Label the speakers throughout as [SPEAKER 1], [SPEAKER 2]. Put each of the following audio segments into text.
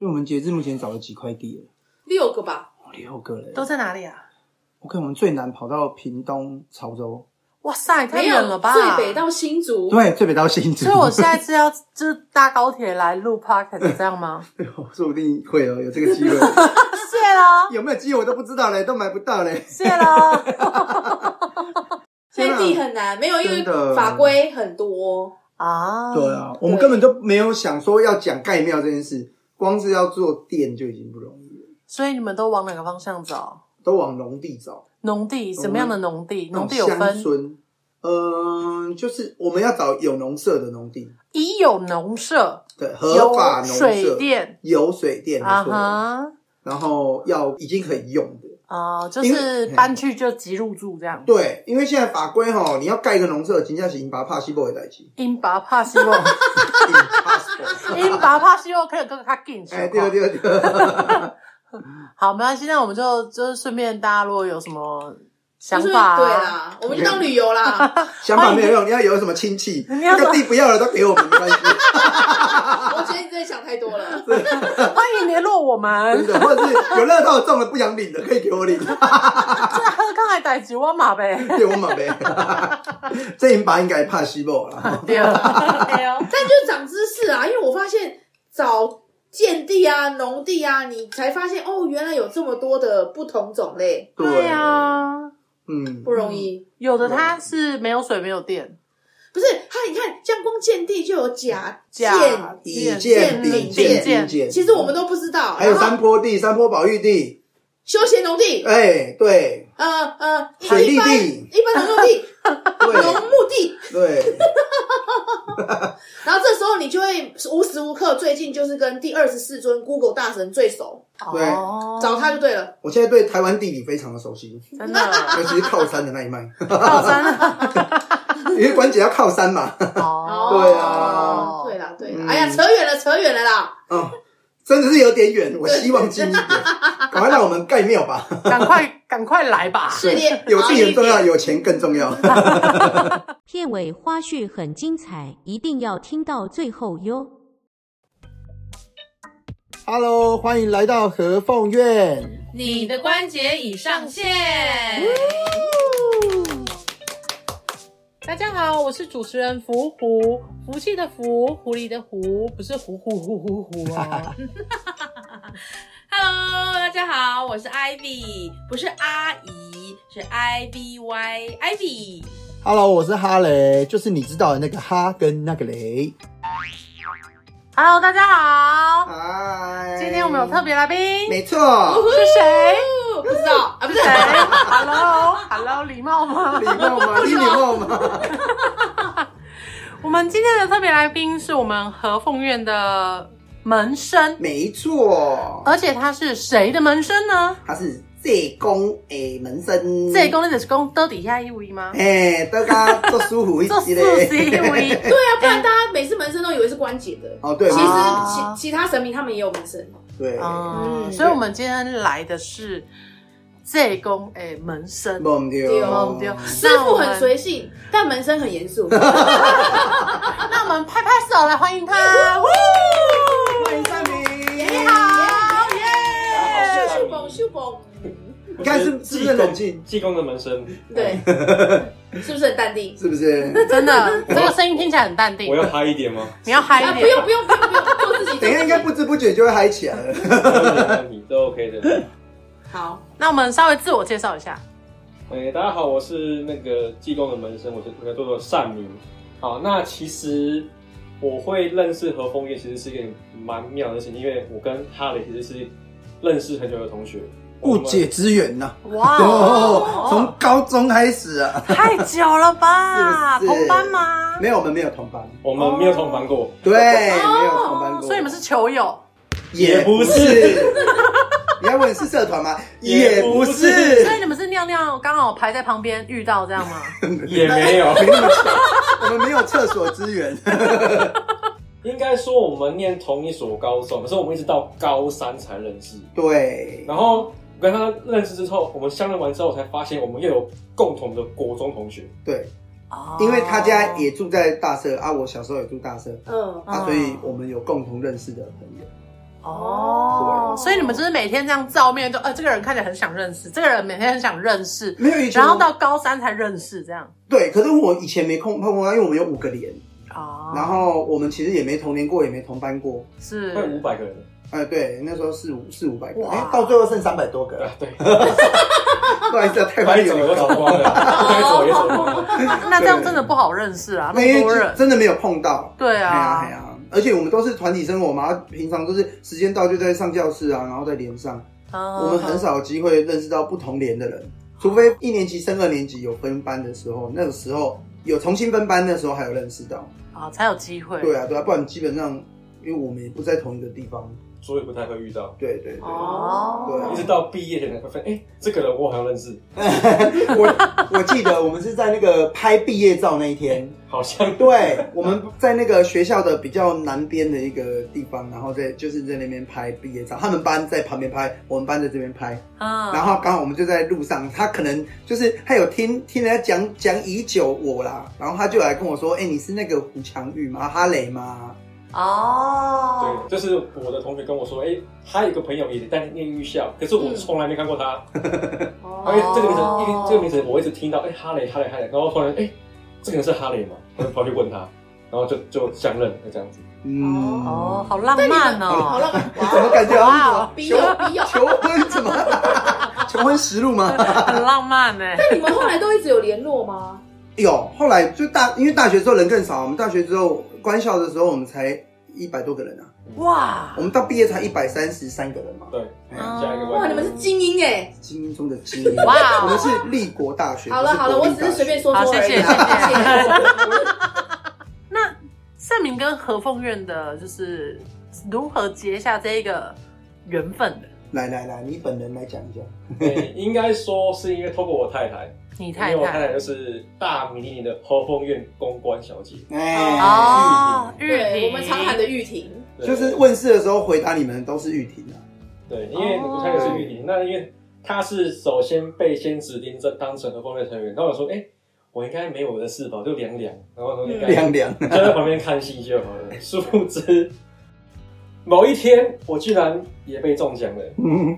[SPEAKER 1] 因为我们截至目前找了几块地了，
[SPEAKER 2] 六个吧，
[SPEAKER 1] 哦六个嘞。
[SPEAKER 3] 都在哪里啊？
[SPEAKER 1] OK，我们最南跑到屏东潮州，
[SPEAKER 3] 哇塞，太
[SPEAKER 2] 没
[SPEAKER 3] 远
[SPEAKER 2] 有
[SPEAKER 3] 了吧！
[SPEAKER 2] 最北到新竹，
[SPEAKER 1] 对，啊最北到新竹。
[SPEAKER 3] 所以 我下一次要就是搭高铁来录 podcast 这 样吗？
[SPEAKER 1] 哎说不定会哦，有这个机 会。
[SPEAKER 3] 谢喽，
[SPEAKER 1] 有没有机会我都不知道嘞，都买不到嘞。
[SPEAKER 3] 谢喽。
[SPEAKER 2] 所以地
[SPEAKER 1] 啊
[SPEAKER 2] 很难，没有，因为
[SPEAKER 1] 真的
[SPEAKER 2] 法规很多。
[SPEAKER 3] 啊，
[SPEAKER 1] 对，啊，我们根本就没有想说要讲盖庙这件事，光是要做店就已经不容易了，
[SPEAKER 3] 所以你们都往哪个方向走？
[SPEAKER 1] 都往农地找，
[SPEAKER 3] 农地什么样的农地？
[SPEAKER 1] 那
[SPEAKER 3] 农
[SPEAKER 1] 种
[SPEAKER 3] 地有
[SPEAKER 1] 哦乡
[SPEAKER 3] 分，
[SPEAKER 1] 村。嗯、就是我们要找有农舍的农地，
[SPEAKER 3] 已有农舍，
[SPEAKER 1] 对，合
[SPEAKER 3] 有
[SPEAKER 1] 法农舍，
[SPEAKER 3] 水电
[SPEAKER 1] 有水电没
[SPEAKER 3] 啊
[SPEAKER 1] 错，
[SPEAKER 3] 哈
[SPEAKER 1] 然后要已经可以用的。
[SPEAKER 3] 啊，就
[SPEAKER 1] 因
[SPEAKER 3] 是
[SPEAKER 1] 为
[SPEAKER 3] 搬去就即入住这样。
[SPEAKER 1] 对，因为现在法规吼，你要盖一个农舍，金价是银巴帕西波的代金，
[SPEAKER 3] 因爸怕希 望，因
[SPEAKER 1] 因
[SPEAKER 3] 爸怕希望可以跟他进去。
[SPEAKER 1] 哎，对对对对，
[SPEAKER 3] 好，没关系，那我们就就是顺便大家如果有什么想
[SPEAKER 2] 就是对
[SPEAKER 3] 法啊，
[SPEAKER 2] 啦，我们就当旅 游啦。
[SPEAKER 1] 想法没有用，你要有什么亲戚，
[SPEAKER 3] 你要
[SPEAKER 1] 这个地不要了都给我们没关系。
[SPEAKER 2] 我觉得你真的想太多了。
[SPEAKER 3] 欢迎联络我
[SPEAKER 1] 真
[SPEAKER 3] 们。
[SPEAKER 1] 的，或者是有乐透中了不想领的，可以给我领，
[SPEAKER 3] 这刚才逮几万码呗。
[SPEAKER 1] 给我买呗。 这银把应该怕西莫了，
[SPEAKER 3] 对哦，对
[SPEAKER 1] 啊
[SPEAKER 3] 哦，
[SPEAKER 2] 但就长知识啊，因为我发现找建地啊、农地啊，你才发现哦，原来有这么多的不同种类，
[SPEAKER 3] 对，啊，
[SPEAKER 1] 嗯
[SPEAKER 2] 不，容易。
[SPEAKER 3] 有的它是没有水没有电，
[SPEAKER 2] 不是，他你看，像光建地就有甲
[SPEAKER 3] 甲
[SPEAKER 2] 建，
[SPEAKER 1] 以
[SPEAKER 2] 见
[SPEAKER 1] 见
[SPEAKER 2] 丙
[SPEAKER 1] 丙
[SPEAKER 2] 见
[SPEAKER 1] 见丁见，
[SPEAKER 2] 其实我们都不知道。
[SPEAKER 1] 还有
[SPEAKER 2] 然后
[SPEAKER 1] 山坡地、山坡保育地，
[SPEAKER 2] 休闲农地，
[SPEAKER 1] 哎，对
[SPEAKER 2] 呃呃，
[SPEAKER 1] 水
[SPEAKER 2] 一
[SPEAKER 1] 利
[SPEAKER 2] 般
[SPEAKER 1] 地
[SPEAKER 2] 一般农 用地、 农
[SPEAKER 1] 对
[SPEAKER 2] 牧地，
[SPEAKER 1] 对，
[SPEAKER 2] 然后这时候你就会无时无刻，最近就是跟第二十四尊 Google 大神最熟，
[SPEAKER 1] 对
[SPEAKER 3] 哦，
[SPEAKER 2] 找他就对了。
[SPEAKER 1] 我现在对台湾地理非常的熟悉，
[SPEAKER 3] 真的啊 哦
[SPEAKER 1] 尤其是靠山的那一脉，
[SPEAKER 3] 靠山 了，
[SPEAKER 1] 因为关节要靠山嘛。
[SPEAKER 3] 啊 哦，
[SPEAKER 1] 对啊
[SPEAKER 2] 对啦，对啦，
[SPEAKER 1] 嗯
[SPEAKER 2] 哎呀，扯远了，扯远了啦。
[SPEAKER 1] 哦，真的是有点远，我希望近一点，赶快让我们盖庙吧。
[SPEAKER 3] 赶快赶快来吧，
[SPEAKER 2] 是的，
[SPEAKER 1] 有地很重
[SPEAKER 2] 好
[SPEAKER 1] 要，
[SPEAKER 2] 一点
[SPEAKER 1] 有钱更重要。
[SPEAKER 4] 片尾花絮很精彩，一定要听到最后哟。
[SPEAKER 1] Hello，欢迎来到和凤苑。
[SPEAKER 5] 你的关节已上线。
[SPEAKER 3] 大家好，我是主持人福虎，福气的福，狐狸的狐，不是虎虎虎虎 虎啊，
[SPEAKER 5] Hello，大家好，我是 Ivy，不是阿姨，是 I V Y Ivy。
[SPEAKER 1] Hello，我是哈雷，就是你知道的那个哈跟那个雷。
[SPEAKER 3] Hello，大家好，
[SPEAKER 1] 嗨，
[SPEAKER 3] 今天我们有特，别来宾，
[SPEAKER 1] 没错，
[SPEAKER 3] 是谁
[SPEAKER 2] 不知道啊，不是
[SPEAKER 3] 谁？Hello，Hello，礼貌吗
[SPEAKER 1] 礼？貌 吗？你礼貌吗？
[SPEAKER 3] 我们今天的特别来宾是我们和凤院的门生，
[SPEAKER 1] 没错，
[SPEAKER 2] 呃
[SPEAKER 3] 而且他是谁的门生呢？
[SPEAKER 1] 他是济公诶门生，
[SPEAKER 2] 嗯
[SPEAKER 3] 这功能的是公到底下一五一吗？
[SPEAKER 1] 诶，大家做舒服一
[SPEAKER 3] 做四
[SPEAKER 1] 些
[SPEAKER 3] C 一
[SPEAKER 1] 嘞。
[SPEAKER 3] 五一，
[SPEAKER 2] 对啊，不然大家每次门生都以为是关节的。
[SPEAKER 1] 哦，对，
[SPEAKER 2] 其
[SPEAKER 3] 啊
[SPEAKER 2] 实其其他神明他们也有门生，
[SPEAKER 1] 对，
[SPEAKER 3] 嗯，
[SPEAKER 2] 嗯
[SPEAKER 3] 所以我们今天来的是这公诶门生，
[SPEAKER 1] 忘不
[SPEAKER 2] 对
[SPEAKER 1] 掉，
[SPEAKER 3] 哦对，
[SPEAKER 2] 师
[SPEAKER 3] 那
[SPEAKER 2] 傅
[SPEAKER 3] 我们
[SPEAKER 2] 很随性，但门生很严肃。
[SPEAKER 3] 那我们拍拍手来欢迎他。哇
[SPEAKER 1] 欢迎三明，
[SPEAKER 3] 你好，
[SPEAKER 2] 咻
[SPEAKER 3] 耶！
[SPEAKER 2] 咻嘣咻嘣，
[SPEAKER 1] 你看是是不是冷静？
[SPEAKER 6] 济公的门生，
[SPEAKER 2] 对，是不是很淡定？
[SPEAKER 1] 是不是？
[SPEAKER 3] 真的，这个声音听起来很淡定
[SPEAKER 6] 我。要嗨一点吗？
[SPEAKER 3] 你要嗨
[SPEAKER 2] 啊，
[SPEAKER 3] 一
[SPEAKER 2] 不
[SPEAKER 3] 点，
[SPEAKER 2] 用不用不用不用，做自己。
[SPEAKER 1] 等一下应该不知不觉就会嗨起来了。
[SPEAKER 6] 你都 OK 的。
[SPEAKER 2] 好。
[SPEAKER 3] 那我们稍微自我介绍一下。
[SPEAKER 6] 哎、大家好，我是那个济公的门生，我是我叫做善明。好，那其实我会认识何风月，其实是一件蛮妙的事情，因为我跟哈雷其实是认识很久的同学，
[SPEAKER 1] 误解之缘呐。
[SPEAKER 3] 哇
[SPEAKER 1] 哦，从高中开始啊，
[SPEAKER 3] 太久了吧？
[SPEAKER 1] 是不是
[SPEAKER 3] 啊同班吗？
[SPEAKER 1] 没有，我们没有同班，
[SPEAKER 6] 我们我们没有同班过，
[SPEAKER 1] 对，没有同班过，
[SPEAKER 3] 哦所以你们是球友。
[SPEAKER 1] 也不是。你要问是社团吗？也不是
[SPEAKER 3] 所，以你们是尿尿刚好排在旁边遇到这样吗？
[SPEAKER 6] 也没有。
[SPEAKER 1] 没那么巧， 我们没有厕所资源。
[SPEAKER 6] 应该说我们念同一所高中，可是我们一直到高三才认识。
[SPEAKER 1] 对，
[SPEAKER 6] 然后我跟他认识之后，我们相认完之后，才发现我们又有共同的国中同学。
[SPEAKER 1] 对，
[SPEAKER 3] 哦
[SPEAKER 1] 因为他家也住在大社啊，我小时候也住大社
[SPEAKER 2] 嗯，
[SPEAKER 1] 啊，
[SPEAKER 3] 嗯
[SPEAKER 1] 所以我们有共同认识的朋友。
[SPEAKER 3] 哦，哦，所以你们就是每天这样照面，就呃，这个人看起来很想认识，这个人每天很想认识，
[SPEAKER 1] 没有以前
[SPEAKER 3] 然
[SPEAKER 1] 我，
[SPEAKER 3] 后到高三才认识这样。
[SPEAKER 1] 对，可是我以前没空碰过他，因为我们有五个连，
[SPEAKER 3] 哦，
[SPEAKER 1] 然后我们其实也没同年过，也没同班过。
[SPEAKER 3] 是
[SPEAKER 6] 快五百个人了，
[SPEAKER 1] 呃，对，那时候四五四五百个，
[SPEAKER 3] 哇
[SPEAKER 1] 哎、
[SPEAKER 7] 到最后剩三百多个
[SPEAKER 6] 对，啊对，
[SPEAKER 1] 不好意思啊，太
[SPEAKER 6] 该
[SPEAKER 1] 快有
[SPEAKER 6] 走的都
[SPEAKER 1] 点
[SPEAKER 6] 走光了，该走也走光 了。
[SPEAKER 3] 那这样真的不好认识 啊，那
[SPEAKER 1] 因
[SPEAKER 3] 么多
[SPEAKER 1] 为
[SPEAKER 3] 人。
[SPEAKER 1] 真的没有碰到。
[SPEAKER 3] 对
[SPEAKER 1] 哎呀哎
[SPEAKER 3] 啊，
[SPEAKER 1] 呀，而且我们都是团体生活嘛，平常都是时间到就在上教室啊，然后在连上，我
[SPEAKER 3] 我
[SPEAKER 1] 们很少有机会认识到不同连的人，除非一年级升二年级有分班的时候，那个时候有重新分班的时候还有认识到。
[SPEAKER 3] 啊才有机会。
[SPEAKER 1] 对啊，对啊，不然基本上因为我们也不在同一个地方。
[SPEAKER 6] 所以不太会遇到，
[SPEAKER 1] 对对对，
[SPEAKER 2] 哦，
[SPEAKER 6] 一直
[SPEAKER 1] 对啊，
[SPEAKER 6] 到毕业前才会发现，哎，这个人我好像认识，
[SPEAKER 1] 我我记得我们是在那个拍毕业照那一天。
[SPEAKER 6] 好像
[SPEAKER 1] 对，我们在那个学校的比较南边的一个地方，然后在就是在那边拍毕业照，他们班在旁边拍，我们班在这边拍，
[SPEAKER 3] 嗯，
[SPEAKER 1] 然后刚好我们就在路上，他可能就是他有听听人家讲讲已久我啦，然后他就来跟我说，哎、你是那个胡强玉吗？哈雷吗？
[SPEAKER 5] 哦，
[SPEAKER 6] 对，就是我的同学跟我说，哎，他有一个朋友也在念预校，可是我从来没看过他。
[SPEAKER 2] 哦
[SPEAKER 6] 哎，这个名字，一定这个名字我一直听到，哎，哈雷，哈雷，哈雷，然后突然，哎，这个人是哈雷嘛，我就跑去问他，然后就就相认，就这样子。
[SPEAKER 1] 嗯，
[SPEAKER 3] 哦，好浪漫
[SPEAKER 2] 好
[SPEAKER 3] 哦，
[SPEAKER 2] 浪漫，
[SPEAKER 1] 怎么
[SPEAKER 2] 哇，
[SPEAKER 1] 感觉好像
[SPEAKER 3] 哇
[SPEAKER 2] 笔友笔友。
[SPEAKER 1] 啊求婚怎么 求婚实录吗？
[SPEAKER 3] 很浪漫欸呢。
[SPEAKER 2] 那你们后来都一直有联络吗？
[SPEAKER 1] 有，后来就大，因为大学之后人更少，我们大学之后官校的时候，我们才一百多个人啊，
[SPEAKER 3] 哇
[SPEAKER 1] 我，们到毕业才一百三十三个人嘛，
[SPEAKER 6] 对，
[SPEAKER 1] 哎呀
[SPEAKER 6] 下一个
[SPEAKER 2] 哦哇，
[SPEAKER 6] 外
[SPEAKER 2] 你
[SPEAKER 6] 国
[SPEAKER 2] 们
[SPEAKER 6] 人
[SPEAKER 2] 是精英哎！
[SPEAKER 1] 精英中的精英。
[SPEAKER 3] 哇
[SPEAKER 1] 我们是立国大学。
[SPEAKER 2] 好了
[SPEAKER 1] 不
[SPEAKER 2] 好了，
[SPEAKER 1] 国
[SPEAKER 2] 我
[SPEAKER 1] 立
[SPEAKER 2] 只是随
[SPEAKER 1] 大学。
[SPEAKER 2] 便说
[SPEAKER 3] 好
[SPEAKER 2] 说而已
[SPEAKER 3] 谢谢
[SPEAKER 2] 啊。谢谢。
[SPEAKER 3] 那盛明跟何凤苑的，就是如何结下这一个缘分的？
[SPEAKER 1] 来来来，你本人来讲一下。
[SPEAKER 6] 对应该说是因为透过我太太，
[SPEAKER 3] 你
[SPEAKER 6] 因
[SPEAKER 3] 太
[SPEAKER 6] 为我太太就是大名鼎鼎的和风院公关小姐，
[SPEAKER 1] 哎、
[SPEAKER 3] 哦， 玉
[SPEAKER 2] 对，
[SPEAKER 3] 婷，
[SPEAKER 2] 我们常喊的玉婷，
[SPEAKER 6] 对
[SPEAKER 1] 就是问世的时候回答你们都是玉婷啊。
[SPEAKER 6] 对，因为
[SPEAKER 3] 哦
[SPEAKER 6] 我太太是玉婷，那因为她是首先被先指定这当成和风院成员，那我说，哎，我应该没我的事吧，我就凉凉，然后我说
[SPEAKER 3] 嗯
[SPEAKER 6] 应该
[SPEAKER 1] 凉凉，
[SPEAKER 6] 就在旁边看戏就好了。殊不知，某一天我居然也被中奖了。
[SPEAKER 1] 嗯，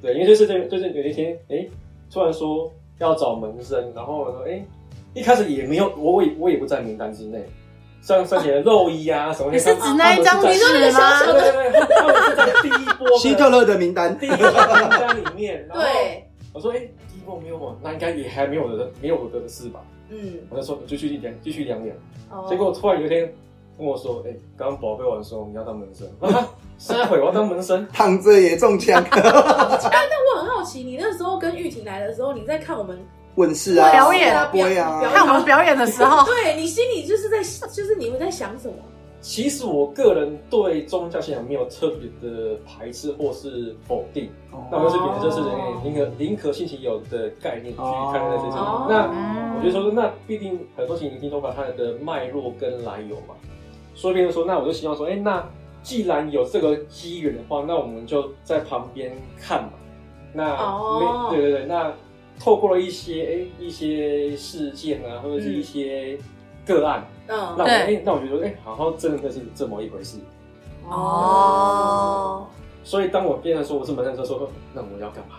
[SPEAKER 6] 对，因为就是这，就是有一天，哎、突然说要找门生，然后我说，哎、一开始也没有，我我也我也不在名单之内，像像写的肉衣啊什么，
[SPEAKER 3] 你是指那一张
[SPEAKER 6] 他们是
[SPEAKER 3] 纸
[SPEAKER 6] 在对
[SPEAKER 3] 吗？
[SPEAKER 6] 对对，他们是在第一 波的
[SPEAKER 1] 希特勒的名单
[SPEAKER 6] 第一波的名单里 面。然后
[SPEAKER 2] 对，
[SPEAKER 6] 我说，哎、第一波没有我，那应该也还没有我的没有我的事吧？
[SPEAKER 2] 嗯，
[SPEAKER 6] 我就说，我就去量，继续量量。
[SPEAKER 2] 哦
[SPEAKER 6] 结果突然有一天跟我说：“哎、刚刚宝贝玩说你要当门生，啊，下回我要当门生。
[SPEAKER 1] 躺着也中枪。
[SPEAKER 2] 那哎我很好奇，你那时候跟玉婷来的时候，你在看我们，
[SPEAKER 1] 问世啊，
[SPEAKER 3] 表演
[SPEAKER 1] 啊，播呀、
[SPEAKER 2] 表
[SPEAKER 1] 啊
[SPEAKER 2] 演，
[SPEAKER 3] 看我们表演的时 候，
[SPEAKER 2] 对你心里就是在，就是你们在想什么？”
[SPEAKER 6] 其实我个人对宗教信仰没有特别的排斥或是否定，
[SPEAKER 1] 哦
[SPEAKER 6] 那我就是秉持就是哎宁可宁可信其有的概念去看待这些事情。
[SPEAKER 2] 哦
[SPEAKER 6] 那
[SPEAKER 3] 嗯
[SPEAKER 6] 我就说，那必定很多情听都把它的脉络跟来由嘛。所以别人说，那我就希望说，哎、那既然有这个机缘的话，那我们就在旁边看嘛。那没、
[SPEAKER 2] 哦
[SPEAKER 6] 对对对，那透过了一些哎、一些事件啊，或者是一些个案，那
[SPEAKER 2] 嗯，
[SPEAKER 6] 我哎、
[SPEAKER 3] 对
[SPEAKER 6] 那我觉得哎、好像真的是这么一回事。
[SPEAKER 3] 哦，
[SPEAKER 6] 所以当我变成说我是门生的时候，说嗯那我要干嘛？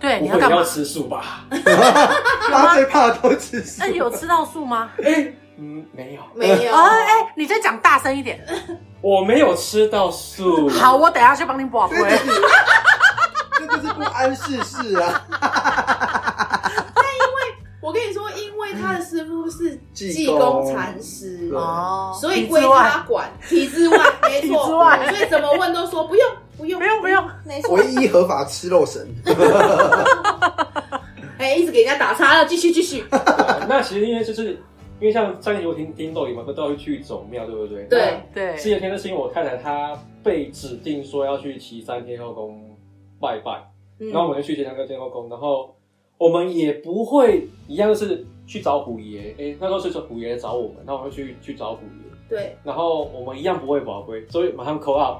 [SPEAKER 3] 对，你
[SPEAKER 6] 我
[SPEAKER 3] 要
[SPEAKER 6] 会
[SPEAKER 3] 干嘛
[SPEAKER 6] 要？吃素吧？
[SPEAKER 1] 大家最怕的都是
[SPEAKER 3] 那哎有吃到素吗？
[SPEAKER 6] 嗯，没有，
[SPEAKER 2] 没有，
[SPEAKER 3] 哦，哎，你再讲大声一点。
[SPEAKER 6] 我没有吃 到素。
[SPEAKER 3] 好，我等一下去帮你保回。
[SPEAKER 1] 这就是不谙世事啊。
[SPEAKER 2] 我跟你说，因为他的师傅是
[SPEAKER 1] 济
[SPEAKER 2] 济
[SPEAKER 1] 公
[SPEAKER 2] 公禅师，
[SPEAKER 1] 对
[SPEAKER 3] 哦，
[SPEAKER 2] 所以
[SPEAKER 3] 你
[SPEAKER 2] 归
[SPEAKER 3] 之外
[SPEAKER 2] 他管，体制 外，没
[SPEAKER 3] 体
[SPEAKER 2] 错，
[SPEAKER 3] 制外
[SPEAKER 2] 所以怎么问都说不用，不用，嗯
[SPEAKER 3] 不用不用，
[SPEAKER 2] 没错，
[SPEAKER 1] 唯一合法吃肉神，
[SPEAKER 2] 哎，一直给人家打岔了，继续继续，
[SPEAKER 6] 哦那其实因为就是因为像上一集我听听豆姨嘛，不都会去走庙，对不对？
[SPEAKER 2] 对。
[SPEAKER 3] 对，
[SPEAKER 6] 四月天的是因为我太太她被指定说要去岐山天后宫拜拜，
[SPEAKER 2] 嗯
[SPEAKER 6] 然后我们就去岐山天后宫，然后我们也不会一样是去找虎爷，哎、那时候是说虎爷找我们，那我们就去去找虎爷，
[SPEAKER 2] 对，
[SPEAKER 6] 然后我们一样不会宝龟，所以马上 call out。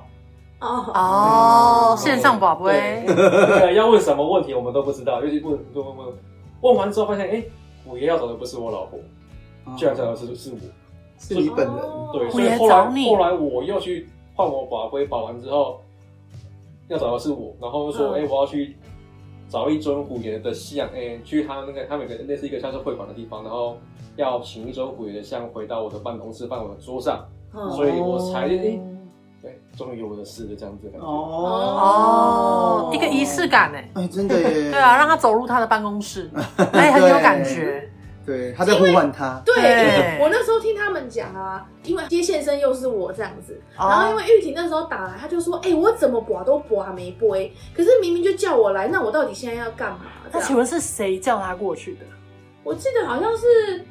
[SPEAKER 2] 哦，
[SPEAKER 3] 哦，
[SPEAKER 1] 嗯
[SPEAKER 3] 线上宝贝
[SPEAKER 6] 对，，对， 要问什么问题我们都不知道，尤其问问问问，问完之后发现，哎、虎爷要找的不是我老婆，居然找
[SPEAKER 1] 啊
[SPEAKER 6] 的是是我。
[SPEAKER 1] 是你本人。
[SPEAKER 2] 哦
[SPEAKER 6] 对，
[SPEAKER 3] 我
[SPEAKER 6] 所以
[SPEAKER 3] 也
[SPEAKER 6] 后来
[SPEAKER 3] 找你
[SPEAKER 6] 后来我又去换我把龟保完之后，要找的是我，然后就说，哎、
[SPEAKER 3] 嗯
[SPEAKER 6] 我要去找一尊虎爷的像，哎、去他那个他们有个类似一个像是会馆的地方，然后要请一尊虎爷的像回到我的办公室放我的桌上，
[SPEAKER 2] 嗯
[SPEAKER 6] 所以我才哎，对，终于有我的事了，这样子的感觉。
[SPEAKER 1] 哦
[SPEAKER 3] 一个仪式，感哎、
[SPEAKER 1] 哎，真的耶，
[SPEAKER 3] 对啊，让他走入他的办 公室，哎，很有感觉。
[SPEAKER 1] 对，他在呼唤他，
[SPEAKER 2] 对，
[SPEAKER 3] 对
[SPEAKER 2] 我那时候听他们讲啊，因为接线生又是我这样子，
[SPEAKER 3] 哦
[SPEAKER 2] 然后因为玉婷那时候打来，她就说：“哎、我怎么拔都拔没播，可是明明就叫我来，那我到底现在要干嘛？”这
[SPEAKER 3] 那
[SPEAKER 2] 样
[SPEAKER 3] 请问是谁叫他过去的？
[SPEAKER 2] 我记得好像是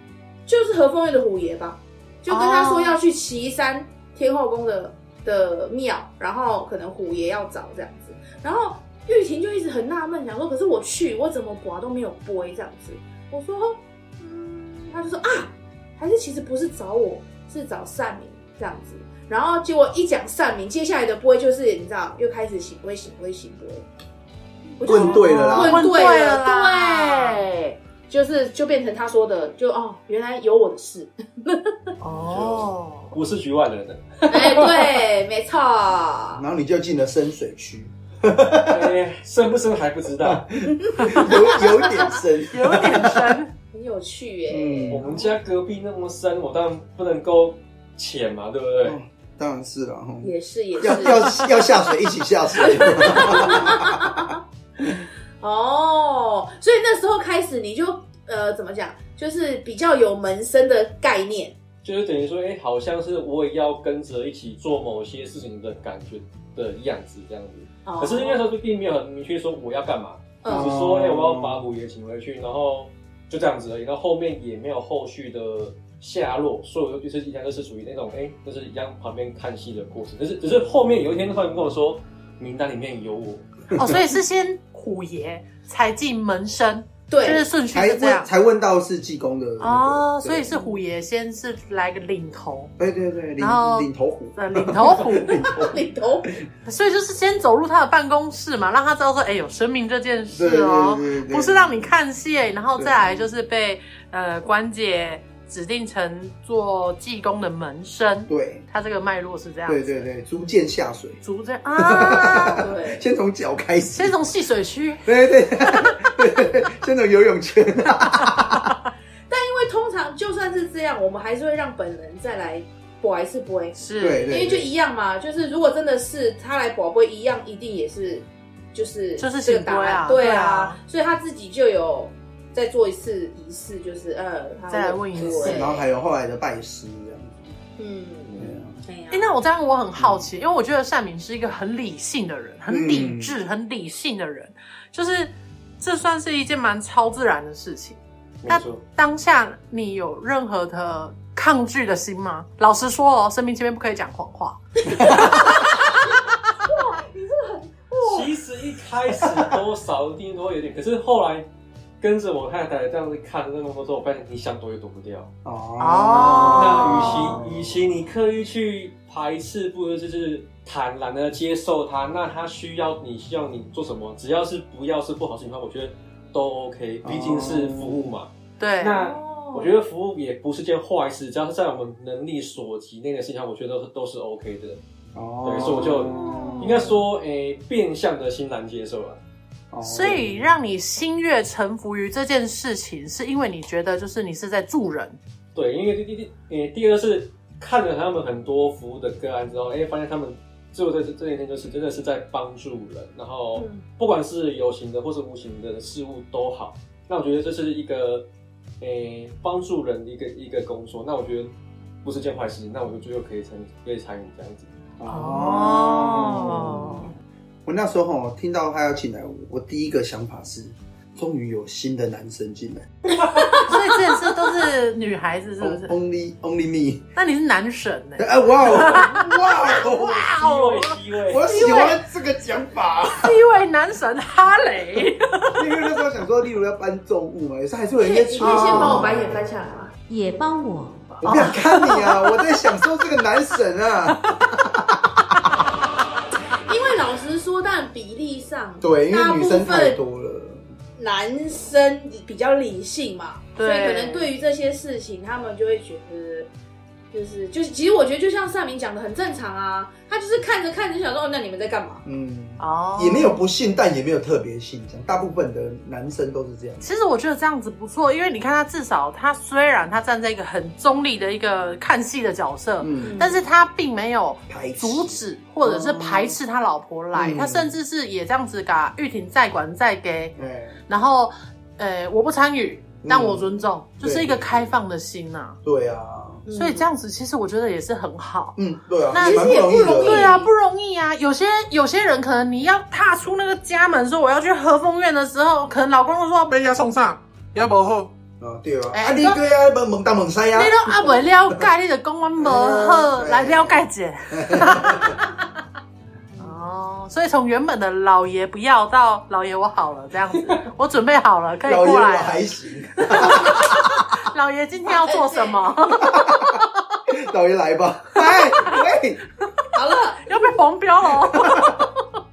[SPEAKER 2] 就是何风月的虎爷吧，就跟他说要去岐山天后宫的的庙，然后可能虎爷要找这样子，然后玉婷就一直很纳闷，想说可是我去我怎么拔都没有播这样子，我说嗯，他就说啊，还是其实不是找我，是找善明这样子。然后结果一讲善明，接下来的播就是你知道，又开始醒波醒波醒波，我就
[SPEAKER 1] 问对了啦，
[SPEAKER 2] 问对
[SPEAKER 3] 对
[SPEAKER 2] 了
[SPEAKER 3] 了啦
[SPEAKER 2] 对，就是就变成他说的，就哦，原来有我的事，
[SPEAKER 3] 哦，
[SPEAKER 6] 不是局外人的，
[SPEAKER 2] 哎，对，没错，
[SPEAKER 1] 然后你就进了深水区，
[SPEAKER 6] 哎深不深还不知道。
[SPEAKER 1] 有有一点深，
[SPEAKER 3] 有点深，
[SPEAKER 2] 很有趣耶、
[SPEAKER 6] 我
[SPEAKER 1] 嗯，
[SPEAKER 6] 们家隔壁那么深，我当然不能够浅嘛，对不对？
[SPEAKER 1] 嗯当然是了，吼
[SPEAKER 2] 也是也是
[SPEAKER 1] 嗯要要要下水一起下 水，
[SPEAKER 2] 哦，所以那时候开始你就呃怎么讲，就是比较有门生的概念，
[SPEAKER 6] 就是等于说，哎、好像是我也要跟着一起做某些事情的感觉的样子，这样子。
[SPEAKER 2] 哦、
[SPEAKER 6] 可是那时候就并没有很明确说我要干嘛，
[SPEAKER 2] 嗯
[SPEAKER 6] 只是说，哎、我要把虎爷请回去，然后就这样子而已。然后后面也没有后续的下落，所以我就是一样就是属于那种，哎、就是一样旁边看戏的过程。就是只是后面有一天突然跟我说，名单里面有我，
[SPEAKER 3] 哦，所以是先虎爷才进门生，就
[SPEAKER 2] 对，
[SPEAKER 3] 是顺序
[SPEAKER 1] 才
[SPEAKER 3] 是这样
[SPEAKER 1] 问。才问到是济公的那个
[SPEAKER 3] 哦，
[SPEAKER 1] 对
[SPEAKER 3] 所以是虎爷先是来个领头，
[SPEAKER 1] 对对对，领
[SPEAKER 3] 然后
[SPEAKER 1] 领头虎，
[SPEAKER 3] 呃，领头 虎，
[SPEAKER 2] 领头
[SPEAKER 3] 所以就是先走入他的办公室嘛，让他知道说，哎、有生命这件
[SPEAKER 1] 对
[SPEAKER 3] 事
[SPEAKER 1] 对
[SPEAKER 3] 哦，
[SPEAKER 1] 对对，
[SPEAKER 3] 不是让你看戏、然后再来就是被呃关姐指定成做济公的门生，
[SPEAKER 1] 对
[SPEAKER 3] 他这个脉络是这样子，
[SPEAKER 1] 对对对，逐渐下水，
[SPEAKER 3] 逐渐 啊，
[SPEAKER 2] 对，
[SPEAKER 1] 先从脚开始，
[SPEAKER 3] 先从戏水区，
[SPEAKER 1] 对对对对，先从游泳圈，
[SPEAKER 2] 因为通常就算是这样，我们还是会让本人再来播一次播，
[SPEAKER 3] 是，
[SPEAKER 1] 对
[SPEAKER 2] 因
[SPEAKER 1] 对，
[SPEAKER 2] 为就
[SPEAKER 1] 对
[SPEAKER 2] 一样嘛，就是如果真的是他来宝贝一样，一定也是就是
[SPEAKER 3] 就是
[SPEAKER 2] 这个
[SPEAKER 3] 醒
[SPEAKER 2] 答
[SPEAKER 3] 龟
[SPEAKER 2] 案，
[SPEAKER 3] 啊
[SPEAKER 2] 对
[SPEAKER 3] 对
[SPEAKER 2] 啊
[SPEAKER 3] 啊，
[SPEAKER 2] 所以他自己就有再做一次仪式，就是呃，他
[SPEAKER 3] 再来问一次
[SPEAKER 2] 对
[SPEAKER 1] 然后还有后来的拜师这样子，
[SPEAKER 2] 嗯，
[SPEAKER 1] 对啊
[SPEAKER 2] 哎呀
[SPEAKER 3] 哎、那我这样我很好奇，因为我觉得善明是一个很理性的人，很
[SPEAKER 1] 嗯
[SPEAKER 3] 理智、很理性的人，就是这算是一件蛮超自然的事情。
[SPEAKER 2] 啊
[SPEAKER 6] 没错。
[SPEAKER 3] 当下你有任何的抗拒的心吗？老实说哦，生命前面不可以讲谎话。
[SPEAKER 6] 其实一开始多少一定都会有点，可是后来跟着我太太这样子看那么多之后，我发现你想躲也躲不掉。
[SPEAKER 3] 哦
[SPEAKER 6] 那与其与其你刻意去排斥，不如就是坦然的接受它。那它需要你需要你做什么，只要是不要是不好事情的话，我觉得都 OK，毕竟是服务嘛。
[SPEAKER 3] 对，
[SPEAKER 6] 那
[SPEAKER 2] 哦
[SPEAKER 6] 我觉得服务也不是件坏事，只要是在我们能力所及内的事情上，我觉得都都是 OK 的。
[SPEAKER 1] 哦
[SPEAKER 6] 对所以我就应该说，诶、变相的欣然接受了。
[SPEAKER 1] 哦
[SPEAKER 3] 所以让你心悦诚服于这件事情，是因为你觉得就是你是在助人，
[SPEAKER 6] 对，因为第第第，诶，第二是看了他们很多服务的个案之后，哎诶，发现他们做的这这一天就是真的是在帮助人，然后
[SPEAKER 2] 嗯
[SPEAKER 6] 不管是有形的或是无形的事物都好，那我觉得这是一个，诶，帮助人的一个一个工作，那我觉得不是件坏事，那我就最后可以参可以参与这样子。
[SPEAKER 3] 哦
[SPEAKER 1] 我那时候吼听到他要进来，我我第一个想法是，终于有新的男生进来
[SPEAKER 3] 所以这件事都是女孩子，是不是？
[SPEAKER 1] ，Only Only me，
[SPEAKER 3] 那你是男神欸呢、
[SPEAKER 1] 哎哇哦哇哦，
[SPEAKER 6] 机位机位，
[SPEAKER 1] 我喜欢这个讲法，
[SPEAKER 3] 是一位男神哈雷，
[SPEAKER 1] 因为那时候想说，例如要搬重物嘛，有时候还是有
[SPEAKER 2] 你
[SPEAKER 1] 人
[SPEAKER 2] 可以
[SPEAKER 1] 在
[SPEAKER 2] 你
[SPEAKER 1] 出
[SPEAKER 2] 可以先把我白眼翻下来吗？
[SPEAKER 4] 也帮我。
[SPEAKER 1] 我不想看你啊！我在享受这个男神 啊！
[SPEAKER 2] 因为老实说，但比例上，
[SPEAKER 1] 对，因
[SPEAKER 2] 大
[SPEAKER 1] 为
[SPEAKER 2] 部
[SPEAKER 1] 女生太
[SPEAKER 2] 分
[SPEAKER 1] 多了。
[SPEAKER 2] 男生比较理性嘛，所
[SPEAKER 3] 对
[SPEAKER 2] 以可能对于这些事情，他们就会觉得就是就是，其实我觉得就像萨明讲的很正常啊，他就是看着看着就想说，哦，那你们在干嘛？
[SPEAKER 1] 嗯，
[SPEAKER 3] 哦，
[SPEAKER 1] 也没有。不信，但也没有特别信，这样大部分的男生都是这样。
[SPEAKER 3] 其实我觉得这样子不错，因为你看他至少他虽然他站在一个很中立的一个看戏的角色，
[SPEAKER 1] 嗯，
[SPEAKER 3] 但是他并没有
[SPEAKER 1] 排斥
[SPEAKER 3] 阻止或者是排斥他老婆来，
[SPEAKER 1] 嗯
[SPEAKER 3] 他甚至是也这样子把玉婷再管再给，
[SPEAKER 1] 哎，
[SPEAKER 3] 然后呃我不参与，但
[SPEAKER 1] 嗯
[SPEAKER 3] 我尊重，就是一个开放的心呐、
[SPEAKER 1] 对啊，
[SPEAKER 3] 嗯
[SPEAKER 2] 嗯
[SPEAKER 3] 所以这样子其实我觉得也是很好。
[SPEAKER 1] 嗯，对啊，
[SPEAKER 3] 那
[SPEAKER 1] 蛮
[SPEAKER 2] 其实也
[SPEAKER 1] 容易
[SPEAKER 2] 不容
[SPEAKER 1] 的，
[SPEAKER 2] 易
[SPEAKER 3] 对啊，不容易啊！有些有些人可能你要踏出那个家门，说我要去和风院的时候，可能老公就说被人家送上，要不好，
[SPEAKER 1] 啊，对啊，
[SPEAKER 3] 哎
[SPEAKER 1] 啊，你
[SPEAKER 3] 你说
[SPEAKER 1] 对啊，猛猛打猛塞啊
[SPEAKER 3] 你，都啊未了解，你就讲我无好，
[SPEAKER 1] 对
[SPEAKER 3] 来了解姐。哦，所以从原本的老爷不要到老爷我好了这样子，我准备好了可以
[SPEAKER 1] 老爷
[SPEAKER 3] 过
[SPEAKER 1] 我
[SPEAKER 3] 来
[SPEAKER 1] 还
[SPEAKER 3] 了。
[SPEAKER 1] 行，
[SPEAKER 3] 老爷今天要做什么？
[SPEAKER 1] 老爷来吧，哎 喂，
[SPEAKER 2] 好了，
[SPEAKER 3] 要被黄标了哦。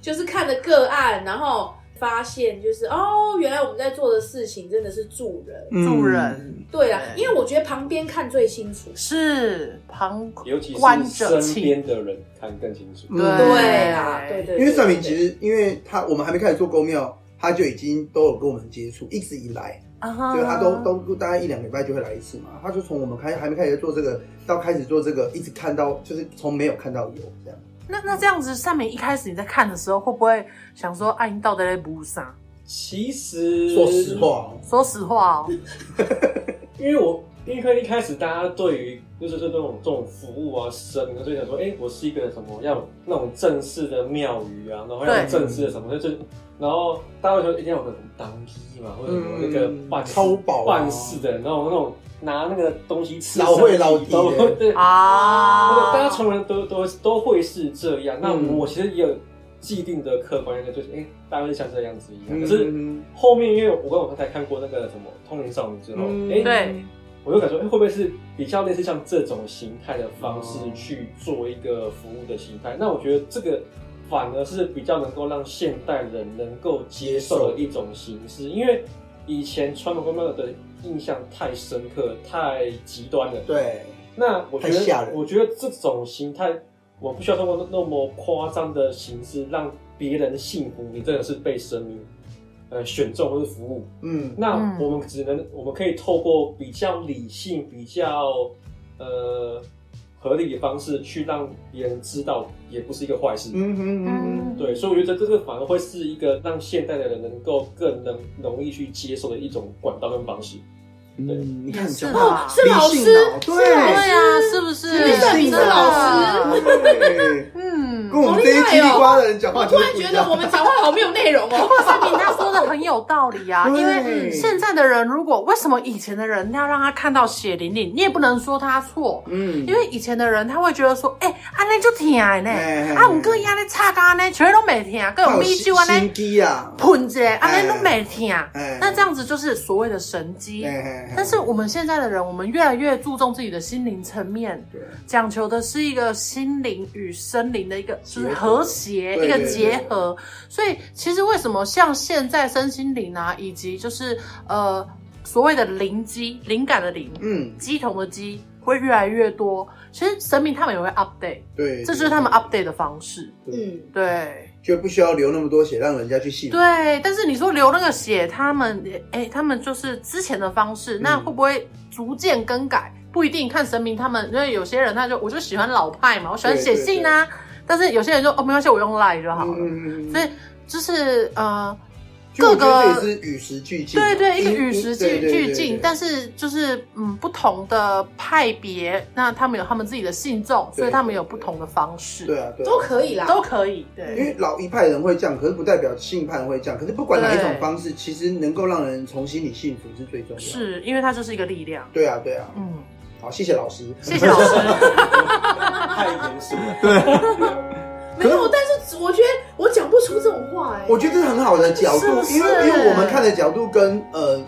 [SPEAKER 2] 就是看着个案，然后发现就是哦，原来我们在做的事情真的是助人。
[SPEAKER 1] 嗯
[SPEAKER 3] 助人
[SPEAKER 2] 对啊，
[SPEAKER 3] 对
[SPEAKER 2] 因为我觉得旁边看最清楚。
[SPEAKER 3] 是旁
[SPEAKER 6] 尤其
[SPEAKER 3] 观者
[SPEAKER 6] 是身
[SPEAKER 3] 清。
[SPEAKER 6] 边的人看更清楚。
[SPEAKER 1] 嗯，
[SPEAKER 2] 对啊，对对
[SPEAKER 1] 因为算
[SPEAKER 2] 对
[SPEAKER 1] 命其实，因为他我们还没开始做公庙，他就已经都有跟我们接触，一直以来，
[SPEAKER 3] 啊哈
[SPEAKER 1] 就是他都都大概一两个礼拜就会来一次嘛。他就从我们开还没开始做这个，到开始做这个，一直看到就是从没有看到有这样。
[SPEAKER 3] 那那这样子，善美一开始你在看的时候，会不会想说，哎、你到底在补啥？
[SPEAKER 6] 其实
[SPEAKER 1] 说实，话，
[SPEAKER 3] 说实话哦，
[SPEAKER 6] 因为我因为一开始大家对于就是这种这种服务啊、神明，所以想说，哎、我是一个什么要有那种正式的庙宇啊，然后要有
[SPEAKER 3] 对
[SPEAKER 6] 正式的什么，
[SPEAKER 1] 嗯
[SPEAKER 6] 就正，然后大家会说一定要有个什么当机嘛，或者什么那个
[SPEAKER 1] 嗯
[SPEAKER 6] 办事
[SPEAKER 1] 超保啊
[SPEAKER 6] 办事的，然后那种拿那个东西刺
[SPEAKER 1] 老会老
[SPEAKER 6] 敌
[SPEAKER 1] 敌的
[SPEAKER 6] 对
[SPEAKER 3] 啊，
[SPEAKER 6] 大家从来都都都会是这样。那
[SPEAKER 1] 嗯
[SPEAKER 6] 我其实也有既定的客观印象，就是哎、诶大概是像这样子一
[SPEAKER 1] 嗯
[SPEAKER 6] 样。可是后面，因为我跟我太太看过那个什么《通灵少女》之后，哎、
[SPEAKER 1] 嗯
[SPEAKER 3] 对
[SPEAKER 6] 我就感觉、诶会不会是比较类似像这种形态的方式
[SPEAKER 1] 哦
[SPEAKER 6] 去做一个服务的形态？那我觉得这个反而是比较能够让现代人能够接受的一种形式，因为以前传统公庙的印象太深刻、太极端了。
[SPEAKER 1] 对，
[SPEAKER 6] 那我觉
[SPEAKER 1] 太吓人
[SPEAKER 6] 得，我觉得这种形态，我不需要通过那么夸张的形式让别人信服，你真的是被神明呃选中或是服务。
[SPEAKER 1] 嗯，
[SPEAKER 6] 那
[SPEAKER 3] 嗯
[SPEAKER 6] 我们只能，我们可以透过比较理性、比较呃合理的方式去让别人知道，也不是一个坏事。
[SPEAKER 1] 嗯哼嗯
[SPEAKER 3] 嗯
[SPEAKER 6] 对，所以我觉得这个反而会是一个让现代的人能够更能容易去接受的一种管道跟方式。
[SPEAKER 1] 嗯，
[SPEAKER 6] 对
[SPEAKER 1] 你看
[SPEAKER 3] 也是
[SPEAKER 1] 讲
[SPEAKER 2] 哦，
[SPEAKER 3] 啊
[SPEAKER 2] 是老
[SPEAKER 1] 理
[SPEAKER 2] 师，
[SPEAKER 1] 性脑
[SPEAKER 2] 是老
[SPEAKER 3] 对
[SPEAKER 2] 师
[SPEAKER 3] 啊，是不是？
[SPEAKER 2] 你算命是啊老师
[SPEAKER 3] 真的
[SPEAKER 1] 啊对，
[SPEAKER 3] 嗯，
[SPEAKER 1] 跟我们这些叽里呱啦的人讲
[SPEAKER 2] 哦我
[SPEAKER 1] 话
[SPEAKER 2] 突
[SPEAKER 1] 就是不一
[SPEAKER 2] 然
[SPEAKER 1] 样，
[SPEAKER 2] 觉得我们讲话好没有内容哦。
[SPEAKER 3] 萨比他说的很有道理啊，
[SPEAKER 1] 对
[SPEAKER 3] 因为现在的人，如果为什么以前的人要让他看到血淋淋，你也不能说他错，
[SPEAKER 1] 嗯
[SPEAKER 3] 因为以前的人他会觉得说，哎、安内就疼
[SPEAKER 1] 哎哎
[SPEAKER 3] 呢，啊，五个压力差噶呢，全都没疼，各种咪就安
[SPEAKER 1] 心
[SPEAKER 3] 内
[SPEAKER 1] 机啊，
[SPEAKER 3] 喷着，安内都没疼，
[SPEAKER 1] 哎
[SPEAKER 3] 那这样子就是所谓的神机。啊
[SPEAKER 1] 哎哎哎
[SPEAKER 3] 但是我们现在的人，我们越来越注重自己的心灵层面，
[SPEAKER 1] 对
[SPEAKER 3] 讲求的是一个心灵与生灵的一个就是
[SPEAKER 1] 结合
[SPEAKER 3] 和谐，
[SPEAKER 1] 对
[SPEAKER 3] 一个
[SPEAKER 1] 对对
[SPEAKER 3] 结合。所以其实为什么像现在身心灵啊，以及就是呃所谓的灵机、灵感的灵、
[SPEAKER 1] 嗯，
[SPEAKER 3] 机同的机会越来越多，其实神明他们也会 update，
[SPEAKER 1] 对，
[SPEAKER 3] 这就是他们 update 的方式。
[SPEAKER 2] 嗯，
[SPEAKER 3] 对
[SPEAKER 1] 就不需要流那么多血让人家去信。
[SPEAKER 3] 对，但是你说流那个血，他们哎、他们就是之前的方式，那
[SPEAKER 1] 嗯
[SPEAKER 3] 会不会逐渐更改？不一定，看神明他们，因为有些人他就我就喜欢老派嘛，我喜欢
[SPEAKER 1] 对
[SPEAKER 3] 写
[SPEAKER 1] 对
[SPEAKER 3] 信啊，但是有些人说哦没关系，我用 line 就好了。
[SPEAKER 1] 嗯，嗯嗯
[SPEAKER 3] 所以就是呃，
[SPEAKER 1] 就我觉得
[SPEAKER 3] 各
[SPEAKER 1] 这也
[SPEAKER 3] 个
[SPEAKER 1] 是与时俱进啊，
[SPEAKER 3] 对对，一个
[SPEAKER 1] 因
[SPEAKER 3] 与时
[SPEAKER 1] 对对
[SPEAKER 3] 俱
[SPEAKER 1] 对
[SPEAKER 3] 俱
[SPEAKER 1] 对
[SPEAKER 3] 进，
[SPEAKER 1] 对
[SPEAKER 3] 但是就是嗯，不同的派别，那他们有他们自己的信众，
[SPEAKER 1] 对
[SPEAKER 3] 所以他们有不同的方式，
[SPEAKER 1] 对啊，对啊
[SPEAKER 2] 嗯都可以啦，
[SPEAKER 3] 都可以。
[SPEAKER 1] 因
[SPEAKER 3] 对，
[SPEAKER 1] 为老一派人会这样，可是不代表新一派人会这样。可是不管哪一种方式，其实能够让人从心里幸福是最重要的。，
[SPEAKER 3] 是因为它就是一个力量。
[SPEAKER 1] 对啊，对啊。
[SPEAKER 3] 嗯，
[SPEAKER 1] 好，谢谢老师。
[SPEAKER 3] 谢谢老 师。
[SPEAKER 6] 太严肃了。对，
[SPEAKER 2] 没有。但是我觉得我讲不出这种话哎。
[SPEAKER 1] 我觉得这是很好的角度，
[SPEAKER 3] 是不是
[SPEAKER 1] 因为因为我们看的角度跟呃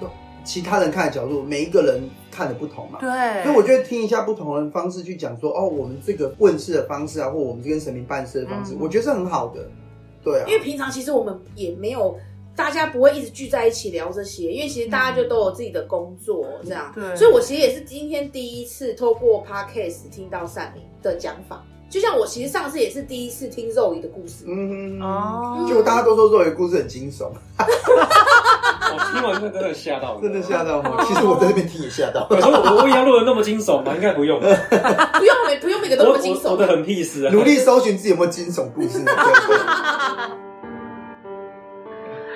[SPEAKER 1] 其他人看的角度，每一个人看的不同嘛。
[SPEAKER 3] 对，
[SPEAKER 1] 所以我觉得听一下不同的方式去讲说，哦，我们这个问事的方式啊，或我们跟神明办事的方式，
[SPEAKER 3] 嗯
[SPEAKER 1] 我觉得是很好的。对啊
[SPEAKER 2] 因，为平常其实我们也没有大家不会一直聚在一起聊这些，因为其实大家就都有自己的工作，这样。
[SPEAKER 3] 对
[SPEAKER 2] 所以我其实也是今天第一次透过 podcast 听到善林的讲法，就像我其实上次也是第一次听肉姨的故事。
[SPEAKER 1] 嗯，
[SPEAKER 3] 哦，
[SPEAKER 1] 就大家都说肉爷故事很惊 悚，
[SPEAKER 6] 我听完真的真的吓到我，
[SPEAKER 1] 真的吓。到我。其实我在这边听也吓 到，
[SPEAKER 6] 我说我我也要录的那么惊悚吗？应该不 用，我
[SPEAKER 2] 不用每不用每个都那么惊
[SPEAKER 6] 我
[SPEAKER 2] 悚
[SPEAKER 6] 我的，很 peace 啊。
[SPEAKER 1] 努力搜寻自己有没有惊悚故事。 对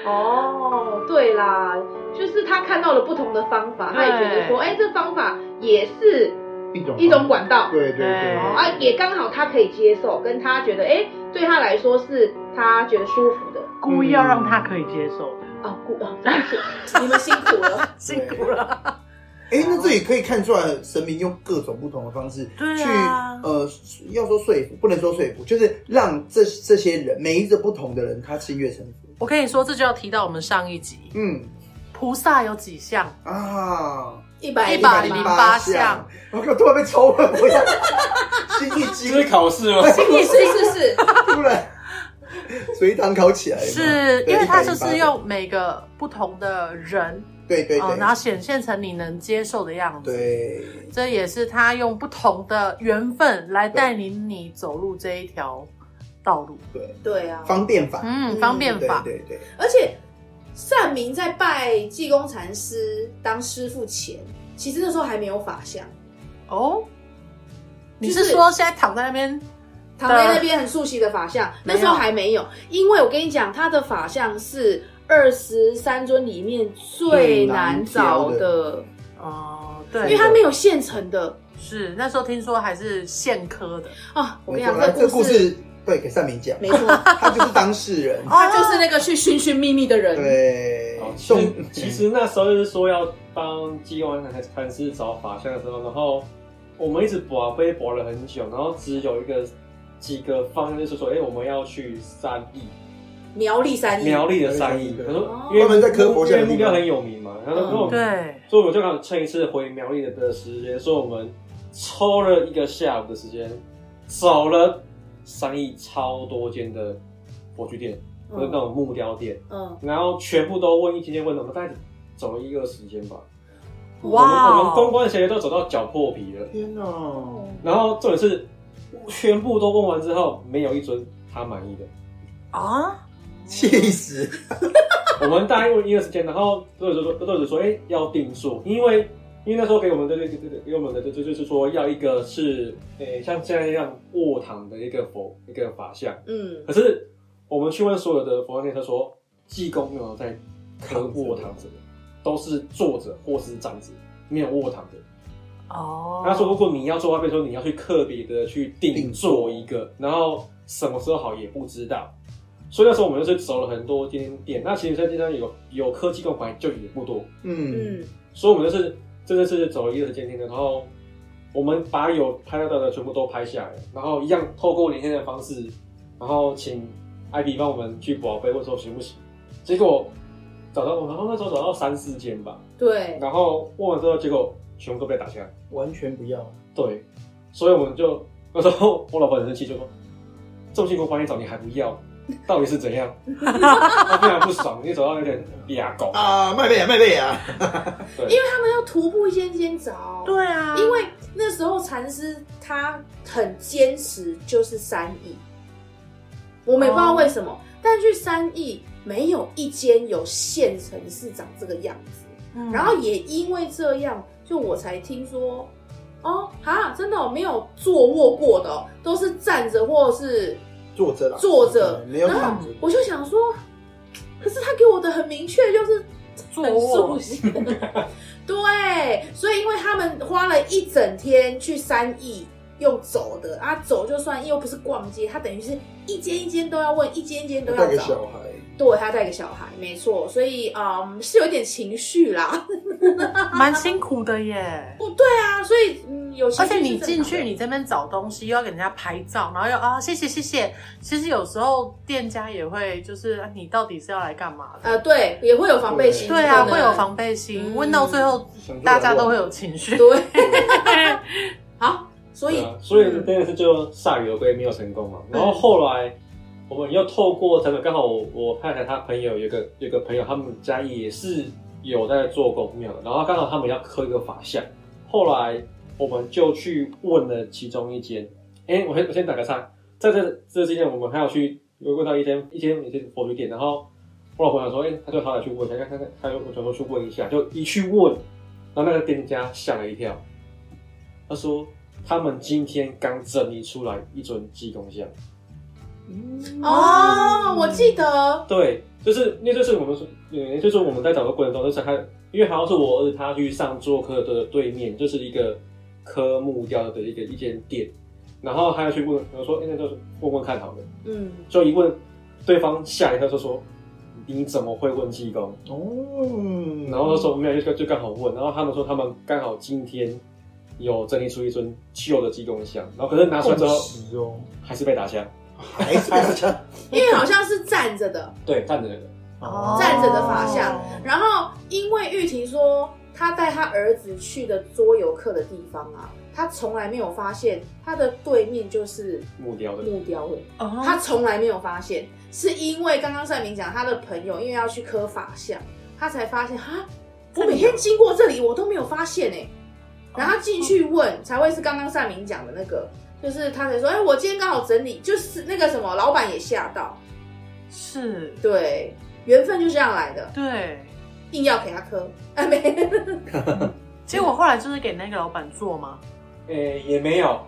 [SPEAKER 2] 哦，对啦，就是他看到了不同的方法，他也觉得说，
[SPEAKER 3] 对
[SPEAKER 2] 哎，这方法也是
[SPEAKER 1] 一种
[SPEAKER 2] 一种，管道，
[SPEAKER 1] 对对对
[SPEAKER 3] 对，
[SPEAKER 2] 啊，也刚好他可以接受，跟他觉得，哎，对他来说是他觉得舒服的。
[SPEAKER 3] 故意要让他可以接受的，
[SPEAKER 2] 哦，顾哦，对不起，你们辛苦了。
[SPEAKER 3] 辛苦了。
[SPEAKER 1] 哎，那这也可以看出来，神明用各种不同的方式
[SPEAKER 3] 对
[SPEAKER 1] 去
[SPEAKER 3] 啊
[SPEAKER 1] 呃，要说说服，不能说说服，就是让这这些人每一个不同的人，他心悦诚服。
[SPEAKER 3] 我跟你说，这就要提到我们上一集，
[SPEAKER 1] 嗯
[SPEAKER 3] 菩萨有几项？
[SPEAKER 1] 啊，
[SPEAKER 2] 一百
[SPEAKER 3] 一
[SPEAKER 2] 一百
[SPEAKER 3] 百零
[SPEAKER 2] 八，
[SPEAKER 3] 八
[SPEAKER 1] 项
[SPEAKER 3] 项，
[SPEAKER 1] 我靠，突然被抽了，我 要心一
[SPEAKER 6] 这是
[SPEAKER 1] 惊，
[SPEAKER 6] 考试吗？
[SPEAKER 2] 是是是，
[SPEAKER 1] 突然随堂考起来了，
[SPEAKER 3] 是
[SPEAKER 1] 哎对
[SPEAKER 3] 因为它就
[SPEAKER 1] 108
[SPEAKER 3] 是用每个不同的人，
[SPEAKER 1] 对对
[SPEAKER 3] 呃然后
[SPEAKER 1] 对
[SPEAKER 3] 显现成你能接受的样子。
[SPEAKER 1] 对，
[SPEAKER 3] 这也是他用不同的缘分来带领你走入这一条道路。
[SPEAKER 2] 对啊。
[SPEAKER 1] 方便法，
[SPEAKER 3] 嗯，方便
[SPEAKER 1] 对
[SPEAKER 3] 法。
[SPEAKER 1] 对对，
[SPEAKER 2] 而且善明在拜济公禅师当师傅前，其实那时候还没有法相，
[SPEAKER 3] 哦，你
[SPEAKER 2] 就是
[SPEAKER 3] 是说现在躺在那边？
[SPEAKER 2] 唐梅那边很熟悉的法相，那时候还没有，因为我跟你讲，他的法相是二十三尊里面最难找
[SPEAKER 1] 最难挑
[SPEAKER 2] 的，
[SPEAKER 3] 哦，
[SPEAKER 2] 因
[SPEAKER 3] 对
[SPEAKER 2] 为，他没有现成的
[SPEAKER 3] 是那时候听说还是现科的。
[SPEAKER 2] 啊。我
[SPEAKER 1] 没
[SPEAKER 2] 跟你
[SPEAKER 1] 错
[SPEAKER 2] 讲，，
[SPEAKER 1] 来这
[SPEAKER 2] 故
[SPEAKER 1] 故事对给善明讲，
[SPEAKER 2] 没 错，
[SPEAKER 1] 他就是当事 人，
[SPEAKER 3] 哦
[SPEAKER 2] 他就是那个去寻寻觅觅的人。
[SPEAKER 1] 对
[SPEAKER 6] 哦，其实
[SPEAKER 1] 送
[SPEAKER 6] 其实那时候就是说要帮基隆禅禅师找法相的时候，然后我们一直啊拔杯拔了很久，然后只有一个几个方向就是说，哎、我们要去三义，
[SPEAKER 2] 苗栗三义，
[SPEAKER 6] 苗栗的三
[SPEAKER 1] 嗯
[SPEAKER 6] 义。
[SPEAKER 1] 对对
[SPEAKER 6] 他
[SPEAKER 1] 对
[SPEAKER 6] 说
[SPEAKER 2] 哦，
[SPEAKER 6] 因为
[SPEAKER 1] 他们在科佛
[SPEAKER 6] 因
[SPEAKER 1] 下
[SPEAKER 6] 为
[SPEAKER 1] 的地方
[SPEAKER 6] 目标很有名嘛，然后
[SPEAKER 2] 嗯
[SPEAKER 6] 然后
[SPEAKER 3] 对，
[SPEAKER 6] 所以我就想趁一次回苗栗的的时间，所以我们抽了一个下午的时间，找了三义超多间的佛具店，或者那种木雕店。
[SPEAKER 2] 嗯，
[SPEAKER 6] 然后全部都问一天天问，我们大概走了一个时间吧。
[SPEAKER 3] 哇
[SPEAKER 6] 我们我们公
[SPEAKER 3] 哦，
[SPEAKER 6] 关鞋都走到脚破皮了。
[SPEAKER 1] 天哪，
[SPEAKER 6] 然后重点是，全部都问完之后，没有一尊他满意的。
[SPEAKER 3] 啊，
[SPEAKER 1] 气死，
[SPEAKER 6] 我们大概问一个时间，然后豆子说，豆子说，哎、要定数，因为因为那时候给我们的这个给我们的这这就是说要一个是，哎、像现在这样卧躺的一个佛一个法像，
[SPEAKER 2] 嗯，
[SPEAKER 6] 可是我们去问所有的佛像店，他说济公没有在科卧躺着的，都是坐着或是站着，没有卧躺的。
[SPEAKER 3] 哦，
[SPEAKER 6] 他说，如果你要做，他比如说你要去特别的去定做一个，然后什么时候好也不知道。所以那时候我们就是走了很多间店，那其实在街上有有科技供款就也不多，
[SPEAKER 1] 嗯，
[SPEAKER 2] 嗯，
[SPEAKER 6] 所以我们就是真的是走了一二十间店的，然后我们把有拍得到的全部都拍下来，然后一样透过连线的方式，然后请 IP 帮我们去宝贝问说行不行，结果找到，然后那时候找到三四间吧，
[SPEAKER 2] 对，
[SPEAKER 6] 然后问完之后，结果全部都被打下来。
[SPEAKER 1] 完全不要，
[SPEAKER 6] 对，所以我们就那时候我老婆很生气，就说：“这么辛苦帮你找，你还不要，到底是怎样？” 她非常不爽，你找到有点嗲狗。
[SPEAKER 1] 啊，麦贝啊，麦贝啊，
[SPEAKER 6] 对，
[SPEAKER 2] 因为他们要徒步一间间找，
[SPEAKER 3] 对啊，
[SPEAKER 2] 因为那时候禅师他很坚持就是三义，我们也不知道为什么，但去三义没有一间有县城是长这个样子，
[SPEAKER 3] 嗯
[SPEAKER 2] 然后也因为这样，就我才听说。哦，哈，真的、哦、没有坐卧过的、哦，都是站着或是
[SPEAKER 1] 坐着啦，
[SPEAKER 2] 坐着
[SPEAKER 1] 嗯，没有
[SPEAKER 2] 然
[SPEAKER 1] 躺
[SPEAKER 2] 后
[SPEAKER 1] 着，
[SPEAKER 2] 我就想说，可是他给我的很明确，就是
[SPEAKER 3] 坐
[SPEAKER 2] 很熟
[SPEAKER 3] 卧
[SPEAKER 2] 悉。 对，所以因为他们花了一整天去三义用走的啊，走就算，又不是逛街，他等于是一间一间都要问，一间一
[SPEAKER 3] 嗯
[SPEAKER 2] 间都
[SPEAKER 1] 带
[SPEAKER 2] 要
[SPEAKER 1] 给
[SPEAKER 2] 找。
[SPEAKER 1] 小孩，
[SPEAKER 2] 对，他带个小孩，没错，所以嗯是有点情绪 啦。
[SPEAKER 3] 蛮辛苦的耶。
[SPEAKER 2] 对啊，所以嗯有情
[SPEAKER 3] 而
[SPEAKER 2] 绪
[SPEAKER 3] 且
[SPEAKER 2] 是
[SPEAKER 3] 你进
[SPEAKER 2] 正常的
[SPEAKER 3] 去，你这边找东西又要给人家拍照，然后又啊谢谢谢谢。其实有时候店家也会就是啊你到底是要来干嘛的？
[SPEAKER 2] 呃对也会有防备心，
[SPEAKER 3] 对啊，
[SPEAKER 2] 可能
[SPEAKER 3] 会有。防备心，
[SPEAKER 2] 嗯
[SPEAKER 3] 问到最后
[SPEAKER 1] 想说
[SPEAKER 3] 大家都会有情绪。
[SPEAKER 2] 对，好，所
[SPEAKER 6] 对
[SPEAKER 2] 以
[SPEAKER 6] 啊所以嗯
[SPEAKER 2] 嗯
[SPEAKER 6] 真的是就铩羽而归，没有成功嘛。然后后来。我们又透过他们，刚好我我太太她朋友有一个有一个朋友，他们家也是有在做公庙的，然后刚好他们要刻一个法像，后来我们就去问了其中一间，哎，我先我先打个岔，在这这之前我们还有去有问到一间一间一间佛具店，然后我老婆想说，哎，她就好想去问一下，看看看，她就我想说去问一下，就一去问，然后那个店家吓了一跳，他说他们今天刚整理出来一尊济公像。
[SPEAKER 2] 哦，我记得，
[SPEAKER 6] 对，就是那就是我们说，嗯，就是我们在找的过程中，就是他，因为好像是我儿子他去上做客的对面，就是一个科木雕的一个一间店，然后他要去问，我说，哎、那就是问问看好了，
[SPEAKER 2] 嗯，
[SPEAKER 6] 就一问，对方吓一跳，就说你怎么会问济公？
[SPEAKER 1] 哦，
[SPEAKER 6] 然后他说没有，就就刚好问，然后他们说他们刚好今天有整理出一尊旧的济公像，然后可是拿出来之后
[SPEAKER 7] 实哦，
[SPEAKER 6] 还是被打枪，
[SPEAKER 1] 还是要讲
[SPEAKER 2] 因为好像是站着的，
[SPEAKER 6] 对，站着的，
[SPEAKER 7] 哦
[SPEAKER 2] 站着的法像然后因为玉婷说她带她儿子去的桌游课的地方啊，她从来没有发现她的对面就是
[SPEAKER 6] 木雕的，
[SPEAKER 2] 木雕的，
[SPEAKER 5] 哦
[SPEAKER 2] 她从来没有发现，是因为刚刚善明讲她的朋友因为要去刻法像，她才发现哈，我每天经过这里我都没有发现哎、然后她进去问才会是刚刚善明讲的那个。就是她才说，哎、我今天刚好整理，就是那个什么，老板也吓到，
[SPEAKER 3] 是，
[SPEAKER 2] 对，缘分就这样来的，
[SPEAKER 3] 对。
[SPEAKER 2] 硬要给他磕，哎、没，
[SPEAKER 3] 结果后来就是给那个老板做吗？
[SPEAKER 6] 哎、也没有，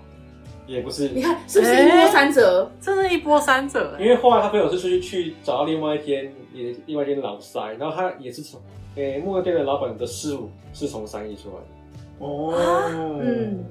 [SPEAKER 6] 也不是，
[SPEAKER 2] 你看是不是一波三折？
[SPEAKER 6] 哎
[SPEAKER 3] 真的一波三折、欸
[SPEAKER 6] 因为后来他朋友是出去去找到另外一间也另外一间老塞，然后他也是从诶木店的老板的师傅是从三义出来的，
[SPEAKER 1] 哦，
[SPEAKER 2] 嗯，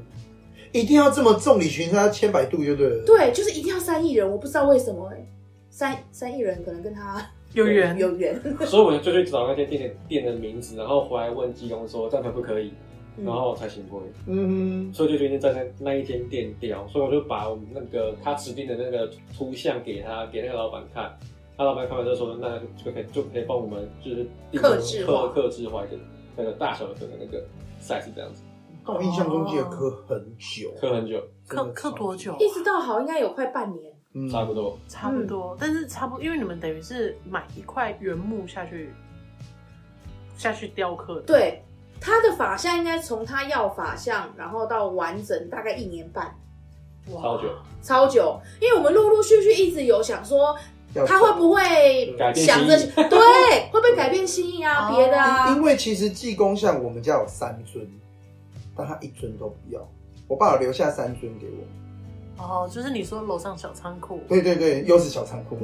[SPEAKER 1] 一定要这么众里寻他千百度就对了。，
[SPEAKER 2] 对，就是一定要三亿人，我不知道为什么哎、三三亿人可能跟他
[SPEAKER 3] 有缘
[SPEAKER 2] 有缘，
[SPEAKER 6] 所以我就去找那间店的店的名字，然后回来问技工说这样可不可以，
[SPEAKER 2] 嗯
[SPEAKER 6] 然后才行过瘾。
[SPEAKER 1] 嗯，
[SPEAKER 6] 所以就决定在那那一间店雕，所以我就把我们那个他指定的那个图像给他给那个老板看，他老板看完就说，那就可以就可以帮我们就是定
[SPEAKER 2] 客制化
[SPEAKER 6] 客客制化一个那个大小的那个那个 size 这样子，
[SPEAKER 1] 但我印象中记得磕很久，
[SPEAKER 6] 刻很久，
[SPEAKER 3] 刻刻多久啊？
[SPEAKER 2] 一直到好应该有快半年，
[SPEAKER 1] 嗯
[SPEAKER 6] 差不多。
[SPEAKER 3] 差不多，但是差不多，因为你们等于是买一块原木下去下去雕刻的，
[SPEAKER 2] 对。他的法像应该从他要法像，然后到完整大概一年半，
[SPEAKER 3] 哇
[SPEAKER 6] 超久，
[SPEAKER 2] 超久。因为我们陆陆续续一直有想说，
[SPEAKER 1] 要
[SPEAKER 2] 他会不会
[SPEAKER 6] 改变
[SPEAKER 2] 想着
[SPEAKER 6] 心
[SPEAKER 2] 对，会不会改变心意啊，
[SPEAKER 3] 哦
[SPEAKER 2] 别的啊
[SPEAKER 1] 因，为其实济公像我们家有三尊，但他一尊都不要。我爸有留下三尊给我。
[SPEAKER 3] 哦，就是你说楼上小仓库，
[SPEAKER 1] 对对对，又是小仓 库，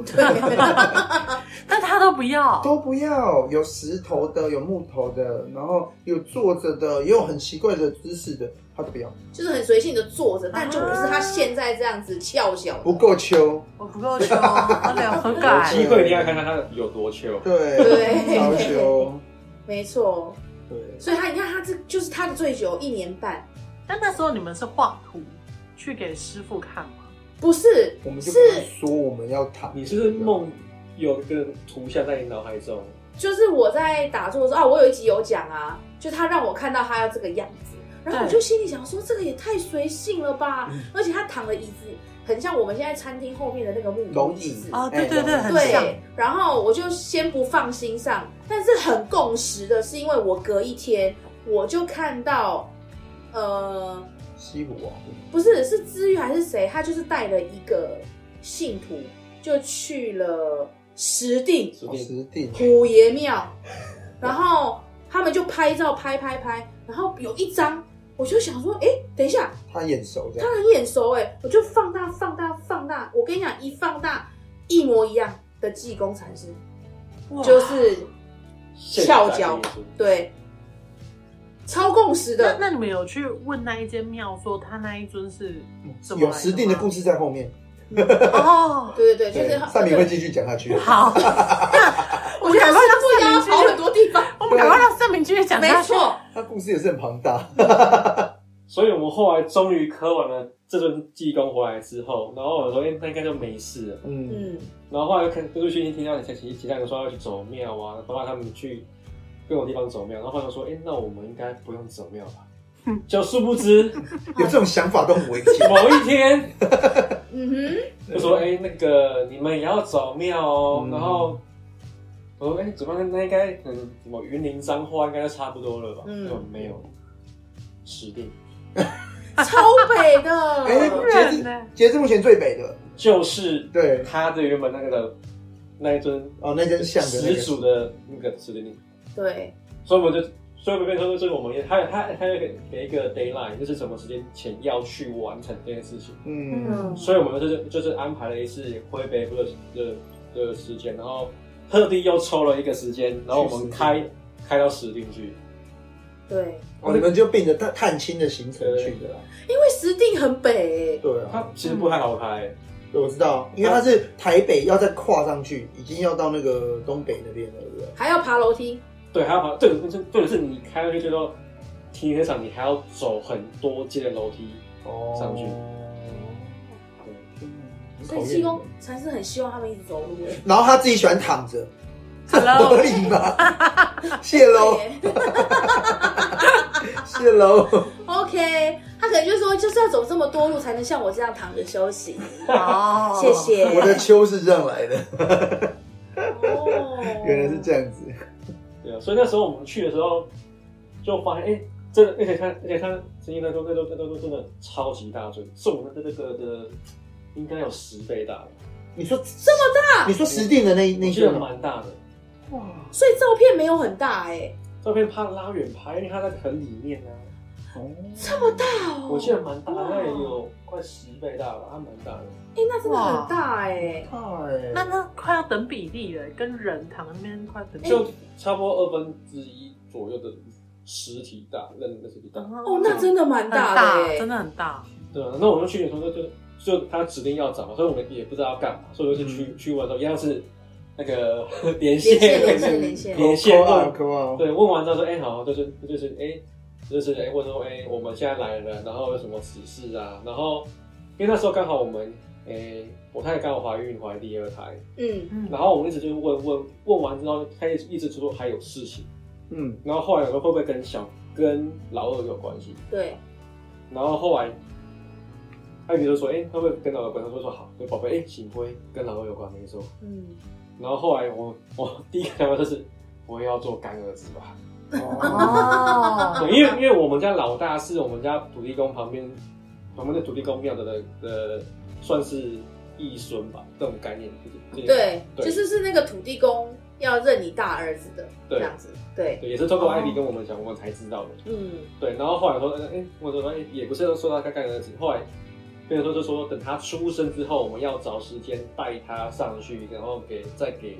[SPEAKER 3] 但他都不要，
[SPEAKER 1] 都不要，有石头的，有木头的，然后有坐着的，也有很奇怪的姿势的，他都不要，
[SPEAKER 2] 就是很随性的坐着，但就不是他现在这样子翘小的
[SPEAKER 1] 不够秋。
[SPEAKER 3] 我不够凶，我了不
[SPEAKER 6] 有
[SPEAKER 3] 改，
[SPEAKER 6] 机会一定要看看他有多糗。
[SPEAKER 1] 对，
[SPEAKER 2] 对
[SPEAKER 1] 超秋，
[SPEAKER 2] 没错，
[SPEAKER 1] 对，
[SPEAKER 2] 所以他你看他这就是他的醉酒一年半，
[SPEAKER 3] 但那时候你们是画图去给师傅看吗？
[SPEAKER 2] 不是
[SPEAKER 1] 我们就是不是说我们要躺，
[SPEAKER 6] 你是不是梦有一个图像在你脑海中？
[SPEAKER 2] 就是我在打坐的时候啊，我有一集有讲啊，就他让我看到他要这个样子，然后我
[SPEAKER 3] 对
[SPEAKER 2] 就心里想说这个也太随性了吧
[SPEAKER 1] 嗯，
[SPEAKER 2] 而且他躺的椅子很像我们现在餐厅后面的那个木
[SPEAKER 1] 龙
[SPEAKER 2] 椅
[SPEAKER 1] 椅
[SPEAKER 2] 子
[SPEAKER 3] 啊，
[SPEAKER 1] 哎
[SPEAKER 3] 对对对，
[SPEAKER 1] 有
[SPEAKER 3] 很像，
[SPEAKER 2] 对，然后我就先不放心上，但是很共识的是，因为我隔一天我就看到，呃，
[SPEAKER 1] 西湖啊王，
[SPEAKER 2] 不是，是知玉还是谁？他就是带了一个信徒，就去了石定
[SPEAKER 6] 指
[SPEAKER 1] 哦
[SPEAKER 6] 定
[SPEAKER 1] 石定，
[SPEAKER 2] 虎爷庙，然后他们就拍照拍拍拍，然后有一张，我就想说，哎，等一下，
[SPEAKER 1] 他眼熟这
[SPEAKER 2] 他
[SPEAKER 1] 样，
[SPEAKER 2] 很眼熟哎、我就放大放大放大，我跟你讲，一放大一模一样的济公禅师，
[SPEAKER 3] 哇
[SPEAKER 2] 就是翘
[SPEAKER 6] 现在
[SPEAKER 2] 脚
[SPEAKER 6] 的艺术，
[SPEAKER 2] 对，超共识
[SPEAKER 3] 那
[SPEAKER 2] 的，
[SPEAKER 3] 那你们有去问那一间庙说他那一尊是怎么
[SPEAKER 1] 有石定的故
[SPEAKER 3] 事
[SPEAKER 1] 事在后面，
[SPEAKER 3] 哦？
[SPEAKER 2] 对对对，就
[SPEAKER 1] 对
[SPEAKER 2] 是，他
[SPEAKER 1] 上面会继续讲下去。
[SPEAKER 3] 好，
[SPEAKER 2] 我觉得
[SPEAKER 3] 赶
[SPEAKER 2] 师
[SPEAKER 3] 快让
[SPEAKER 2] 傅应
[SPEAKER 3] 这个
[SPEAKER 2] 该要
[SPEAKER 3] 邻居
[SPEAKER 2] 跑很多地方，
[SPEAKER 3] 我们赶快让盛明继续讲
[SPEAKER 2] 没
[SPEAKER 3] 下去。
[SPEAKER 2] 错。
[SPEAKER 1] 他故事也是很庞大，
[SPEAKER 6] 所以我们后来终于磕完了这尊济公回来之后，然后我说，哎、那应该就没事了。
[SPEAKER 1] 嗯，
[SPEAKER 2] 嗯，
[SPEAKER 6] 然后后来看陆陆续续听到其其其他人说要去走庙啊，包括他们去各种地方走庙，然后后来我说，哎、那我们应该不用走庙吧？就殊不知
[SPEAKER 1] 有这种想法都很危 险。
[SPEAKER 6] 某一天
[SPEAKER 2] 嗯哼，
[SPEAKER 6] 就说：“哎、那个你们也要找庙哦。
[SPEAKER 1] 嗯
[SPEAKER 6] 然后我说：“哎、怎么样那应该嗯，什么云林彰化应该都差不多了吧？”
[SPEAKER 2] 嗯
[SPEAKER 6] 嗯，没有十定，
[SPEAKER 2] 超北的，
[SPEAKER 1] 哎、截
[SPEAKER 3] 然
[SPEAKER 1] 至
[SPEAKER 3] 呢
[SPEAKER 1] 截至目前最北的，
[SPEAKER 6] 就是
[SPEAKER 1] 对，
[SPEAKER 6] 他的原本那个的那一尊呃
[SPEAKER 1] 哦，那根像的、那
[SPEAKER 6] 始
[SPEAKER 1] 个，
[SPEAKER 6] 祖的那个指令，
[SPEAKER 2] 对，
[SPEAKER 6] 所以我们就，所以我们说，所以我们也，他他他给给一个 d a y l i n e 就是什么时间前要去完成这件事情，
[SPEAKER 1] 嗯，
[SPEAKER 2] 嗯
[SPEAKER 6] 所以我们就是就是安排了一次挥北部的的的时间，然后特地又抽了一个时间，然后我们开开到石定去，
[SPEAKER 2] 对，
[SPEAKER 1] 哦，你们就变成探探亲的行程去的啦。
[SPEAKER 2] 因为石定很北、欸
[SPEAKER 1] 对啊，
[SPEAKER 6] 它其实不太好开，
[SPEAKER 1] 对我知道，因为它是台北要再跨上去，已经要到那个东北那边了，对不对？
[SPEAKER 2] 还要爬楼梯，
[SPEAKER 6] 对，还要跑，对，就是对的是你开上去就到停车场，你还要走很多阶的楼梯，
[SPEAKER 1] 哦
[SPEAKER 6] 上去
[SPEAKER 1] 对
[SPEAKER 2] 所
[SPEAKER 6] 对
[SPEAKER 2] 以七公才是很希望他们一直走路哎，
[SPEAKER 1] 然后他自己喜欢躺着，
[SPEAKER 2] 哦
[SPEAKER 3] Hello
[SPEAKER 1] 合理吗？ 谢喽，
[SPEAKER 2] 对
[SPEAKER 1] 谢喽。
[SPEAKER 2] ，OK，他可能就说就是要走这么多路才能像我这样躺着休息，
[SPEAKER 3] 哦
[SPEAKER 2] 谢。谢，
[SPEAKER 1] 我的秋是这样来的，
[SPEAKER 2] 哦，
[SPEAKER 1] 原来是这样子。
[SPEAKER 6] 对啊，所以那时候我们去的时候，就发现，哎、真的，而且它，而且它曾经那都那都那都真的超级大尊，是我们的那个的，应该有十倍大的，
[SPEAKER 1] 你说这么大？你说实定的那那
[SPEAKER 6] 我记
[SPEAKER 1] 些
[SPEAKER 6] 得
[SPEAKER 1] 吗？
[SPEAKER 6] 蛮大的。
[SPEAKER 2] 所以照片没有很大哎，
[SPEAKER 6] 照片怕拉远拍，因为它在很里面啊。
[SPEAKER 1] 这么大？
[SPEAKER 2] 哦
[SPEAKER 6] 我记得蛮大，
[SPEAKER 2] 哇
[SPEAKER 6] 大概有快十倍大吧，它蛮大的。
[SPEAKER 2] 哎，那真的很大哎，
[SPEAKER 1] 太
[SPEAKER 3] 那那快要等比例了，跟人躺在那边快等比
[SPEAKER 2] 哎
[SPEAKER 3] 例。
[SPEAKER 6] 就差不多二分之一左右的实体大，那那实体
[SPEAKER 1] 嗯
[SPEAKER 6] 大。
[SPEAKER 2] 哦，那真的蛮
[SPEAKER 3] 很
[SPEAKER 2] 大
[SPEAKER 3] 大
[SPEAKER 2] 的，哎，
[SPEAKER 3] 真的很大。
[SPEAKER 6] 对啊，那我们去的时候就就就他指定要找嘛，所以我们也不知道要干嘛，所以就是去、去问的时候一样是那个连线
[SPEAKER 2] 连线连线连线，
[SPEAKER 6] 连线
[SPEAKER 1] 啊，
[SPEAKER 6] 问，
[SPEAKER 1] 可啊。
[SPEAKER 6] 对，问完之后说，哎、好，就是就是哎、就是哎、问说，哎、我们现在来了，然后有什么指示啊？然后因为那时候刚好我们，哎、我太太刚好怀孕怀第二胎，
[SPEAKER 2] 嗯，
[SPEAKER 3] 嗯，
[SPEAKER 6] 然后我们一直就问问问完之后，他一直一直说还有事情，
[SPEAKER 1] 嗯，
[SPEAKER 6] 然后后来我说会不会跟小跟老二有关系？
[SPEAKER 2] 对，
[SPEAKER 6] 然后后来，艾比就说：“哎、会不会跟老二有关？”他说：“说好，对，宝贝，哎、醒辉跟老二有关，没错。
[SPEAKER 2] 嗯，”
[SPEAKER 6] 然后后来我我第一个想法就是，我也要做干儿子吧，
[SPEAKER 1] 啊嗯
[SPEAKER 2] 嗯
[SPEAKER 3] 哦，
[SPEAKER 6] 对，因为因为我们家老大是我们家土地公旁边旁边的土地公庙的的的算是义孙吧，这种概念，就是这
[SPEAKER 2] 对，就是是那个土地公要认你大儿子的这
[SPEAKER 6] 对
[SPEAKER 2] 样子，哦对，
[SPEAKER 6] 对，也是透过艾比跟我们讲，我们才知道的。
[SPEAKER 2] 嗯，
[SPEAKER 6] 对，然后后来说，哎、我说，哎、也不是说他干干儿子，后来跟人说就说，等他出生之后，我们要找时间带他上去，然后给再给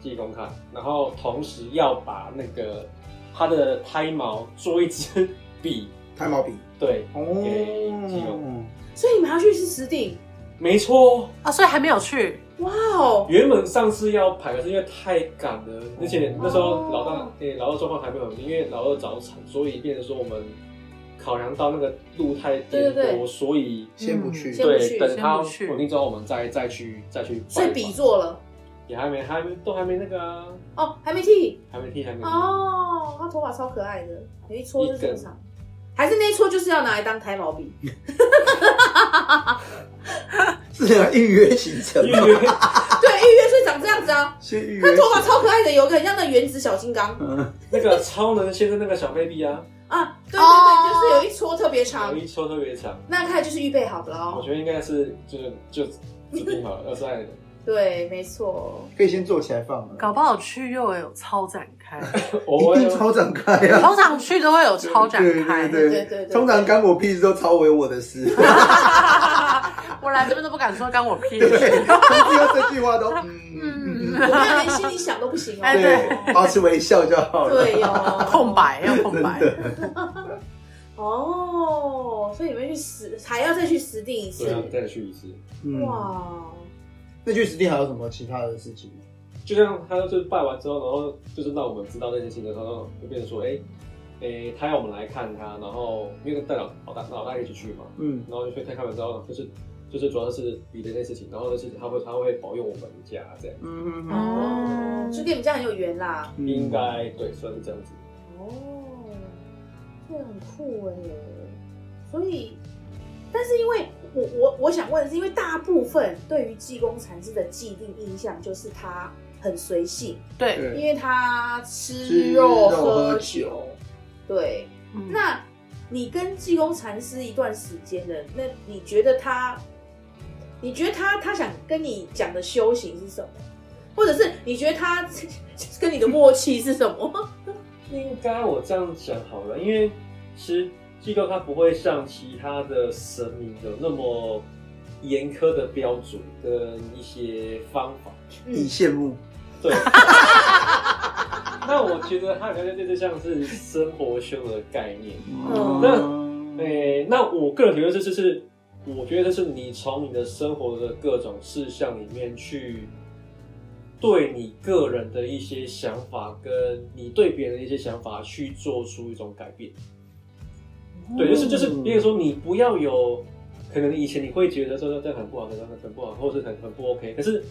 [SPEAKER 6] 济公看，然后同时要把那个他的胎毛做一支笔，
[SPEAKER 1] 胎毛笔
[SPEAKER 6] 对，给济公，
[SPEAKER 1] 哦，
[SPEAKER 2] 所以你们要去吃石鼎，
[SPEAKER 6] 没错。 哦
[SPEAKER 3] 啊，所以还没有去。
[SPEAKER 2] 哇哦，
[SPEAKER 6] 原本上次要排，可是因为太赶了，而且那时候老大
[SPEAKER 2] 哦
[SPEAKER 6] 诶、老二状况还没有很明，因为老二早产，所以变成说我们考量到那个路太颠簸，
[SPEAKER 2] 对对对
[SPEAKER 6] 所以
[SPEAKER 1] 先不去，
[SPEAKER 2] 先不去
[SPEAKER 6] 对，等他
[SPEAKER 3] 先不去
[SPEAKER 6] 稳定之后，我们再再去再去拜访。
[SPEAKER 2] 所以比作了，
[SPEAKER 6] 也还没，还没都还没那个啊，
[SPEAKER 2] 哦，还没剃，
[SPEAKER 6] 还没剃，还没剃。
[SPEAKER 2] 哦，他头发超可爱的，有一撮就这么长，还是那一撮就是要拿来当胎毛笔，
[SPEAKER 1] 是啊，预约行程
[SPEAKER 6] 因
[SPEAKER 1] 吗，
[SPEAKER 6] 为
[SPEAKER 2] 对，预约是长这样子啊，
[SPEAKER 1] 先预
[SPEAKER 2] 他
[SPEAKER 1] 约。
[SPEAKER 2] 头发超可爱的，有一个很像那原子小金刚
[SPEAKER 1] 嗯，
[SPEAKER 6] 那个超能先生那个小 baby 啊，
[SPEAKER 2] 啊，对对
[SPEAKER 3] 哦
[SPEAKER 2] 对，就是有一撮特别长
[SPEAKER 6] 有，一抽特别长，
[SPEAKER 2] 那看来就是预备好的
[SPEAKER 6] 我
[SPEAKER 2] 喽，
[SPEAKER 6] 觉得应该是就是就指定好了，二十二的。
[SPEAKER 2] 对，没错，
[SPEAKER 1] 可以先坐起来放了，
[SPEAKER 3] 搞不好去又有超展开，
[SPEAKER 6] 我
[SPEAKER 1] 一定超展开啊！
[SPEAKER 3] 通常去都会有超展开。
[SPEAKER 1] 对对
[SPEAKER 2] 对对对
[SPEAKER 1] 对，通常干我屁事都超为我的事，
[SPEAKER 3] 我来这边都不敢说干我屁
[SPEAKER 1] 对，从
[SPEAKER 3] 事。
[SPEAKER 1] 听到这句话都嗯嗯嗯，
[SPEAKER 2] 我们要连心里想都不行哦，
[SPEAKER 3] 哎
[SPEAKER 1] 对，保持微笑就好了。
[SPEAKER 2] 对哦，
[SPEAKER 3] 空白要空
[SPEAKER 1] 真
[SPEAKER 3] 白，
[SPEAKER 1] 的，
[SPEAKER 2] 哦，所以你们去实还要再去实地一次
[SPEAKER 6] 对，啊，再去一次。
[SPEAKER 1] 嗯，
[SPEAKER 2] 哇，
[SPEAKER 1] 那去实地还有什么其他的事情吗？
[SPEAKER 6] 就像他就是拜完之后，然后就是让我们知道这件事情的时候，就变成说，哎、诶、他要我们来看他，然后因为带老老大老大一起去嘛，
[SPEAKER 1] 嗯，
[SPEAKER 6] 然后就去看看完之后，就是就是主要是比的那件事情，然后就是他会他会保佑我们家这样，
[SPEAKER 1] 嗯嗯
[SPEAKER 2] 哦，就跟你们家很有缘啦，
[SPEAKER 1] 嗯
[SPEAKER 6] 应该对算是这样子。
[SPEAKER 2] 哦，这很酷哎、所以，但是因为我我我想问的是，因为大部分对于济公禅师的既定印象就是他很随性，
[SPEAKER 3] 对，
[SPEAKER 1] 对，
[SPEAKER 2] 因为他吃
[SPEAKER 1] 吃
[SPEAKER 2] 肉
[SPEAKER 1] 肉
[SPEAKER 2] 喝
[SPEAKER 1] 喝
[SPEAKER 2] 酒
[SPEAKER 1] 酒，
[SPEAKER 2] 对，
[SPEAKER 3] 嗯
[SPEAKER 2] 那你跟济公禅师一段时间了，那你觉得他，你觉得他他想跟你讲的修行是什么？或者是你觉得他跟你的默契是什么？
[SPEAKER 6] 应该我这样讲好了，因为其实机构它不会像其他的神明有那么严苛的标准跟一些方法。
[SPEAKER 1] 以羡慕，
[SPEAKER 6] 对。 那我觉得它比较像就是像是生活修的概念。
[SPEAKER 2] 嗯
[SPEAKER 1] 嗯，
[SPEAKER 6] 诶、那我个人觉得这就是，我觉得这是你从你的生活的各种事项里面去，对你个人的一些想法，跟你对别人的一些想法去做出一种改变。对，就是就是，
[SPEAKER 1] 嗯
[SPEAKER 6] 比如说你不要有，可能以前你会觉得说这样很不好，这样很不好，或者是很很不 OK，可是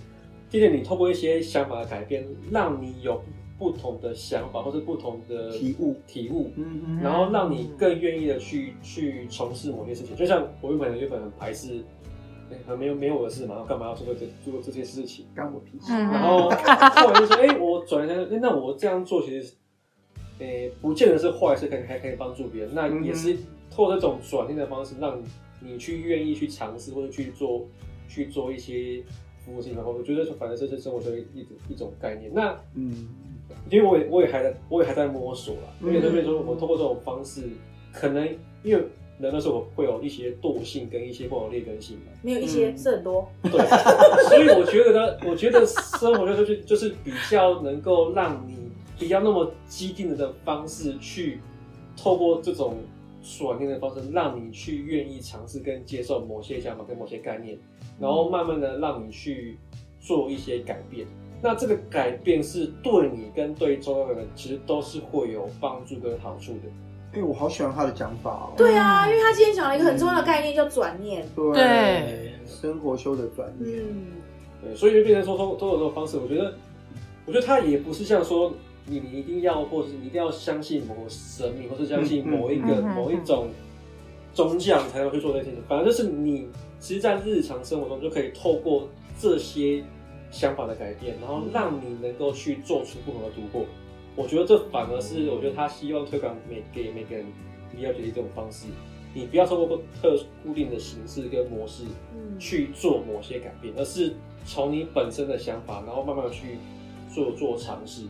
[SPEAKER 6] 渐渐你透过一些想法的改变，让你有不同的想法，或是不同的
[SPEAKER 1] 体悟
[SPEAKER 6] 体悟，
[SPEAKER 1] 嗯
[SPEAKER 6] 然后让你更愿意的去去从事某些事情。就像我原本原本很排斥，哎、很没有没有我的事嘛，然后干嘛要做这做这些事情？
[SPEAKER 1] 干我屁事，
[SPEAKER 3] 嗯
[SPEAKER 6] 然后后来就说，哎、我转一下，哎那我这样做其实，哎、不见得是坏事，可能还可以帮助别人。那也是透过这种转变的方式，让你去愿意去尝试或者去做去做一些服务性。然后我觉得，反正这是生活中一种一种概念。那
[SPEAKER 1] 嗯，
[SPEAKER 6] 因为我也我也还在我也还在摸索啦，因
[SPEAKER 1] 嗯
[SPEAKER 6] 为这边说我通过这种方式，可能因为人的时候会有一些惰性跟一些不好劣根性嘛，
[SPEAKER 2] 没有一些、
[SPEAKER 1] 嗯
[SPEAKER 2] 是很多，
[SPEAKER 6] 对，所以我觉得呢，我觉得生活就是就是比较能够让你比较那么激进的方式去透过这种转念的方式，让你去愿意尝试跟接受某些想法跟某些概念，然后慢慢的让你去做一些改变。那这个改变是对你跟对周围的人，其实都是会有帮助跟好处的。
[SPEAKER 1] 哎，我好喜欢他的讲法哦，
[SPEAKER 2] 对啊，因为他今天讲了一个很重要的概念叫转念，
[SPEAKER 1] 对，生活修的专业，
[SPEAKER 2] 嗯，
[SPEAKER 6] 对，所以就变成说通通过这种方式，我觉得，我觉得他也不是像说你你一定要，或是你一定要相信某个神明，或是相信某一个、
[SPEAKER 3] 嗯嗯嗯
[SPEAKER 6] 某一种宗教才能去做这件事情。反正就是你，其实，在日常生活中就可以透过这些想法的改变，然后让你能够去做出不同的突破。我觉得这反而是我觉得他希望推广每给每个人了解的一种方式。你不要透过特固定的形式跟模式
[SPEAKER 2] 嗯
[SPEAKER 6] 去做某些改变，而是从你本身的想法，然后慢慢地去做做尝试。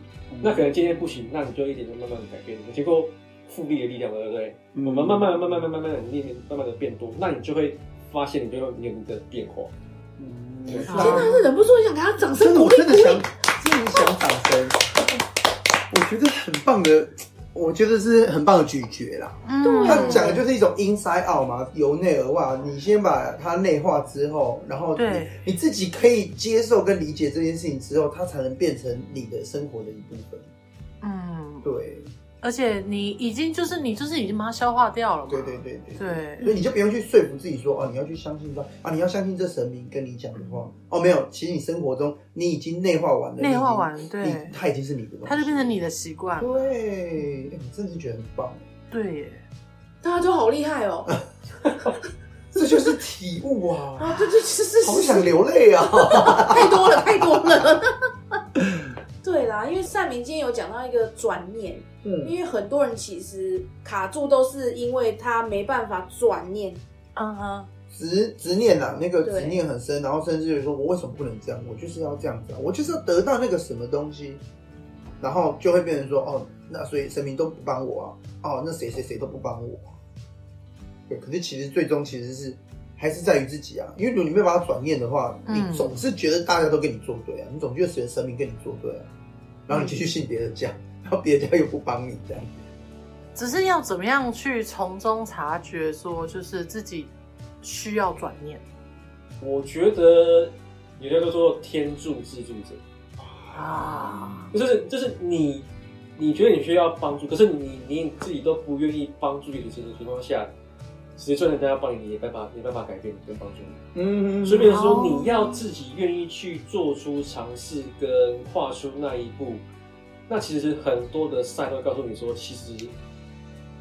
[SPEAKER 6] 那可能今天不行，那你就一点点慢慢的改变，结果复利的力量嘛，对不对？
[SPEAKER 1] 嗯
[SPEAKER 6] 我们慢慢地慢慢地慢慢的练，慢慢的变多，那你就会发现你就会有你的变化。
[SPEAKER 1] 嗯
[SPEAKER 6] 天
[SPEAKER 3] 哪
[SPEAKER 2] 天哪，是忍不住想给他掌声
[SPEAKER 1] 真的，
[SPEAKER 2] 鼓
[SPEAKER 1] 我
[SPEAKER 2] 励
[SPEAKER 1] 真
[SPEAKER 2] 鼓
[SPEAKER 1] 的想
[SPEAKER 2] 励，，
[SPEAKER 1] 真的想掌声。我觉得很棒的，我觉得是很棒的咀嚼啦。
[SPEAKER 3] 啊
[SPEAKER 2] 对
[SPEAKER 1] 嗯他讲的就是一种 inside out 嘛，由内而外，啊你先把它内化之后，然后你
[SPEAKER 3] 对
[SPEAKER 1] 你自己可以接受跟理解这件事情之后，它才能变成你的生活的一部分。
[SPEAKER 3] 嗯，
[SPEAKER 1] 对，
[SPEAKER 3] 而且你已经就是你就是已经把它消化掉了嘛，
[SPEAKER 1] 对对对对。
[SPEAKER 3] 对
[SPEAKER 1] 所以你就不用去说服自己说哦，你要去相信他啊，你要相信这神明跟你讲的话哦，没有，其实你生活中你已经内化完了，
[SPEAKER 3] 内化完
[SPEAKER 1] 你已经
[SPEAKER 3] 对
[SPEAKER 1] 你它已经是你的东西，
[SPEAKER 3] 它就变成你的习惯，
[SPEAKER 1] 对，哎我真的是觉得很棒，
[SPEAKER 3] 对耶，
[SPEAKER 2] 大家都好厉害哦，
[SPEAKER 1] 这就是体悟 啊！
[SPEAKER 2] 啊，这这这这
[SPEAKER 1] 好想流泪啊！
[SPEAKER 2] 太多了，太多了。对啦，因为善明今天有讲到一个转念，
[SPEAKER 1] 嗯
[SPEAKER 2] 因为很多人其实卡住都是因为他没办法转念，
[SPEAKER 3] 嗯哼，
[SPEAKER 1] 执执念呐、那个
[SPEAKER 2] 对
[SPEAKER 1] 执念很深，然后甚至说我为什么不能这样？我就是要这样子、啊，我就是要得到那个什么东西，然后就会变成说哦，那所以神明都不帮我啊，哦，那谁谁谁都不帮我、啊，对，可是其实最终其实是还是在于自己啊，因为如果你没有把它转念的话，
[SPEAKER 3] 嗯
[SPEAKER 1] 你总是觉得大家都跟你作对啊，你总觉得神神明跟你作对啊，然后你继续信别人家，然后别人家又不帮你这样，
[SPEAKER 3] 只是要怎么样去从中察觉，说就是自己需要转念
[SPEAKER 6] 我觉得有叫做天助自助者，
[SPEAKER 3] 啊，
[SPEAKER 6] 就是就是你，你觉得你需要帮助，可是你你自己都不愿意帮助别人的情况下，其实就算人家帮你，你也没办法，没办法改变你跟帮助你。
[SPEAKER 1] 嗯
[SPEAKER 6] 所以变成
[SPEAKER 3] 哦
[SPEAKER 6] 说，你要自己愿意去做出尝试跟跨出那一步。那其实很多的赛会告诉你说，其实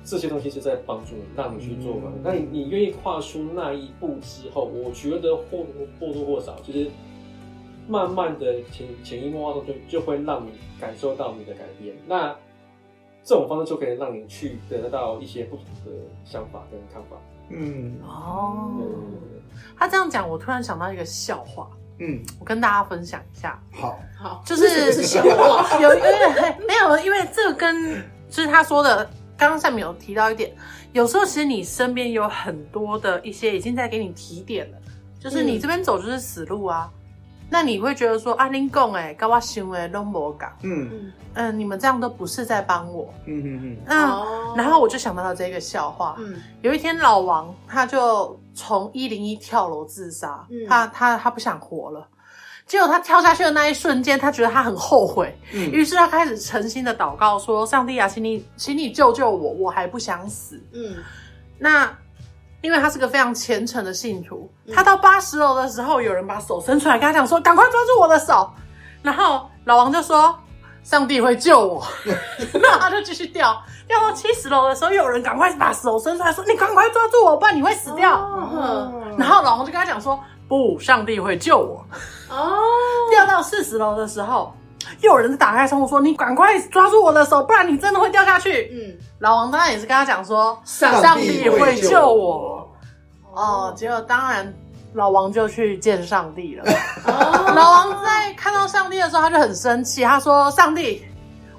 [SPEAKER 6] 这些东西是在帮助你，让你去做嘛。
[SPEAKER 1] 嗯
[SPEAKER 6] 那你你愿意跨出那一步之后，我觉得或或多或少，就是慢慢的潜潜移默化中就就会让你感受到你的改变。那这种方式就可以让你去得到一些不同的想法跟看法。
[SPEAKER 1] 嗯
[SPEAKER 3] 哦
[SPEAKER 6] 对对对
[SPEAKER 3] 他这样讲，我突然想到一个笑话，
[SPEAKER 1] 嗯，
[SPEAKER 3] 我跟大家分享一下，
[SPEAKER 1] 好，
[SPEAKER 2] 好，
[SPEAKER 3] 就是
[SPEAKER 2] 这是笑话，
[SPEAKER 3] 有有点没有，因为这个跟就是他说的，刚刚上面有提到一点，有时候其实你身边有很多的一些已经在给你提点了，就是你
[SPEAKER 2] 嗯
[SPEAKER 3] 这边走就是死路啊。那你会觉得说啊，您讲哎，跟我行为都没搞，
[SPEAKER 1] 嗯
[SPEAKER 2] 嗯，
[SPEAKER 3] 嗯，你们这样都不是在帮我。
[SPEAKER 1] 嗯嗯嗯，
[SPEAKER 3] 嗯，
[SPEAKER 2] 哦
[SPEAKER 3] 然后我就想到了这个笑话，
[SPEAKER 2] 嗯
[SPEAKER 3] 有一天老王他就从一零一跳楼自杀，
[SPEAKER 2] 嗯
[SPEAKER 3] 他他他不想活了。结果他跳下去的那一瞬间，他觉得他很后悔，
[SPEAKER 1] 嗯
[SPEAKER 3] 于是他开始诚心的祷告说：“上帝啊，请你，请你救救我，我还不想死。
[SPEAKER 2] 嗯，”
[SPEAKER 3] 那因为他是个非常虔诚的信徒，
[SPEAKER 2] 嗯
[SPEAKER 3] 他到八十楼的时候，有人把手伸出来跟他讲说：“赶快抓住我的手。”然后老王就说：“上帝会救 我。”那他就继续掉，掉到七十楼的时候，又有人赶快把手伸出来说：“你赶快抓住我，不然你会死掉。嗯
[SPEAKER 2] 哦
[SPEAKER 3] 然后老王就跟他讲说：“不，上帝会救我。”
[SPEAKER 2] 哦，
[SPEAKER 3] 掉到四十楼的时候，又有人打开窗户说：“你赶快抓住我的手，不然你真的会掉下去。
[SPEAKER 2] 嗯，
[SPEAKER 3] 老王当然也是跟他讲说：“
[SPEAKER 2] 上
[SPEAKER 3] 上帝会救我。
[SPEAKER 1] 我，”
[SPEAKER 3] 哦，结果当然老王就去见上帝 了。
[SPEAKER 2] 哦，
[SPEAKER 3] 老王在看到上帝的时候，他就很生气，他说：“上帝，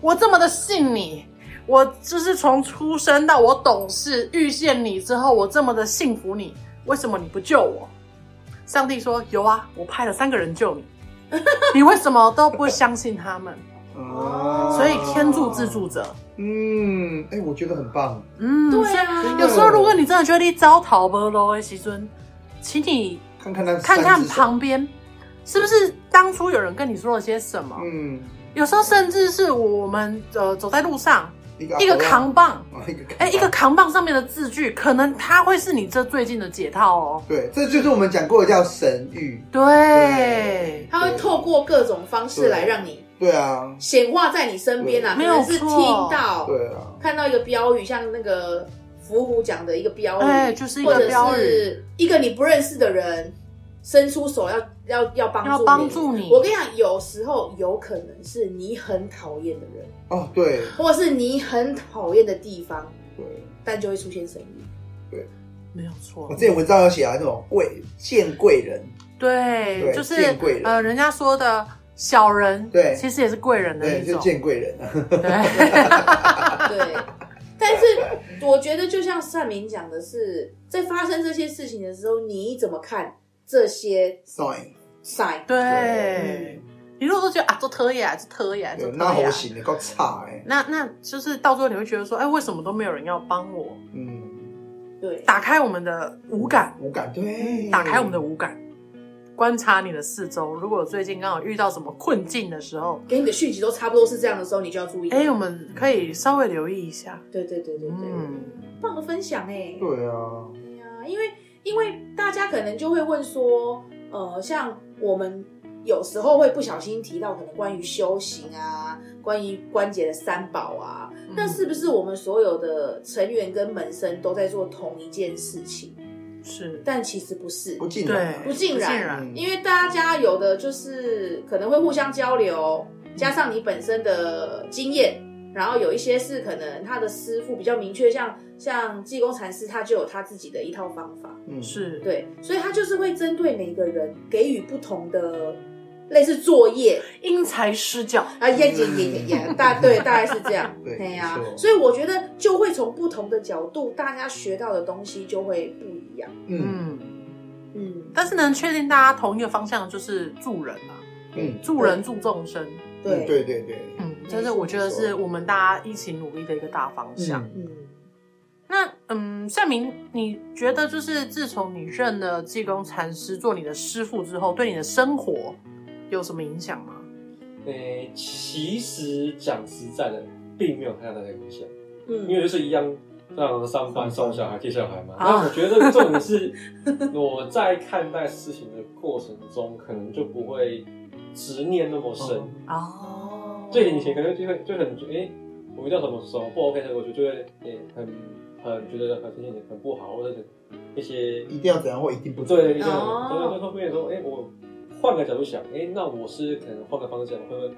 [SPEAKER 3] 我这么的信你。”我就是从出生到我懂事遇见你之后，我这么的信服你，为什么你不救我？上帝说：“有啊，我派了三个人救 你，你为什么都不相信他们？”
[SPEAKER 1] 啊
[SPEAKER 3] 所以天助自助，者。
[SPEAKER 1] 嗯，哎，我觉得很棒，
[SPEAKER 3] 嗯，
[SPEAKER 2] 对啊，
[SPEAKER 3] 有时候如果你真的觉得你遭讨不喽，其尊，请你
[SPEAKER 1] 看看那
[SPEAKER 3] 看看
[SPEAKER 1] 三只手，
[SPEAKER 3] 旁边是不是当初有人跟你说了些什么。
[SPEAKER 1] 嗯，
[SPEAKER 3] 有时候甚至是我们呃走在路上，
[SPEAKER 1] 一个
[SPEAKER 3] 一个扛棒，
[SPEAKER 1] 啊，一个扛
[SPEAKER 3] 哎、一个扛棒上面的字句，可能它会是你这最近的解套哦。
[SPEAKER 1] 对，这就是我们讲过的叫神谕，
[SPEAKER 3] 对，
[SPEAKER 2] 他会透过各种方式来让你
[SPEAKER 1] 对啊，
[SPEAKER 2] 显化在你身边啊，
[SPEAKER 3] 对
[SPEAKER 2] 可能是
[SPEAKER 3] 没有错
[SPEAKER 2] 听到
[SPEAKER 1] 对啊，
[SPEAKER 2] 看到一个标语，像那个伏虎讲的一个标语，
[SPEAKER 3] 哎就是一个
[SPEAKER 2] 或者
[SPEAKER 3] 标
[SPEAKER 2] 是
[SPEAKER 3] 语
[SPEAKER 2] 一个你不认识的人伸出手要要要帮助
[SPEAKER 3] 要帮助你
[SPEAKER 2] 我跟你讲，有时候有可能是你很讨厌的人，
[SPEAKER 1] 哦，对
[SPEAKER 2] 或者是你很讨厌的地方，
[SPEAKER 1] 对。
[SPEAKER 2] 但就会出现神 谕。
[SPEAKER 3] 没有错
[SPEAKER 1] 我。之前文章有写啊，那种贵见贵人，
[SPEAKER 3] 对，
[SPEAKER 1] 对
[SPEAKER 3] 就是
[SPEAKER 1] 见贵人
[SPEAKER 3] 呃，人家说的小人，
[SPEAKER 1] 对
[SPEAKER 3] 其实也是贵人的
[SPEAKER 1] 对，
[SPEAKER 3] 一
[SPEAKER 1] 就
[SPEAKER 3] 种。
[SPEAKER 1] 见贵人啊。
[SPEAKER 3] 对，
[SPEAKER 2] 对，但是我觉得就像善明讲的是，在发生这些事情的时候，你怎么看这些
[SPEAKER 1] sign，
[SPEAKER 2] sign？
[SPEAKER 3] 对，你如果都觉得啊，做特业啊，做特业啊，做
[SPEAKER 1] 对，那
[SPEAKER 3] 特业
[SPEAKER 1] 好
[SPEAKER 3] 啊，
[SPEAKER 1] 行的够差哎，
[SPEAKER 3] 那那就是到最后你会觉得说，哎，为什么都没有人要帮我？
[SPEAKER 1] 嗯，
[SPEAKER 2] 对，
[SPEAKER 3] 打开我们的五感，
[SPEAKER 1] 无感对，
[SPEAKER 3] 打开我们的五感，观察你的四周。如果最近刚好遇到什么困境的时候，
[SPEAKER 2] 给你的讯息都差不多是这样的时候，你就要注意。
[SPEAKER 3] 哎，我们可以稍微留意一下。
[SPEAKER 2] 对对对对对，
[SPEAKER 3] 嗯，
[SPEAKER 2] 棒的分享哎、
[SPEAKER 1] 对啊，
[SPEAKER 2] 对呀、因为因为大家可能就会问说，呃，像我们有时候会不小心提到可能关于修行啊，关于关节的三宝啊，那是不是我们所有的成员跟门生都在做同一件事情？
[SPEAKER 3] 是，
[SPEAKER 2] 但其实不是
[SPEAKER 1] 不，尽
[SPEAKER 3] 对，
[SPEAKER 1] 然，
[SPEAKER 2] 不尽然
[SPEAKER 3] 啊
[SPEAKER 1] 嗯
[SPEAKER 2] 因为大家有的就是可能会互相交流，加上你本身的经验，然后有一些是可能他的师傅比较明确，像像济公禅师，他就有他自己的一套方法，
[SPEAKER 1] 嗯，，
[SPEAKER 3] 是，
[SPEAKER 2] 对，所以他就是会针对每个人给予不同的类似作业
[SPEAKER 3] 因材施教。
[SPEAKER 2] 啊，也也也也也，大对大概是这样
[SPEAKER 1] 对
[SPEAKER 2] 哎呀、
[SPEAKER 1] 没错
[SPEAKER 2] 所以我觉得就会从不同的角度，大家学到的东西就会不一样，
[SPEAKER 1] 嗯
[SPEAKER 3] 嗯，
[SPEAKER 2] 嗯，
[SPEAKER 3] 但是能确定大家同一个方向就是助人啊，
[SPEAKER 1] 嗯，
[SPEAKER 3] 助人助众生。
[SPEAKER 2] 对，
[SPEAKER 1] 对对对，
[SPEAKER 3] 嗯，这是我觉得是我们大家一起努力的一个大方向。
[SPEAKER 1] 嗯
[SPEAKER 2] 嗯。
[SPEAKER 3] 那嗯，夏明，你觉得就是自从你认了济公禅师做你的师傅之后，对你的生活有什么影响吗？
[SPEAKER 6] 诶、其实讲实在的，并没有太大的影响，
[SPEAKER 2] 嗯
[SPEAKER 6] 因为就是一样，让上班、
[SPEAKER 1] 上
[SPEAKER 6] 送
[SPEAKER 1] 班
[SPEAKER 6] 小孩、接小孩嘛。
[SPEAKER 3] 啊
[SPEAKER 6] 那我觉得重点是，我在看待事情的过程中，可能就不会执念那么深。
[SPEAKER 1] 哦
[SPEAKER 3] 哦，
[SPEAKER 6] 最以前可能就会就很哎、诶我遇到什么时候不 OK 的时候，我就就会也很很觉得很心情很不好，或者是一些
[SPEAKER 1] 一定要怎样或一定不怎样
[SPEAKER 6] 对，就是
[SPEAKER 2] 哦
[SPEAKER 6] 很多人说变成说，哎、我换个角度想，哎、那我是可能换个方向，会不会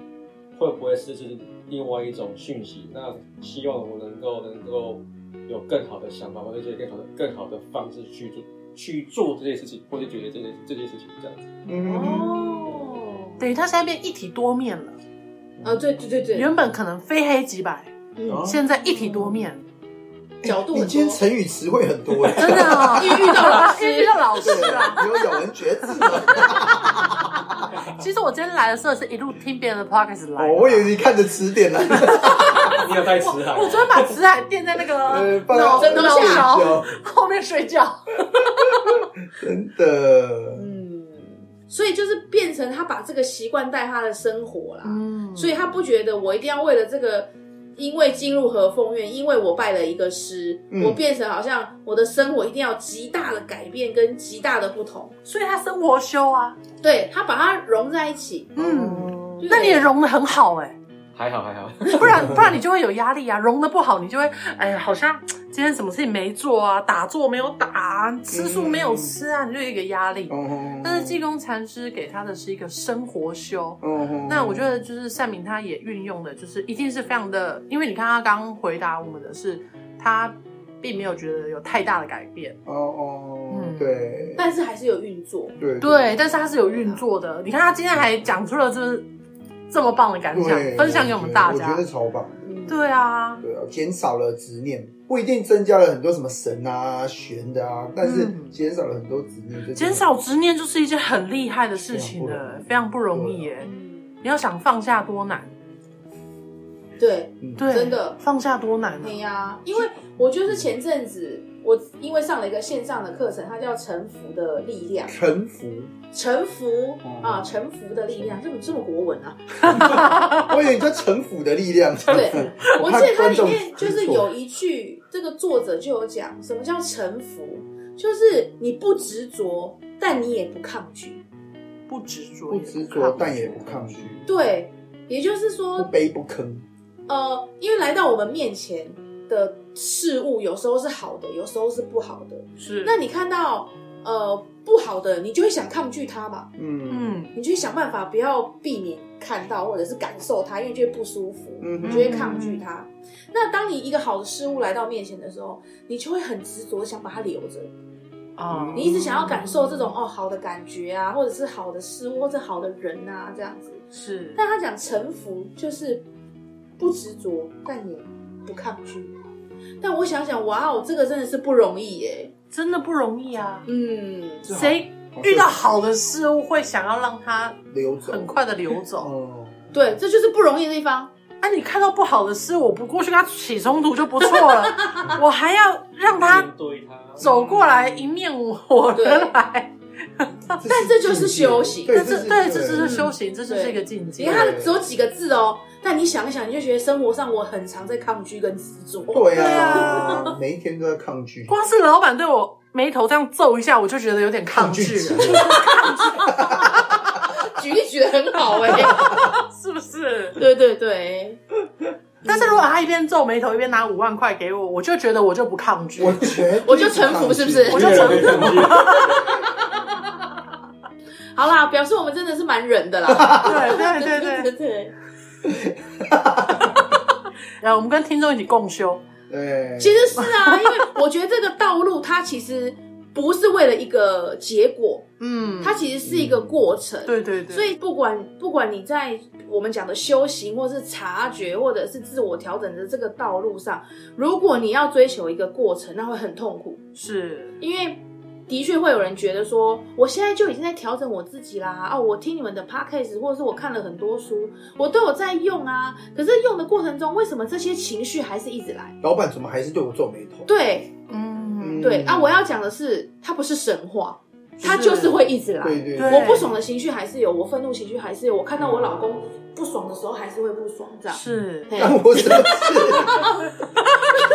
[SPEAKER 6] 会不会是就是另外一种讯息？那希望我能够能够有更好的想法，或者是更好的更好的方式去做去做这件事情，或者解决这件这件事情这样子。
[SPEAKER 1] 嗯，
[SPEAKER 2] 哦，
[SPEAKER 3] 等于他现在变一体多面了，
[SPEAKER 2] 啊，对对对对，
[SPEAKER 3] 原本可能非黑即白，
[SPEAKER 1] 哦
[SPEAKER 2] 嗯，
[SPEAKER 3] 现在一体多面，
[SPEAKER 2] 角度
[SPEAKER 1] 你
[SPEAKER 2] 很
[SPEAKER 1] 今天
[SPEAKER 2] 多，
[SPEAKER 1] 成语词汇很 多耶，
[SPEAKER 3] 真的 哦，
[SPEAKER 2] 遇到老师
[SPEAKER 3] 遇到老师啊
[SPEAKER 1] 对
[SPEAKER 3] 了。，
[SPEAKER 1] 有咬文嚼字的。
[SPEAKER 3] 其实我今天来的时候是一路听别人的 podcast 来
[SPEAKER 1] 哦
[SPEAKER 3] 的，，
[SPEAKER 1] 我以为你看着词典啊来，
[SPEAKER 6] 你有带词海？
[SPEAKER 3] 我昨天把纸海垫在那个
[SPEAKER 1] 呃，放到
[SPEAKER 3] 脑
[SPEAKER 2] 枕头
[SPEAKER 3] 脑
[SPEAKER 2] 下
[SPEAKER 3] 勺后面睡觉。
[SPEAKER 1] 真的，
[SPEAKER 2] 嗯，所以就是变成他把这个习惯带他的生活啦，
[SPEAKER 3] 嗯，
[SPEAKER 2] 所以他不觉得我一定要为了这个，因为进入和风院，因为我拜了一个师，
[SPEAKER 1] 嗯
[SPEAKER 2] 我变成好像我的生活一定要极大的改变跟极大的不同。
[SPEAKER 3] 所以他生活修啊，
[SPEAKER 2] 对他把它融在一起，
[SPEAKER 3] 嗯，
[SPEAKER 1] 哦
[SPEAKER 2] 就是
[SPEAKER 3] 那你也融的很好哎、
[SPEAKER 6] 还好还好，
[SPEAKER 3] 不然不然你就会有压力啊，融的不好你就会哎呀，好像今天什么事情没做啊，打坐没有打、啊，吃素没有吃啊，你就有一个压力。
[SPEAKER 1] 哦
[SPEAKER 3] 但是济公禅师给他的是一个生活修。
[SPEAKER 1] 哦
[SPEAKER 3] 那我觉得就是善明他也运用的，就是一定是非常的，因为你看他刚回答我们的是，他并没有觉得有太大的改变，
[SPEAKER 1] 哦哦
[SPEAKER 3] 嗯，
[SPEAKER 1] 对
[SPEAKER 2] 但是还是有运作。
[SPEAKER 1] 对
[SPEAKER 3] 对，但是他是有运作的。你看他今天还讲出了这这么棒的感想
[SPEAKER 1] 对，
[SPEAKER 3] 分享给我们大
[SPEAKER 1] 我觉
[SPEAKER 3] 家
[SPEAKER 1] 得。超棒的。
[SPEAKER 2] 嗯，
[SPEAKER 3] 对啊，
[SPEAKER 1] 对啊，减少了执念，不一定增加了很多什么神啊、玄的啊，但是
[SPEAKER 3] 嗯
[SPEAKER 1] 减少了很多执念，就
[SPEAKER 3] 减少执念就是一件很厉害的事情了，非
[SPEAKER 1] 非
[SPEAKER 3] 常不容易
[SPEAKER 1] 啊
[SPEAKER 3] 耶。你要想放下多难，
[SPEAKER 2] 对，
[SPEAKER 1] 嗯
[SPEAKER 3] 对，
[SPEAKER 2] 真的
[SPEAKER 3] 放下多难啊
[SPEAKER 2] 对呀、因为我就是前阵子我因为上了一个线上的课程，它叫《臣服的力量》，
[SPEAKER 1] 臣服。
[SPEAKER 2] 臣服
[SPEAKER 1] 哦
[SPEAKER 2] 啊，臣服的力量，这么这么国文啊？
[SPEAKER 1] 我以为你叫臣服的力量。
[SPEAKER 2] 对，我记
[SPEAKER 1] 怕
[SPEAKER 2] 得它
[SPEAKER 1] 观
[SPEAKER 2] 里
[SPEAKER 1] 众
[SPEAKER 2] 面就是有一句，这个作者就有讲什么叫臣服，就是你不执着，但你也不抗拒。
[SPEAKER 3] 不执着，
[SPEAKER 1] 不执着，但也不抗拒，
[SPEAKER 2] 对，也就是
[SPEAKER 1] 不
[SPEAKER 2] 说，
[SPEAKER 1] 卑不吭。
[SPEAKER 2] 呃，因为来到我们面前的事物，有时候是好的，有时候是不好的。
[SPEAKER 3] 是。
[SPEAKER 2] 那你看到呃不好的，你就会想抗拒它嘛，
[SPEAKER 1] 嗯
[SPEAKER 3] 嗯，
[SPEAKER 2] 你就会想办法不要避免看到或者是感受它，因为就会不舒服。
[SPEAKER 1] 嗯
[SPEAKER 2] 你
[SPEAKER 1] 哼
[SPEAKER 2] 就会抗拒它。那当你一个好的事物来到面前的时候，你就会很执着地想把它留着，
[SPEAKER 3] 啊
[SPEAKER 1] 嗯
[SPEAKER 2] 你一直想要感受这种哦好的感觉啊，或者是好的事物或者好的人啊这样子。
[SPEAKER 3] 是
[SPEAKER 2] 但他讲臣服就是不执着，但也不抗拒。但我想想，哇哦，这个真的是不容易耶。
[SPEAKER 3] 真的不容易啊。
[SPEAKER 2] 嗯，
[SPEAKER 1] 是好
[SPEAKER 3] 谁
[SPEAKER 1] 好
[SPEAKER 3] 遇到好的事物会想要让它
[SPEAKER 1] 流走，
[SPEAKER 3] 很快 的流走？
[SPEAKER 1] 哦，
[SPEAKER 2] 对，这就是不容易的地方。
[SPEAKER 3] 啊，你看到不好的事，我不过去跟他起冲突就不错了， 我还要让他
[SPEAKER 6] 面对他
[SPEAKER 3] 走过来迎面我而来。
[SPEAKER 2] 但这就
[SPEAKER 1] 境界
[SPEAKER 2] 是修行
[SPEAKER 1] 对，
[SPEAKER 3] 那 这
[SPEAKER 1] 是
[SPEAKER 3] 对，这就是
[SPEAKER 2] 嗯
[SPEAKER 3] 修行，这就是一个境
[SPEAKER 2] 你
[SPEAKER 3] 界
[SPEAKER 2] 看。它只有几个字哦，但你想一想，你就觉得生活上我很常在抗拒跟执着。
[SPEAKER 1] 对
[SPEAKER 3] 啊
[SPEAKER 1] 啊， 每一天都在抗拒，
[SPEAKER 3] 光是老板对我眉头这样皱一下，我就觉得有点抗拒了，
[SPEAKER 2] 举例举得很好 哎、
[SPEAKER 3] 是不是？
[SPEAKER 2] 对对对，
[SPEAKER 3] 但是如果他一边皱眉头一边拿五万块给我，我就觉得我就不抗拒。
[SPEAKER 1] 我觉得
[SPEAKER 2] 我就臣服是不是
[SPEAKER 1] 我
[SPEAKER 3] 我
[SPEAKER 1] 就
[SPEAKER 3] 就
[SPEAKER 6] 越
[SPEAKER 3] 成
[SPEAKER 6] 来越抗拒。
[SPEAKER 2] 好啦，表示我们真的是蛮忍的啦。
[SPEAKER 3] 对 对对
[SPEAKER 2] 对
[SPEAKER 3] 对，
[SPEAKER 2] 对，
[SPEAKER 3] 然后我们跟听众一起共修。
[SPEAKER 1] 对，
[SPEAKER 2] 其实是啊，因为我觉得这个道路它其实不是为了一个结果，
[SPEAKER 3] 嗯，
[SPEAKER 2] 它其实是一个过程。
[SPEAKER 3] 对对对，
[SPEAKER 2] 所以不管不管你在我们讲的修行，或是察觉，或者是自我调整的这个道路上，如果你要追求一个过程，那会很痛苦。
[SPEAKER 3] 是
[SPEAKER 2] 因为的确会有人觉得说，我现在就已经在调整我自己啦，哦，我听你们的 podcast，或者是我看了很多书，我都有在用啊。可是用的过程中，为什么这些情绪还是一直来？
[SPEAKER 1] 老板怎么还是对我皱眉头？
[SPEAKER 2] 对
[SPEAKER 3] 嗯
[SPEAKER 1] 嗯
[SPEAKER 2] 对、啊，我要讲的是，它不是神话，它就是会一直来。
[SPEAKER 1] 对对
[SPEAKER 3] 对
[SPEAKER 2] 我不爽的情绪还是有，我愤怒情绪还是有，我看到我老公不爽的时候还是会不爽，这样。
[SPEAKER 3] 是，
[SPEAKER 2] 嘿
[SPEAKER 1] 让我 什么事？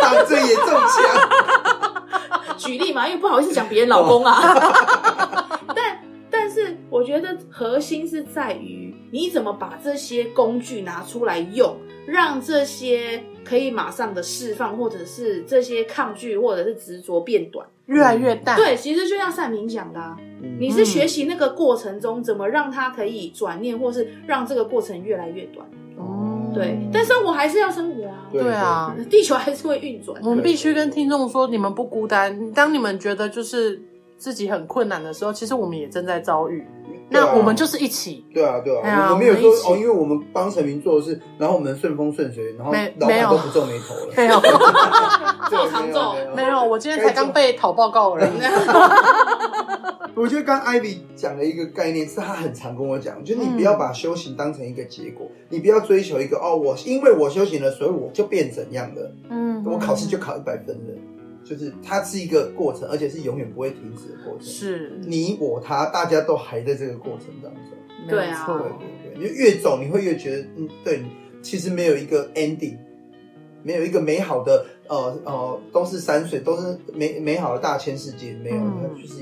[SPEAKER 1] 打最严重枪，
[SPEAKER 2] 举例嘛，因为不好意思讲别人
[SPEAKER 3] 哦
[SPEAKER 2] 老公啊。但但是我觉得核心是在于你怎么把这些工具拿出来用，让这些可以马上的释放，或者是这些抗拒或者是执着变短？
[SPEAKER 3] 越来越淡。，
[SPEAKER 2] 对，其实就像善明讲的、啊，
[SPEAKER 3] 嗯
[SPEAKER 2] 你
[SPEAKER 1] 嗯
[SPEAKER 2] 是学习那个过程中怎么让它可以转念，或是让这个过程越来越短。
[SPEAKER 3] 哦
[SPEAKER 2] 对，但生活还是要生活啊，
[SPEAKER 3] 对啊
[SPEAKER 2] 地球还是会运转。
[SPEAKER 3] 我们必须跟听众说，你们不孤单。当你们觉得就是自己很困难的时候，其实我们也正在遭遇。
[SPEAKER 1] 啊
[SPEAKER 3] 那我们就是一起，
[SPEAKER 1] 对啊对
[SPEAKER 3] 哎呀
[SPEAKER 1] 啊，我们没有
[SPEAKER 3] 我们一起
[SPEAKER 1] 说哦，因为我们帮陈明做的事，然后我们顺风顺水，然后
[SPEAKER 3] 没
[SPEAKER 1] 老
[SPEAKER 3] 没
[SPEAKER 1] 板
[SPEAKER 3] 有
[SPEAKER 1] 都不皱眉头 了，
[SPEAKER 3] 没有，
[SPEAKER 1] 皱
[SPEAKER 2] 常皱
[SPEAKER 3] 没有，我今天才刚被讨报告而已。
[SPEAKER 1] 我觉得刚 Ivy 讲的一个概念是，他很常跟我讲，就是你不要把修行当成一个结果，
[SPEAKER 3] 嗯
[SPEAKER 1] 你不要追求一个哦，我因为我修行了，所以我就变怎样了，
[SPEAKER 3] 嗯，
[SPEAKER 1] 我考试就考一百分了，就是它是一个过程，而且是永远不会停止的过程。
[SPEAKER 3] 是，
[SPEAKER 1] 你我他，大家都还在这个过程当中。
[SPEAKER 2] 对啊
[SPEAKER 3] 没
[SPEAKER 1] 对
[SPEAKER 3] 有错
[SPEAKER 1] 对对，你就越走，你会越觉得，嗯，对，其实没有一个 ending，没有一个美好的，呃呃，都是山水，都是美美好的大千世界，没有，
[SPEAKER 3] 嗯
[SPEAKER 1] 它就是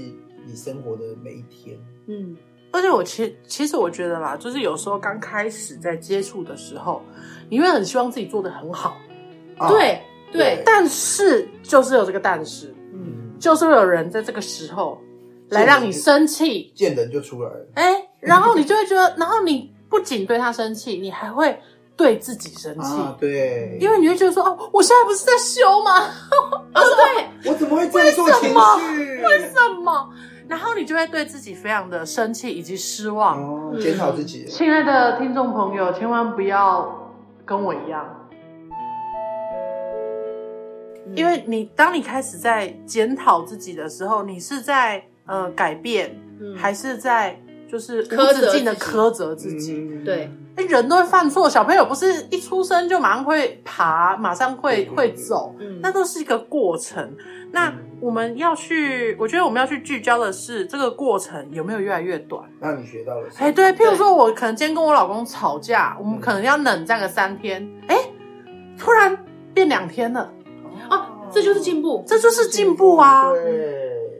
[SPEAKER 1] 你生活的每一天。
[SPEAKER 2] 嗯，
[SPEAKER 3] 而且我其其实我觉得啦，就是有时候刚开始在接触的时候，你会很希望自己做的很好，哦
[SPEAKER 1] 啊，
[SPEAKER 2] 对对，
[SPEAKER 3] 但是就是有这个但是，
[SPEAKER 1] 嗯，
[SPEAKER 3] 就是会有人在这个时候来让你生气，
[SPEAKER 1] 见人就出来了。
[SPEAKER 3] 哎，然后你就会觉得，然 后你不仅对他生气，你还会对自己生气，
[SPEAKER 1] 啊，对，
[SPEAKER 3] 因为你会觉得说，哦，我现在不是在修吗？
[SPEAKER 1] 我怎么会这样做情绪？为什么？
[SPEAKER 3] 什么？然后你就会对自己非常的生气以及失望。
[SPEAKER 1] 哦，检讨自己。
[SPEAKER 3] 亲爱的听众朋友，千万不要跟我一样，因为你当你开始在检讨自己的时候，你是在呃改变，
[SPEAKER 2] 嗯
[SPEAKER 3] 还是在就是无
[SPEAKER 2] 苛责
[SPEAKER 3] 止境的
[SPEAKER 2] 自己
[SPEAKER 3] 苛责自己？
[SPEAKER 1] 嗯
[SPEAKER 2] 对，
[SPEAKER 3] 哎、人都会犯错，小朋友不是一出生就马上会爬，马上会会走，
[SPEAKER 2] 嗯
[SPEAKER 3] 那都是一个过程。那我们要去，我觉得我们要去聚焦的是这个过程有没有越来越短。
[SPEAKER 1] 那你学到了什么？
[SPEAKER 3] 哎，对，譬如说，我可能今天跟我老公吵架，
[SPEAKER 1] 嗯
[SPEAKER 3] 我们可能要冷战个三天，哎，突然变两天了，
[SPEAKER 2] 哦，这就是进步。
[SPEAKER 3] 这就是进步啊！
[SPEAKER 1] 对，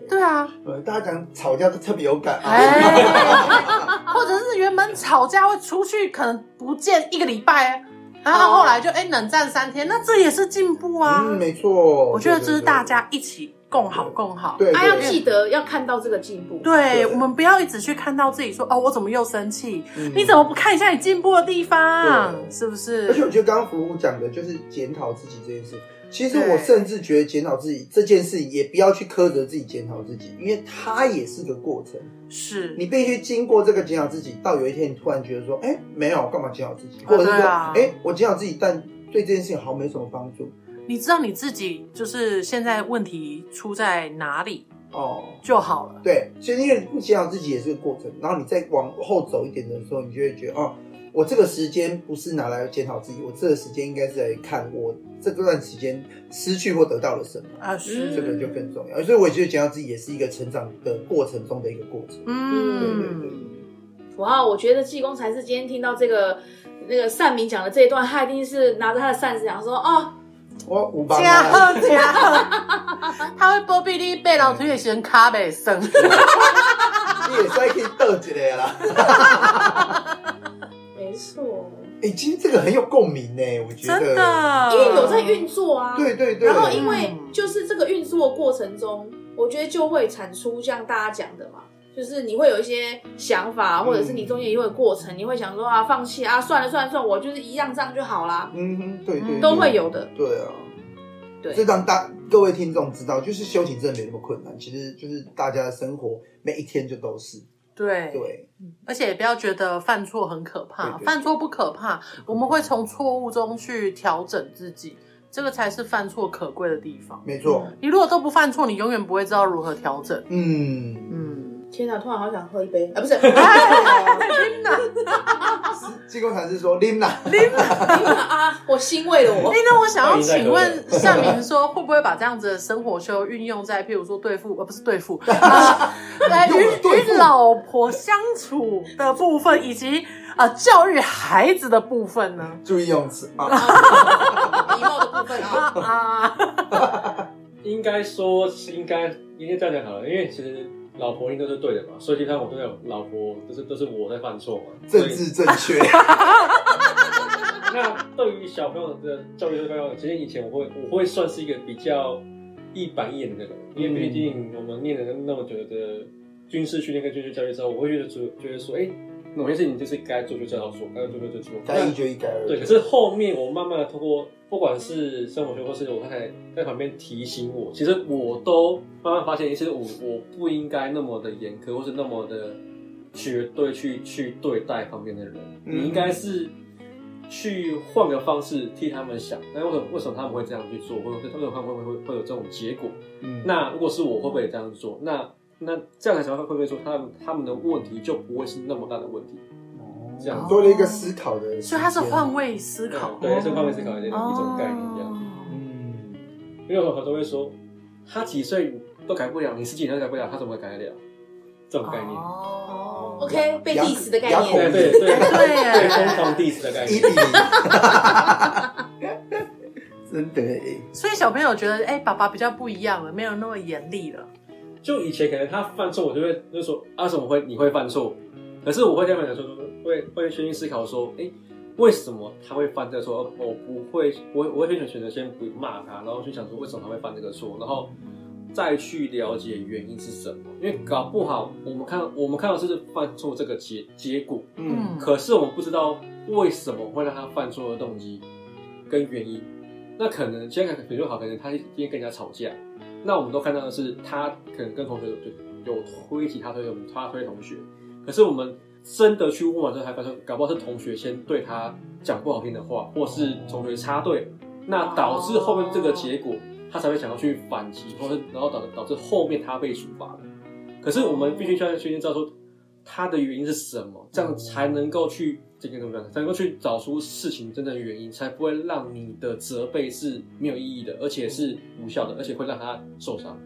[SPEAKER 3] 对啊，
[SPEAKER 1] 呃大家讲吵架都特别有感啊。
[SPEAKER 3] 哎， 或者是原本吵架会出去，可能不见一个礼拜，啊然后后来就哎冷战三天，那这也是进步啊！
[SPEAKER 1] 哦嗯，没错。
[SPEAKER 3] 我觉得
[SPEAKER 1] 对
[SPEAKER 3] 这是大。家一起共好共好。
[SPEAKER 1] 对对，
[SPEAKER 2] 啊，
[SPEAKER 1] 对
[SPEAKER 2] 要记得要看到这个进步。
[SPEAKER 3] 对，
[SPEAKER 1] 对
[SPEAKER 3] 我们不要一直去看到自己说哦，我怎么又生气？
[SPEAKER 1] 嗯
[SPEAKER 3] 你怎么不看一下你进步的地方？
[SPEAKER 1] 对
[SPEAKER 3] 是不
[SPEAKER 1] 而且我
[SPEAKER 3] 是？
[SPEAKER 1] 觉得刚刚服务讲的就是检讨自己这件事。其实
[SPEAKER 3] 对
[SPEAKER 1] 我甚至觉得检讨自己这件事，也不要去苛责自己检讨自己，因为它也是个过程。
[SPEAKER 3] 是，
[SPEAKER 1] 你必须经过这个检讨自己，到有一天你突然觉得说，哎、没有，干嘛检讨自己？或者是
[SPEAKER 3] 对
[SPEAKER 1] 说，哎、
[SPEAKER 3] 啊
[SPEAKER 1] 我检讨自己，但对这件事情好像没什么帮助
[SPEAKER 3] 你知道你自己就是现在问题出在哪里
[SPEAKER 1] 哦。
[SPEAKER 3] 就好了。
[SPEAKER 1] 对，所以因为你检讨自己也是个过程，然后你再往后走一点的时候，你就会觉得，哦，我这个时间不是拿来检讨自己，我这个时间应该是来看我这段时间失去或得到了什么。
[SPEAKER 3] 啊，是，
[SPEAKER 1] 这个就更重要。所以我觉得检讨自己也是一个成长的过程中的一个过程。
[SPEAKER 3] 嗯，
[SPEAKER 2] 哇，我觉得济公禅师今天听到这个那个善明讲的这一段，他一定是拿着他的扇子讲说：“哦，
[SPEAKER 1] 我五八
[SPEAKER 3] 加
[SPEAKER 1] 妈，
[SPEAKER 3] 贺加贺， 他会波比利被老腿也嫌卡背生，
[SPEAKER 1] 你也算可以斗起来啦。
[SPEAKER 2] 没错，
[SPEAKER 1] 哎、今天这个很有共鸣呢、我觉
[SPEAKER 3] 真
[SPEAKER 1] 得。
[SPEAKER 3] 的，啊
[SPEAKER 2] 因为有在运作啊。
[SPEAKER 1] 对对对。
[SPEAKER 2] 然后因为就是这个运作过程中，我觉得就会产出像大家讲的嘛，就是你会有一些想法，或者是你中间也会有过程，你会想说啊，放弃啊，算了算了算了，我就是一样这样就好啦，
[SPEAKER 1] 嗯哼，对对对
[SPEAKER 2] 都会有。的。
[SPEAKER 1] 对啊。
[SPEAKER 2] 对
[SPEAKER 1] 这让大各位听众知道，就是修行真的没那么困难，其实就是大家的生活每一天就都是
[SPEAKER 3] 对，
[SPEAKER 1] 对，
[SPEAKER 3] 而且也不要觉得犯错很可怕，
[SPEAKER 1] 对对
[SPEAKER 3] 犯错不可怕，我们会从错误中去调整自己，这个才是犯错可贵的地方。
[SPEAKER 1] 没错。
[SPEAKER 3] 你如果都不犯错，你永远不会知道如何调整。
[SPEAKER 1] 嗯，
[SPEAKER 3] 嗯，
[SPEAKER 2] 天哪，突然好想喝一杯啊！不 是，
[SPEAKER 3] 啊
[SPEAKER 1] 济公禅师说 Lina，
[SPEAKER 2] 啊，我欣慰了我
[SPEAKER 3] 哎。，那我想要请问善明说，会不会把这样子的生活修运用在，譬如说对付，呃，不是对 付，啊来与
[SPEAKER 1] 用了对付
[SPEAKER 3] 与老婆相处的部分，以及呃教育孩子的部分呢？
[SPEAKER 1] 注意用词啊，
[SPEAKER 2] 礼貌的部分
[SPEAKER 3] 啊
[SPEAKER 2] 啊，
[SPEAKER 3] 啊，
[SPEAKER 6] 应该说，应该应该这样讲好了，因为其实老婆一定都是对的嘛，所以你看我对老婆都是都是我在犯错嘛。所
[SPEAKER 1] 政
[SPEAKER 6] 以
[SPEAKER 1] 治正确，
[SPEAKER 6] 那对于小朋友的教育这方面，其实以前我会我会算是一个比较一板一眼的人，因为毕竟我们念了那么久的军事训练跟军事教育之后，我会觉得主觉得说，哎、某些事情就是该做就这样做，该做就这样做。
[SPEAKER 1] 该一就一，该二就
[SPEAKER 6] 对，
[SPEAKER 1] 一。
[SPEAKER 6] 可是后面我慢慢的通过，不管是生活学或是我太太在旁边提醒我，其实我都慢慢发现，其实我我不应该那么的严苛，或是那么的绝对去去对待旁边的人，
[SPEAKER 1] 嗯
[SPEAKER 6] 你应该是去换个方式替他们想，那为什么为什么他们会这样去做，或者是为什么他们会会会有这种结果？
[SPEAKER 1] 嗯
[SPEAKER 6] 那如果是我，会不会也这样做？那那这样的想法会不会说他们他们的问题就不会是那么大的问题？这样
[SPEAKER 1] 多了一个思考的时间，
[SPEAKER 3] 哦所以它是换位思考，
[SPEAKER 6] 对，是换位思考的一
[SPEAKER 3] 哦
[SPEAKER 6] 种概念这样。
[SPEAKER 1] 嗯，
[SPEAKER 6] 因为有很多人会说，他几岁都改不了，你十几年都改不了，他怎么改得了？这种概念，
[SPEAKER 3] 哦
[SPEAKER 2] OK，被
[SPEAKER 1] 牙
[SPEAKER 2] diss 的概
[SPEAKER 1] 牙
[SPEAKER 2] 念
[SPEAKER 1] 口
[SPEAKER 6] 对对对，对
[SPEAKER 3] 对
[SPEAKER 6] 疯狂 diss 的概
[SPEAKER 1] 一
[SPEAKER 6] 念
[SPEAKER 1] 比，一， 真的耶，
[SPEAKER 3] 所以小朋友觉得，哎、爸爸比较不一样了，没有那么严厉了。
[SPEAKER 6] 就以前可能他犯错，我就会就说啊，怎么会你会犯错？可是我会这样讲说，会会先去思考说，哎、为什么他会犯这个错？我不会，我我会先选择先不骂他，然后去想说为什么他会犯这个错，然后再去了解原因是什么。因为搞不好我们看我们看到是犯错这个结结果，
[SPEAKER 1] 嗯，
[SPEAKER 6] 可是我们不知道为什么会让他犯错的动机跟原因。那可能现在比如说好，可能他今天跟人家吵架，那我们都看到的是他可能跟同学有有推挤他推我们他推同学，可是我们真的去问完之后才发现，搞不好是同学先对他讲不好听的话，或是同学插队，那导致后面这个结果，他才会想要去反击，或是然后导导致后面他被处罚了。可是我们必须需要先知道说他的原因是什么，这样才能够去这个怎么讲，才能够去找出事情真正的原因，才不会让你的责备是没有意义的，而且是无效的，而且会让他受伤。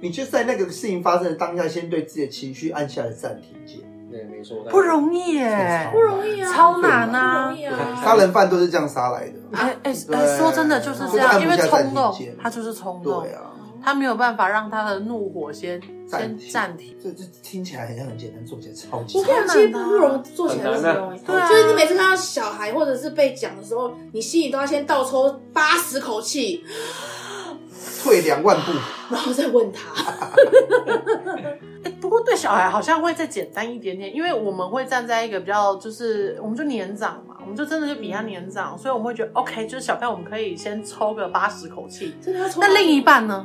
[SPEAKER 1] 你就在那个事情发生的当下，先对自己的情绪按下了暂停键，
[SPEAKER 6] 对，没错，
[SPEAKER 3] 不容易耶
[SPEAKER 1] 超，
[SPEAKER 2] 不容易啊，
[SPEAKER 3] 超难啊
[SPEAKER 2] 不容易
[SPEAKER 1] 对
[SPEAKER 2] 啊，
[SPEAKER 1] 杀人犯都是这样杀来的，
[SPEAKER 3] 哎哎哎，
[SPEAKER 1] 对
[SPEAKER 3] 说真的就是这
[SPEAKER 1] 就
[SPEAKER 3] 样，
[SPEAKER 1] 是按
[SPEAKER 3] 因为
[SPEAKER 1] 不下
[SPEAKER 3] 冲
[SPEAKER 1] 暂停
[SPEAKER 3] 动
[SPEAKER 1] 键，
[SPEAKER 3] 他就是冲动
[SPEAKER 1] 对，啊，
[SPEAKER 3] 他没有办法让他的怒火先
[SPEAKER 1] 暂
[SPEAKER 3] 先
[SPEAKER 1] 停
[SPEAKER 3] 暂停。
[SPEAKER 1] 这这听起来好像很简单，做起来超级
[SPEAKER 2] 我跟你讲，其实不不容易做起来都是不容易，
[SPEAKER 3] 很难啊
[SPEAKER 2] 就是你每次看到小孩或者是被讲的时候，你心里都要先倒抽八十口气，
[SPEAKER 1] 退两万步，
[SPEAKER 2] 然后再问他，
[SPEAKER 3] 哎，不过对小孩好像会再简单一点点，因为我们会站在一个比较就是，我们就年长嘛，我们就真的就比他年长，所以我们会觉得 OK，就是小朋友我们可以先抽个八十口气。
[SPEAKER 2] 真的要抽
[SPEAKER 3] 那另一半呢？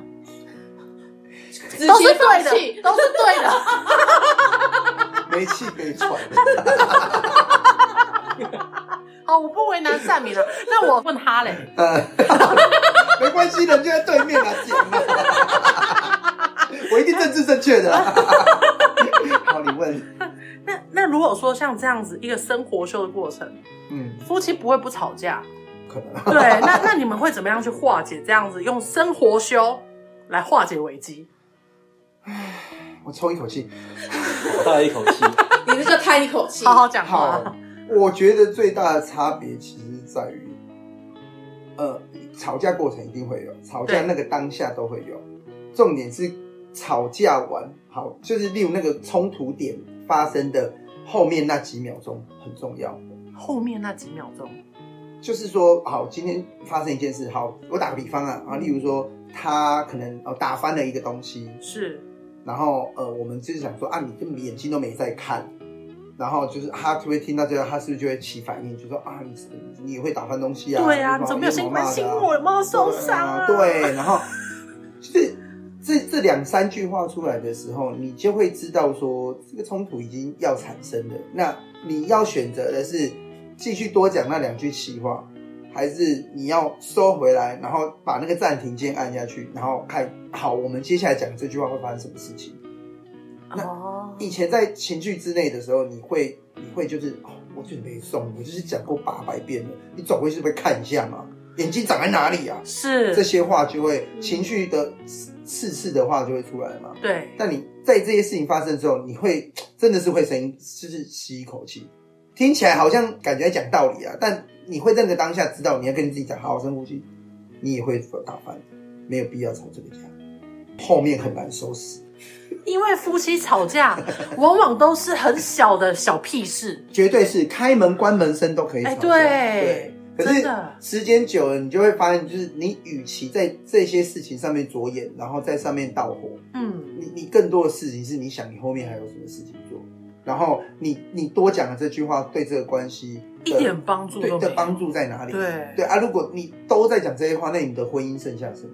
[SPEAKER 2] 直
[SPEAKER 3] 都是
[SPEAKER 2] 接
[SPEAKER 3] 对
[SPEAKER 2] 放
[SPEAKER 3] 的，
[SPEAKER 2] 弃，
[SPEAKER 3] 都是对的。
[SPEAKER 1] 没气没喘，
[SPEAKER 3] 好，我不为难善明了。那我问他嘞，
[SPEAKER 1] 呃， 没关系，人就在对面啊，讲啊， 我一定政治正确的 啦。好，你问，
[SPEAKER 3] 那那如果说像这样子一个生活秀的过程，
[SPEAKER 1] 嗯，
[SPEAKER 3] 夫妻不会不吵架，
[SPEAKER 1] 可能啊
[SPEAKER 3] 对？那那你们会怎么样去化解这样子用生活修来化解危机？
[SPEAKER 1] 我抽一口气。
[SPEAKER 6] 好大的一口气。
[SPEAKER 2] 你这叫叹一口气。
[SPEAKER 3] 好好讲
[SPEAKER 1] 好
[SPEAKER 3] 话，，
[SPEAKER 1] 我觉得最大的差别其实在于，呃，吵架过程一定会有，吵架
[SPEAKER 3] 对
[SPEAKER 1] 那个当下都会有，重点是吵架完好，就是例如那个冲突点发生的后面那几秒钟很重要。
[SPEAKER 3] 后面那几秒钟，
[SPEAKER 1] 就是说，好，今天发生一件事，好，我打个比方啊，啊，例如说他可能哦打翻了一个东西，
[SPEAKER 3] 是
[SPEAKER 1] 然后呃，我们就是想说啊，你根本眼睛都没在看，然后就是他就会听到这个，他是不是就会起反应，就说啊，你你也会打翻东西啊？
[SPEAKER 3] 对啊，
[SPEAKER 1] 你
[SPEAKER 3] 你
[SPEAKER 1] 怎
[SPEAKER 3] 怎
[SPEAKER 1] 么
[SPEAKER 3] 么没有先关心我有没有受伤啊？
[SPEAKER 1] 哦对，然后就是这这两三句话出来的时候，你就会知道说这个冲突已经要产生了。那你要选择的是继续多讲那两句气话，还是你要收回来，然后把那个暂停键按下去，然后看好我们接下来讲这句话会发生什么事情？
[SPEAKER 3] 嗯哦，
[SPEAKER 1] 以前在情绪之内的时候，你会你会就是哦，我就是没送，我就是讲过八百遍了，你总会是会看一下嘛，眼睛长在哪里啊？这
[SPEAKER 3] 是，
[SPEAKER 1] 些话就会情绪的刺刺的话就会出来嘛。
[SPEAKER 3] 对，
[SPEAKER 1] 但你在这些事情发生之后，你会真的是会声音，就是吸一口气，听起来好像感觉在讲道理啊，但你会在那个当下知道，你要跟自己讲，好好深呼吸，你也会打翻，没有必要吵这个架，后面很难收拾。
[SPEAKER 3] 因为夫妻 吵架往往都是很小的小屁事，
[SPEAKER 1] 绝对是开门关门声都可以吵
[SPEAKER 3] 哎
[SPEAKER 1] 架。
[SPEAKER 3] 对
[SPEAKER 1] 对，可
[SPEAKER 3] 真
[SPEAKER 1] 是
[SPEAKER 3] 的
[SPEAKER 1] 时间久了，你就会发现，就是你与其在这些事情上面着眼，然后在上面盗火，
[SPEAKER 3] 嗯，
[SPEAKER 1] 你你更多的事情是你想你后面还有什么事情做，然后你你多讲的这句话对这个关系的
[SPEAKER 3] 一点帮助
[SPEAKER 1] 对
[SPEAKER 3] 都没
[SPEAKER 1] 的
[SPEAKER 3] 有。
[SPEAKER 1] 帮助在哪里？
[SPEAKER 3] 对
[SPEAKER 1] 对啊，如果你都在讲这些话，那你的婚姻剩下什么？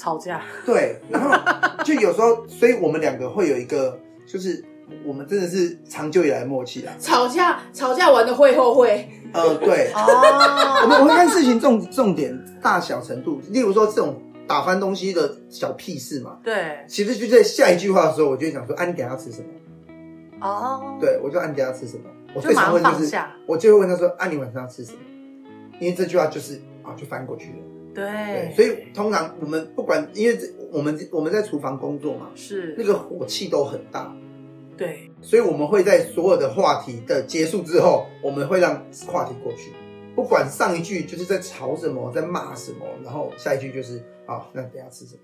[SPEAKER 3] 吵架，
[SPEAKER 1] 对，然后就有时候，所以我们两个会有一个，就是我们真的是长久以来的默契啦。
[SPEAKER 2] 吵架吵架完的会后会，
[SPEAKER 1] 呃，对，
[SPEAKER 3] 哦，
[SPEAKER 1] 我们会看事情重重点大小程度，例如说这种打翻东西的小屁事嘛。
[SPEAKER 3] 对，
[SPEAKER 1] 其实就在下一句话的时候，我就会想说：“啊，你等一下要吃什么？”
[SPEAKER 3] 哦，
[SPEAKER 1] 对，我就按等一下要吃什么。我
[SPEAKER 3] 就
[SPEAKER 1] 最
[SPEAKER 3] 马
[SPEAKER 1] 常
[SPEAKER 3] 上
[SPEAKER 1] 问就
[SPEAKER 3] 放
[SPEAKER 1] 是，
[SPEAKER 3] 下，
[SPEAKER 1] 我就会问他说：“啊，你晚上要吃什么？”因为这句话就是啊，就翻过去了。对
[SPEAKER 3] 对，，
[SPEAKER 1] 所以通常我们不管，因为这我们我们在厨房工作嘛，
[SPEAKER 3] 是
[SPEAKER 1] 那个火气都很大，
[SPEAKER 3] 对，
[SPEAKER 1] 所以我们会在所有的话题的结束之后，我们会让话题过去，不管上一句就是在吵什么，在骂什么，然后下一句就是啊，那等一下吃什么？。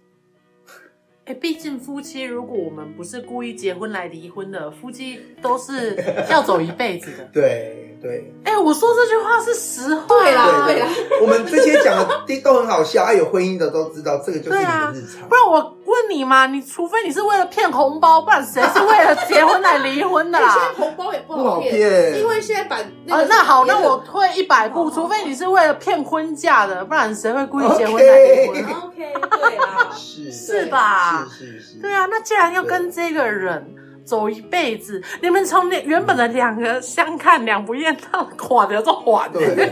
[SPEAKER 3] 哎，毕竟夫妻，如果我们不是故意结婚来离婚的，夫妻都是要走一辈子的
[SPEAKER 1] 对对
[SPEAKER 3] 哎，我说这句话是实话，
[SPEAKER 2] 对啦
[SPEAKER 3] 哎
[SPEAKER 1] 对对，我们这些讲的都很好笑，啊，有婚姻的都知道，这个就是
[SPEAKER 3] 对
[SPEAKER 1] 你
[SPEAKER 3] 啊
[SPEAKER 1] 的日常
[SPEAKER 3] 不。然我问你嘛，你除非你是为了骗红包，不然谁是为了结婚来离 婚的
[SPEAKER 2] 哎现在
[SPEAKER 3] 啦？
[SPEAKER 2] 红包也不
[SPEAKER 1] 不好
[SPEAKER 2] 好
[SPEAKER 1] 骗
[SPEAKER 2] 因为现在版那
[SPEAKER 3] 呃
[SPEAKER 2] 个，
[SPEAKER 3] 那好，
[SPEAKER 2] 也
[SPEAKER 3] 那
[SPEAKER 2] 很
[SPEAKER 3] 我退一百步，除非你是为了骗婚嫁的，不然谁会故意结婚来离
[SPEAKER 1] OK
[SPEAKER 3] 婚？啊
[SPEAKER 2] OK 对啦，
[SPEAKER 1] 是
[SPEAKER 3] 是吧？
[SPEAKER 1] 是是是，
[SPEAKER 3] 对啊，那既然要跟这个人走一辈子，你们从那原本的两个相看两不厌到垮的都缓的，
[SPEAKER 1] 对，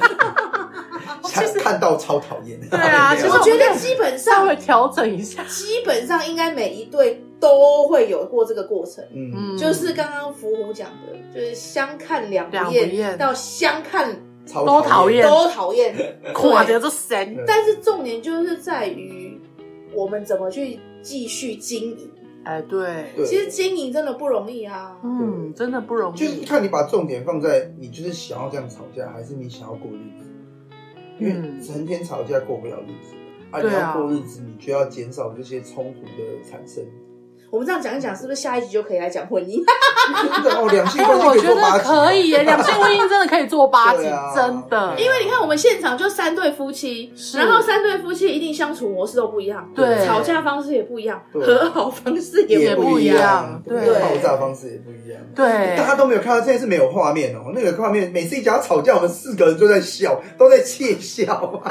[SPEAKER 1] 看看到超讨厌。
[SPEAKER 3] 对啊其实
[SPEAKER 2] 我觉得基本
[SPEAKER 3] 稍
[SPEAKER 2] 上
[SPEAKER 3] 微调整一下。
[SPEAKER 2] 基本上应该每一对都会有过这个过程。
[SPEAKER 1] 嗯，
[SPEAKER 2] 就是刚刚伏虎讲的，就是相看两
[SPEAKER 3] 两不厌
[SPEAKER 2] 到相看
[SPEAKER 1] 超
[SPEAKER 3] 都讨厌
[SPEAKER 2] 都讨厌。
[SPEAKER 3] 垮的这神，
[SPEAKER 1] 对
[SPEAKER 2] 但是重点就是在于我们怎么去继续经营。
[SPEAKER 3] 哎，对，
[SPEAKER 1] 对，
[SPEAKER 2] 其实经营真的不容易啊。
[SPEAKER 3] 嗯，真的不容
[SPEAKER 1] 就是
[SPEAKER 3] 易。
[SPEAKER 1] 看你把重点放在你就是想要这样吵架，还是你想要过日子。因为成天吵架过不了日子，啊，
[SPEAKER 3] 嗯对
[SPEAKER 1] 你
[SPEAKER 3] 啊
[SPEAKER 1] 要过日子，你就要减少这些冲突的产生。
[SPEAKER 2] 我们这样讲一讲，是不是下一集就可以来讲婚姻？
[SPEAKER 1] 真的哦，两性
[SPEAKER 3] 哎，
[SPEAKER 1] 关系
[SPEAKER 3] 我
[SPEAKER 1] 可以
[SPEAKER 3] 觉
[SPEAKER 1] 做八
[SPEAKER 3] 得
[SPEAKER 1] 集啊
[SPEAKER 3] 可以耶，两性婚姻真的可以做八集
[SPEAKER 1] 对啊，
[SPEAKER 3] 真的。
[SPEAKER 1] 因
[SPEAKER 2] 因为你看，我们现场就三对夫妻，
[SPEAKER 3] 是
[SPEAKER 2] 然后三对夫妻一定相处模式都不一样，
[SPEAKER 3] 对
[SPEAKER 2] 吵架方式也不一样，
[SPEAKER 1] 对
[SPEAKER 2] 和好方式
[SPEAKER 1] 也
[SPEAKER 2] 也不
[SPEAKER 1] 一
[SPEAKER 2] 一样。
[SPEAKER 1] 样，
[SPEAKER 3] 对
[SPEAKER 1] 爆炸方式也不一样。
[SPEAKER 3] 对
[SPEAKER 1] 大家都没有看到，现在是没有画面哦。那个画面，每次一讲到吵架，我们四个人都在笑，都在窃笑。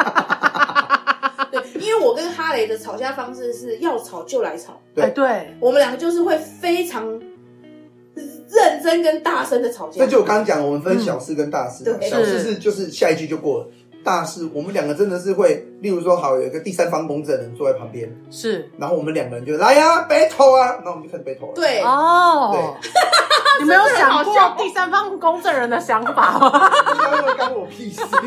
[SPEAKER 2] 对，因为我跟哈雷的吵架方式是要吵就来吵，
[SPEAKER 1] 对
[SPEAKER 3] 哎对，
[SPEAKER 2] 我们两个就是会非常认真跟大声的吵架。
[SPEAKER 1] 这就我刚刚讲，我们分小事跟大事嘛。
[SPEAKER 2] 嗯对
[SPEAKER 1] 小事
[SPEAKER 3] 是
[SPEAKER 1] 是就是下一句就过了，大事我们两个真的是会，例如说好有一个第三方公证人坐在旁边，
[SPEAKER 3] 是
[SPEAKER 1] 然后我们两个人就来呀、battle 啊，那我们就开始 battle 了。
[SPEAKER 2] 对，
[SPEAKER 3] 哦。你没有想
[SPEAKER 2] 真的很
[SPEAKER 3] 过
[SPEAKER 2] 好笑
[SPEAKER 3] 第三方公证人的想法吗？
[SPEAKER 1] 你刚刚干我屁事。
[SPEAKER 2] 通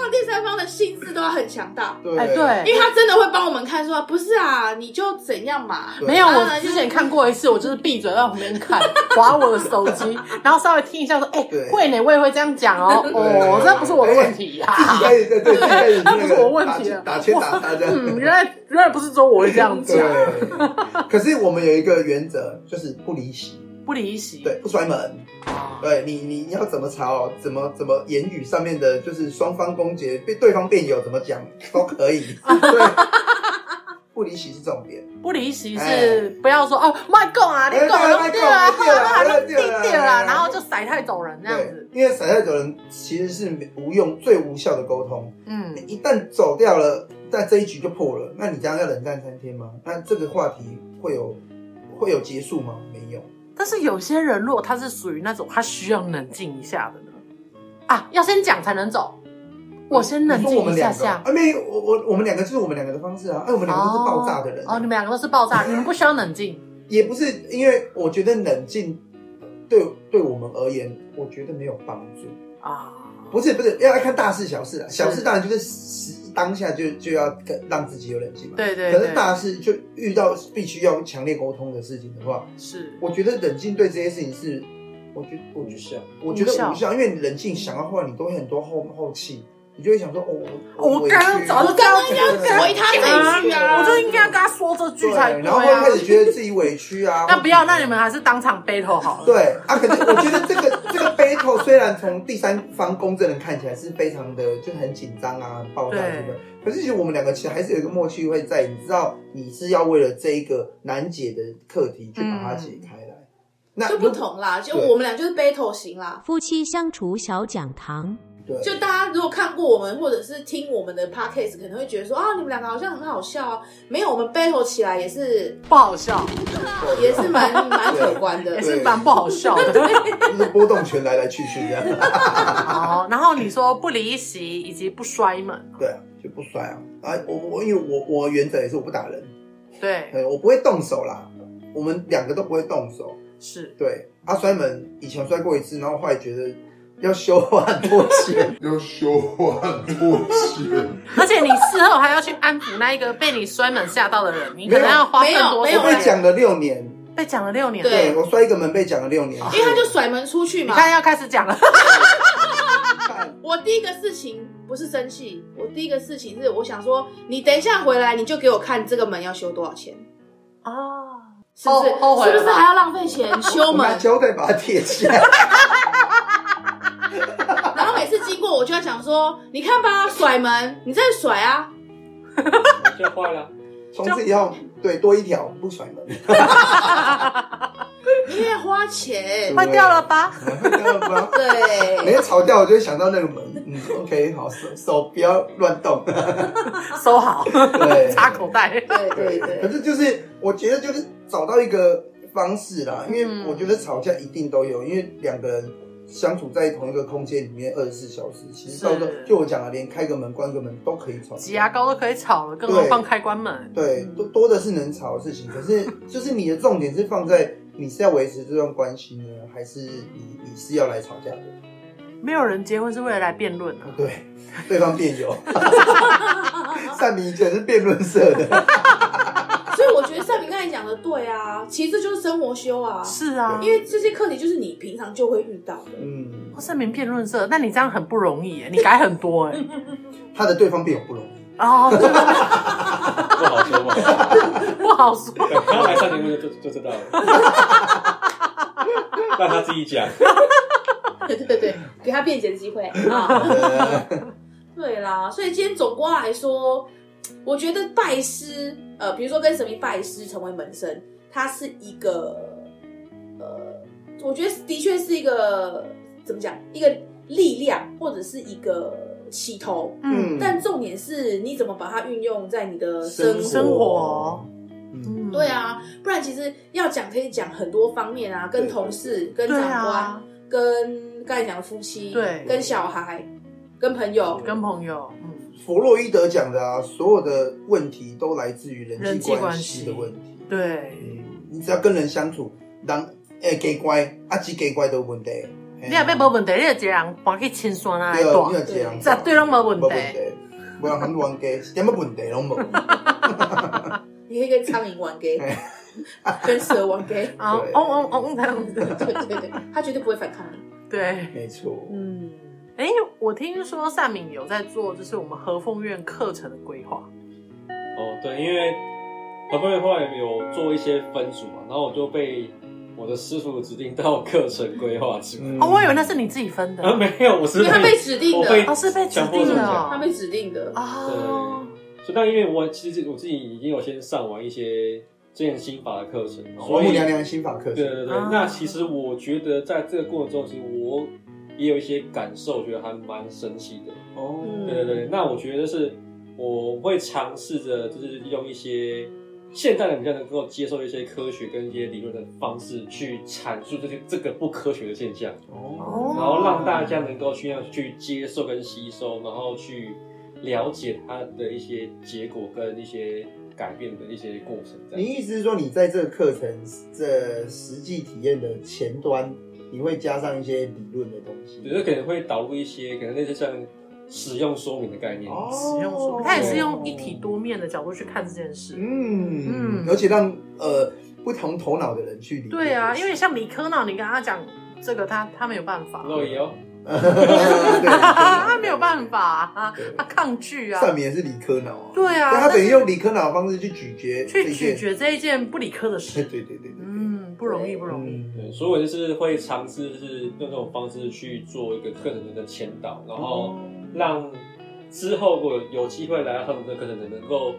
[SPEAKER 2] 常第三方的性质都要很强大，
[SPEAKER 1] 对
[SPEAKER 3] 哎，对，
[SPEAKER 2] 因为他真的会帮我们看说，不是啊，你就怎样嘛。
[SPEAKER 1] 对
[SPEAKER 3] 没有，
[SPEAKER 2] 当
[SPEAKER 3] 我
[SPEAKER 2] 然就
[SPEAKER 3] 之
[SPEAKER 2] 是
[SPEAKER 3] 前看过一次，我就是闭嘴在旁边看，划我的手机，然后稍微听一下说，哎、
[SPEAKER 1] 对
[SPEAKER 3] 会呢，我也会这样讲哦，哦，这不是我的问题呀、
[SPEAKER 1] 自己开始对对，自己开始那
[SPEAKER 3] 那不是我
[SPEAKER 1] 个
[SPEAKER 3] 问
[SPEAKER 1] 打
[SPEAKER 3] 题了
[SPEAKER 1] 打圈打打这
[SPEAKER 3] 嗯，
[SPEAKER 1] 样。
[SPEAKER 3] 原来原来不是说我会这样讲，
[SPEAKER 1] 对，可是我们有一个原则，就是不离席，
[SPEAKER 3] 不离席，哦
[SPEAKER 1] 对，不摔门，对你你你要怎么吵，怎么怎么言语上面的，就是双方攻讦，对对方辩友怎么讲都可 以，对，不离席是重点。
[SPEAKER 3] 不离席是
[SPEAKER 1] 哎
[SPEAKER 3] 不要说哦，卖供啊，你
[SPEAKER 1] 哎
[SPEAKER 3] 供啊，
[SPEAKER 1] 对
[SPEAKER 3] 对
[SPEAKER 1] 卖
[SPEAKER 3] 啊，
[SPEAKER 1] 供啊
[SPEAKER 3] 对
[SPEAKER 1] 对
[SPEAKER 3] 啊，
[SPEAKER 1] 啊对啊
[SPEAKER 3] 对
[SPEAKER 1] 对
[SPEAKER 3] 啊，
[SPEAKER 1] 啊
[SPEAKER 3] 然后就甩太走人这样
[SPEAKER 1] 对
[SPEAKER 3] 子，，
[SPEAKER 1] 因为甩太久人其实是无用、最无效的沟通。
[SPEAKER 3] 嗯
[SPEAKER 1] 你，一旦走掉了，那这一局就破了。那你这样要冷战三天吗？那这个话题会有会有结束吗？没有。
[SPEAKER 3] 但是有些人如果他是属于那种他需要冷静一下的呢，啊，要先讲才能走，我先冷
[SPEAKER 1] 你说我
[SPEAKER 3] 静
[SPEAKER 1] 们
[SPEAKER 3] 一下
[SPEAKER 1] 两个
[SPEAKER 3] 下
[SPEAKER 1] 啊，。没有，我我我们两个就是我们两个的方式啊。哎，我们两个都是爆炸的人啊、
[SPEAKER 3] 哦，哦你们两个都是爆炸，你们不需要冷静。
[SPEAKER 1] 也不是因为我觉得冷静对对我们而言，我觉得没有帮助。
[SPEAKER 3] 啊，
[SPEAKER 1] 不是不是，要看大事小事啊。小
[SPEAKER 3] 是
[SPEAKER 1] 事当然就是时当下就就要跟让自己有冷静嘛。
[SPEAKER 3] 对对
[SPEAKER 1] 可是
[SPEAKER 3] 对，
[SPEAKER 1] 大事就遇到必须要强烈沟通的事情的话，
[SPEAKER 3] 是
[SPEAKER 1] 我觉得冷静对这些事情是，我觉我觉
[SPEAKER 6] 女
[SPEAKER 1] 得
[SPEAKER 6] 校
[SPEAKER 1] 我觉得
[SPEAKER 3] 无效
[SPEAKER 1] 无效，因为你冷静想要话，你都会很多后后气，你就会想说，哦，
[SPEAKER 3] 我刚刚早就
[SPEAKER 1] 这
[SPEAKER 3] 刚
[SPEAKER 1] 样
[SPEAKER 3] 刚要
[SPEAKER 5] 回他这一句啊
[SPEAKER 3] 我就应该跟他说这句
[SPEAKER 1] 对，
[SPEAKER 3] 才对
[SPEAKER 1] 然后会
[SPEAKER 3] 啊
[SPEAKER 1] 开。始觉得自己委屈啊。
[SPEAKER 3] 那不要，那你
[SPEAKER 1] 们。
[SPEAKER 3] 们还是当场 battle 好 了。
[SPEAKER 1] 对啊，可是我觉得这个这个 battle 虽然从第三方公证人看起来是非常的，就很紧张啊、很爆炸
[SPEAKER 3] 对
[SPEAKER 1] 什么的，可是其实我们两个其实还是有一个默契会在，你知道你是要为了这一个难解的课题去把它解开来，那
[SPEAKER 2] 嗯就不同啦，就
[SPEAKER 1] 对
[SPEAKER 2] 我们俩就是 battle 型啦。
[SPEAKER 4] 夫妻相处小讲堂，
[SPEAKER 1] 对，
[SPEAKER 2] 就大家如果看过我们或者是听我们的 podcast，可能会觉得说啊，你们两个好像很好笑啊。没有，我们 battle 起来也是
[SPEAKER 3] 不好笑，
[SPEAKER 1] 对
[SPEAKER 2] 也是 蛮蛮可观的
[SPEAKER 3] 也。是蛮不好笑的。
[SPEAKER 1] 就是波动拳来来去去这样，
[SPEAKER 3] 好，哦然后你说不离席以及不摔门，
[SPEAKER 1] 对啊，就不摔啊啊！我我因为我我原则也是我不打人，呃
[SPEAKER 3] 对，
[SPEAKER 1] 对我不会动手啦，我们两个都不会动手，
[SPEAKER 3] 是
[SPEAKER 1] 对，啊，摔门以前摔过一次，然后后来觉得要修 花很多钱，
[SPEAKER 7] 要修换多钱，
[SPEAKER 3] 而且你事后还要去安抚那一个被你摔门吓到的人，你可能要花更多
[SPEAKER 2] 没
[SPEAKER 3] 时
[SPEAKER 2] 有啊
[SPEAKER 1] 我
[SPEAKER 3] 间
[SPEAKER 1] 被讲了六年，
[SPEAKER 3] 被讲了六年，
[SPEAKER 2] 对
[SPEAKER 1] 对我摔一个门被讲了六年，
[SPEAKER 2] 因为他就甩门出去
[SPEAKER 3] 你
[SPEAKER 2] 嘛。
[SPEAKER 3] 看要开始讲了，
[SPEAKER 2] 我第一个事情不是生气，我第一个事情是我想说，你等一下回来你就给我看这个门要修多少钱，
[SPEAKER 3] 哦，
[SPEAKER 2] 是不是？
[SPEAKER 3] 后后悔
[SPEAKER 2] 是
[SPEAKER 3] 了吧
[SPEAKER 2] 不是还要浪费钱修
[SPEAKER 1] 我拿
[SPEAKER 2] 门？
[SPEAKER 1] 胶带把它贴起来，
[SPEAKER 2] 然后每次经过我就要讲说，你看吧，甩门，你在甩啊，
[SPEAKER 6] 就坏了。
[SPEAKER 1] 从此以后对多一条不甩 门，
[SPEAKER 2] 你也花钱。
[SPEAKER 3] 坏掉了吧？
[SPEAKER 1] 每
[SPEAKER 2] 对，
[SPEAKER 1] 次吵架我就会想到那个门，嗯，OK，好，手手不要乱动，
[SPEAKER 3] 收好，
[SPEAKER 1] 对，
[SPEAKER 3] 插口袋。
[SPEAKER 2] 对对对
[SPEAKER 1] 可。是就是我觉得就是找到一个方式啦，因为
[SPEAKER 3] 嗯
[SPEAKER 1] 我觉得吵架一定都有，因为两个人相处在同一个空间里面二十四小时，其实
[SPEAKER 3] 是
[SPEAKER 1] 到时候就我讲了，连开个门关个门都可以吵
[SPEAKER 3] 挤牙
[SPEAKER 1] 架。
[SPEAKER 3] 膏都可以炒了，更何况开关门？
[SPEAKER 1] 对，多多的是能吵的事情，可是就是你的重点是放在你是要维持这段关系呢，还是你你是要来吵架的？
[SPEAKER 3] 没有人结婚是为了来辩论啊。
[SPEAKER 1] 对，对方辩 友，善明以前是辩论社的，
[SPEAKER 2] 所以我觉得像你刚才讲的对啊，其实这就是生活修啊，
[SPEAKER 3] 是啊，
[SPEAKER 2] 因为这些课题就是你平常就会遇到的。
[SPEAKER 1] 嗯，
[SPEAKER 3] 哇，盛哦明辩论社，那你这样很不容易耶，你改很多哎。
[SPEAKER 1] 他的对方辩友不容易。
[SPEAKER 3] 哦，对吧
[SPEAKER 6] 不好说嘛。
[SPEAKER 3] 不好说。
[SPEAKER 6] 等他来上节目就就就知道了，让他自己讲。
[SPEAKER 2] 对对对， 给他辩解的机会啊。
[SPEAKER 3] 呃
[SPEAKER 2] 对啦，所以今天总括来说，我觉得拜师，呃，比如说跟神明拜师成为门生，它是一个，呃，我觉得的确是一个怎么讲，一个力量或者是一个起头，
[SPEAKER 3] 嗯，
[SPEAKER 2] 但重点是你怎么把它运用在你的
[SPEAKER 1] 生
[SPEAKER 2] 活。
[SPEAKER 3] 生活，
[SPEAKER 1] 嗯，
[SPEAKER 2] 对，啊，不然其实要讲可以讲很多方面啊，跟
[SPEAKER 1] 对
[SPEAKER 2] 同事、跟
[SPEAKER 3] 对
[SPEAKER 2] 长官、
[SPEAKER 3] 啊，
[SPEAKER 2] 跟刚才讲的夫妻，
[SPEAKER 3] 对
[SPEAKER 2] 跟小孩，跟朋友，
[SPEAKER 3] 跟朋友，嗯，
[SPEAKER 1] 弗洛伊德讲的啊，所有的问题都来自于人
[SPEAKER 3] 人
[SPEAKER 1] 际
[SPEAKER 3] 际
[SPEAKER 1] 关
[SPEAKER 3] 关
[SPEAKER 1] 系
[SPEAKER 3] 系
[SPEAKER 1] 的问题。
[SPEAKER 3] 对。
[SPEAKER 1] 嗯你只要跟人相处，人诶给乖，啊，只给乖都有问题。
[SPEAKER 3] 你啊也被
[SPEAKER 1] 无
[SPEAKER 3] 无问题，你就一个人搬去亲山啊，
[SPEAKER 1] 对啊，你
[SPEAKER 3] 住
[SPEAKER 1] 有这样，
[SPEAKER 3] 绝对拢无问
[SPEAKER 1] 没
[SPEAKER 3] 题。
[SPEAKER 1] 问题，无人肯冤家，一点么问题拢无。
[SPEAKER 2] 你可以跟苍蝇玩 gay，跟
[SPEAKER 6] 哎
[SPEAKER 2] 蛇玩 gay，
[SPEAKER 3] 啊，嗡
[SPEAKER 1] 对
[SPEAKER 3] 嗡嗡这样子。
[SPEAKER 2] 对对对，他绝对不会反抗你。
[SPEAKER 3] 对，
[SPEAKER 1] 没错，
[SPEAKER 2] 嗯，
[SPEAKER 3] 哎，我听说善敏有在做，就是我们和凤院课程的规划。
[SPEAKER 6] 哦，对，因为合肥后来有做一些分组嘛，然后我就被我的师傅指定到课程规划组。
[SPEAKER 1] 嗯
[SPEAKER 3] 哦，我以为那是你自己 分的
[SPEAKER 6] 啊，，没有，我
[SPEAKER 2] 因
[SPEAKER 6] 是
[SPEAKER 2] 为他被指定
[SPEAKER 6] 我被
[SPEAKER 2] 的，啊
[SPEAKER 3] 哦，是被指定
[SPEAKER 6] 强迫
[SPEAKER 3] 的
[SPEAKER 6] 中
[SPEAKER 2] 他
[SPEAKER 3] 哦
[SPEAKER 2] 被指定的。
[SPEAKER 3] 哦。
[SPEAKER 6] 所以，但因为我其实我自己已经有先上完一些之前心法的课程，
[SPEAKER 1] 王
[SPEAKER 6] 所
[SPEAKER 1] 母
[SPEAKER 6] 以
[SPEAKER 1] 娘娘心法课
[SPEAKER 6] 对
[SPEAKER 1] 程，
[SPEAKER 6] 对对。
[SPEAKER 3] 啊
[SPEAKER 6] 那其实我觉得在这个过程中，其实我也有一些感受，觉得还蛮神奇的。
[SPEAKER 1] 哦，
[SPEAKER 6] 对对
[SPEAKER 2] 嗯
[SPEAKER 6] 对，那我觉得是我会尝试着，就是用一些现代人比较能够接受一些科学跟一些理论的方式去阐述这些这个不科学的现象，
[SPEAKER 1] 哦，
[SPEAKER 6] 然后让大家能够去去接受跟吸收，然后去了解它的一些结果跟一些改变的一些过程。这
[SPEAKER 1] 你
[SPEAKER 6] 样
[SPEAKER 1] 意思是说，你在这个课程这实际体验的前端，你会加上一些理论的东西？
[SPEAKER 6] 有时可能会导入一些可能类似像使用说明的概念。
[SPEAKER 1] 哦
[SPEAKER 3] 使用说，他也是用一体多面的角度去看这件事。
[SPEAKER 1] 嗯，
[SPEAKER 3] 嗯
[SPEAKER 1] 而且让呃不同
[SPEAKER 3] 啊
[SPEAKER 1] 头脑的人去理解这个事。
[SPEAKER 3] 对啊，因为像理科脑，你跟他讲这个，他他没有办法。
[SPEAKER 6] 肉也哦，
[SPEAKER 1] 对
[SPEAKER 3] 他没有办法、啊
[SPEAKER 1] 对，
[SPEAKER 3] 他抗拒啊，
[SPEAKER 1] 上面也是理科脑啊，
[SPEAKER 3] 对啊，
[SPEAKER 1] 但他等于
[SPEAKER 3] 但
[SPEAKER 1] 用理科脑的方式去咀嚼
[SPEAKER 3] 是
[SPEAKER 1] 这
[SPEAKER 3] 去
[SPEAKER 1] 些
[SPEAKER 3] 咀，嚼这一件不理科的
[SPEAKER 1] 对
[SPEAKER 3] 事，
[SPEAKER 1] 对对对对，
[SPEAKER 3] 嗯，不容易不容易，
[SPEAKER 6] 对，
[SPEAKER 1] 嗯，
[SPEAKER 6] 所以我就是会尝试是用这种方式去做一个课程的前导，然后让之后如果有机会来到他们的课程的，能够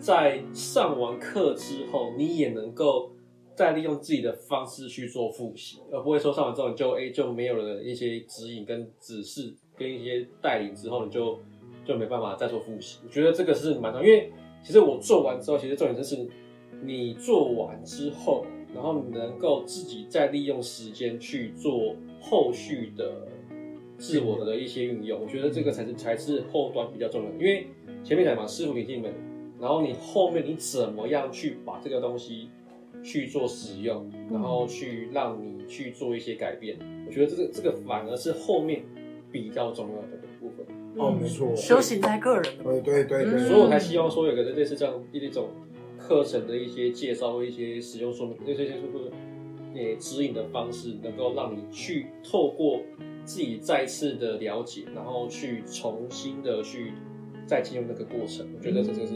[SPEAKER 6] 在上完课之后，你也能够再利用自己的方式去做复习，而不会说上完之后你就哎、就没有了一些指引跟指示跟一些带领之后，你就就没办法再做复习。我觉得这个是蛮重要，因为其实我做完之后，其实重点就是你做完之后，然后你能够自己再利用时间去做后续的自我的一些运用。我觉得这个才是才是后端比较重要的，因为前面讲嘛，师傅领进门，然后你后面你怎么样去把这个东西去做使用，然后去让你去做一些改变。我觉得这个这个反而是后面比较重要的部分。
[SPEAKER 1] 哦，没错，
[SPEAKER 3] 修行在个人的，
[SPEAKER 1] 对对对对，
[SPEAKER 6] 所以我才希望说有个类似这样一种课程的一些介绍、一些使用说明、一些就是呃指引的方式，能够让你去透过自己再次的了解，然后去重新的去再进入那个过程。我觉得这就是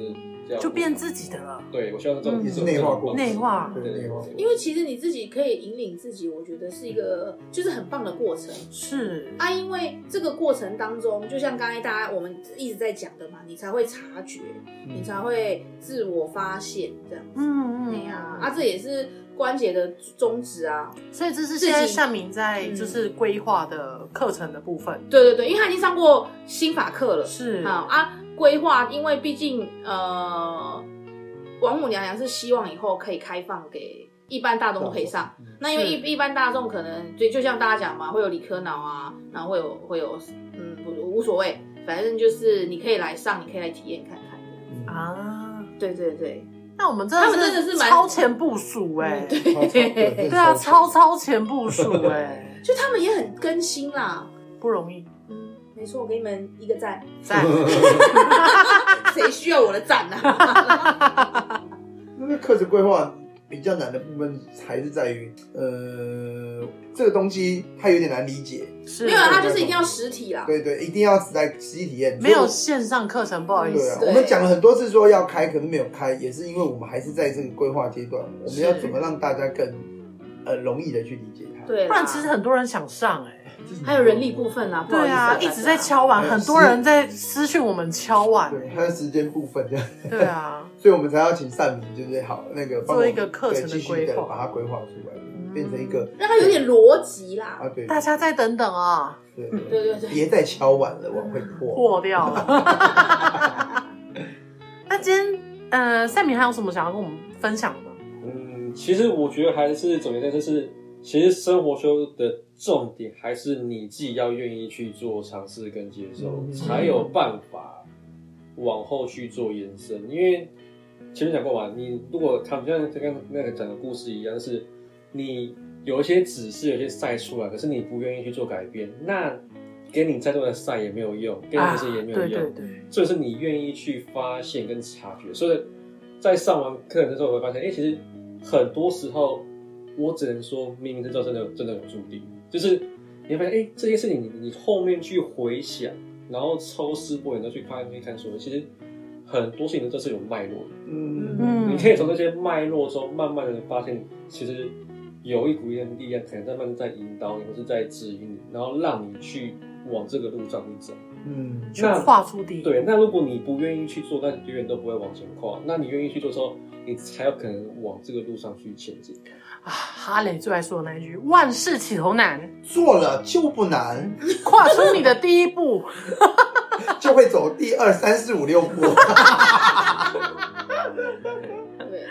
[SPEAKER 6] 这样，
[SPEAKER 3] 就变自己的了，
[SPEAKER 6] 对，我希望这种
[SPEAKER 3] 嗯也是
[SPEAKER 1] 内化过程
[SPEAKER 6] 这种方式
[SPEAKER 3] 内化
[SPEAKER 6] 对对
[SPEAKER 1] 内化
[SPEAKER 6] 对
[SPEAKER 2] 因为其实你自己可以引领自己，我觉得是一个就是很棒的过程。
[SPEAKER 3] 是，
[SPEAKER 2] 啊，因为这个过程当中，就像刚才大家我们一直在讲的嘛，你才会察觉，
[SPEAKER 6] 嗯
[SPEAKER 2] 你才会自我发现这样。
[SPEAKER 3] 嗯
[SPEAKER 2] 对
[SPEAKER 3] 嗯
[SPEAKER 2] 呀、啊，啊，这也是关节的宗旨啊。
[SPEAKER 3] 所以这是现在
[SPEAKER 2] 自己嗯
[SPEAKER 3] 善明在就是规划的课程的部分，
[SPEAKER 2] 对对对，因为他已经上过心法课了。
[SPEAKER 3] 是
[SPEAKER 2] 好啊，规划，因为毕竟呃，王母娘娘是希望以后可以开放给一般大众都可以上。那因为一一般大众可能就就像大家讲嘛，会有理科脑啊，然后会有会有嗯无无所谓，反正就是你可以来上，你可以来体验看
[SPEAKER 1] 啊，
[SPEAKER 2] 看。
[SPEAKER 3] 啊。
[SPEAKER 2] 对对对，
[SPEAKER 3] 那我们真的
[SPEAKER 2] 他们真的是蛮
[SPEAKER 3] 超前部署哎、
[SPEAKER 2] 嗯对
[SPEAKER 1] 对
[SPEAKER 3] 对啊，超超前部署 哎、
[SPEAKER 2] 就他们也很更新啦。
[SPEAKER 3] 不容易，
[SPEAKER 2] 嗯，没错，我给你们一个赞，
[SPEAKER 3] 在
[SPEAKER 2] 谁需要我的赞呢、 啊？
[SPEAKER 1] 那个课程规划比较难的部分还是在于，呃，这个东西它有点难理解，
[SPEAKER 3] 是
[SPEAKER 2] 没有啊，他就是一定要实体啦。
[SPEAKER 1] 对对，一定要来实际体验，
[SPEAKER 3] 没有线上课程，不好意
[SPEAKER 1] 对啊，
[SPEAKER 3] 思，
[SPEAKER 1] 我们讲了很多次说要开，可是没有开，也是因为我们还是在这个规划阶段，我们要怎么让大家更呃容易的去理解它。
[SPEAKER 2] 对啦，啊
[SPEAKER 3] 不然其实很多人想上哎、
[SPEAKER 2] 还有人力部分啦，不好意
[SPEAKER 3] 对
[SPEAKER 2] 思
[SPEAKER 3] 啊，一直在。敲碗，
[SPEAKER 1] 哎
[SPEAKER 3] 很多人在私讯我们敲碗，
[SPEAKER 1] 对，还有时间部分这样，
[SPEAKER 3] 对啊，
[SPEAKER 1] 所以我们才要请善明，就是好那个帮我
[SPEAKER 3] 做一个课程的
[SPEAKER 1] 对继续地
[SPEAKER 3] 规划嗯
[SPEAKER 1] 把它规划出来，变成一个
[SPEAKER 2] 让他有点逻辑
[SPEAKER 1] 啊
[SPEAKER 2] 啦。
[SPEAKER 1] 对
[SPEAKER 3] 大家再等等啊，
[SPEAKER 1] 对
[SPEAKER 2] 对嗯对对，
[SPEAKER 1] 别再敲碗了，碗会破。
[SPEAKER 3] 破掉了。 那今天呃，赛敏还有什么想要跟我们分享的吗？
[SPEAKER 6] 嗯，其实我觉得还是总结在就是，其实生活修的重点还是你自己要愿意去做尝试跟接受，
[SPEAKER 1] 嗯
[SPEAKER 6] 才有办法往后去做延伸。因为前面讲过嘛，你如果他们像跟那个讲的故事一样，就是你有一些指示，有一些晒出来，可是你不愿意去做改变，那给你再多的晒也没有用，给你这些也没有用。
[SPEAKER 1] 啊
[SPEAKER 3] 啊对对对，
[SPEAKER 6] 这是你愿意去发现跟察觉。所以在上完课的时候，我会发现，哎、其实很多时候我只能说，冥冥之中真的真的有注定，就是你会发现，哎、这件事情你你后面去回想，然后抽丝剥茧的去看去看说，其实很多事情都是有脉络的。
[SPEAKER 1] 嗯
[SPEAKER 3] 嗯
[SPEAKER 6] 你可以从这些脉络中慢慢的发现，其实有一股力量力量可能在慢慢在引导你，或是在指引你，然后让你去往这个路上去走。
[SPEAKER 1] 嗯，
[SPEAKER 3] 就
[SPEAKER 6] 那
[SPEAKER 3] 画出第一，
[SPEAKER 6] 对，那如果你不愿意去做，那你永远都不会往前跨。那你愿意去做之后，你才有可能往这个路上去前进。
[SPEAKER 3] 啊，哈雷最爱说的那一句“万事起头难
[SPEAKER 1] 做了就不难，”，
[SPEAKER 3] 跨出你的第一步。
[SPEAKER 1] 就会走第二、三四五六 步。
[SPEAKER 2] 对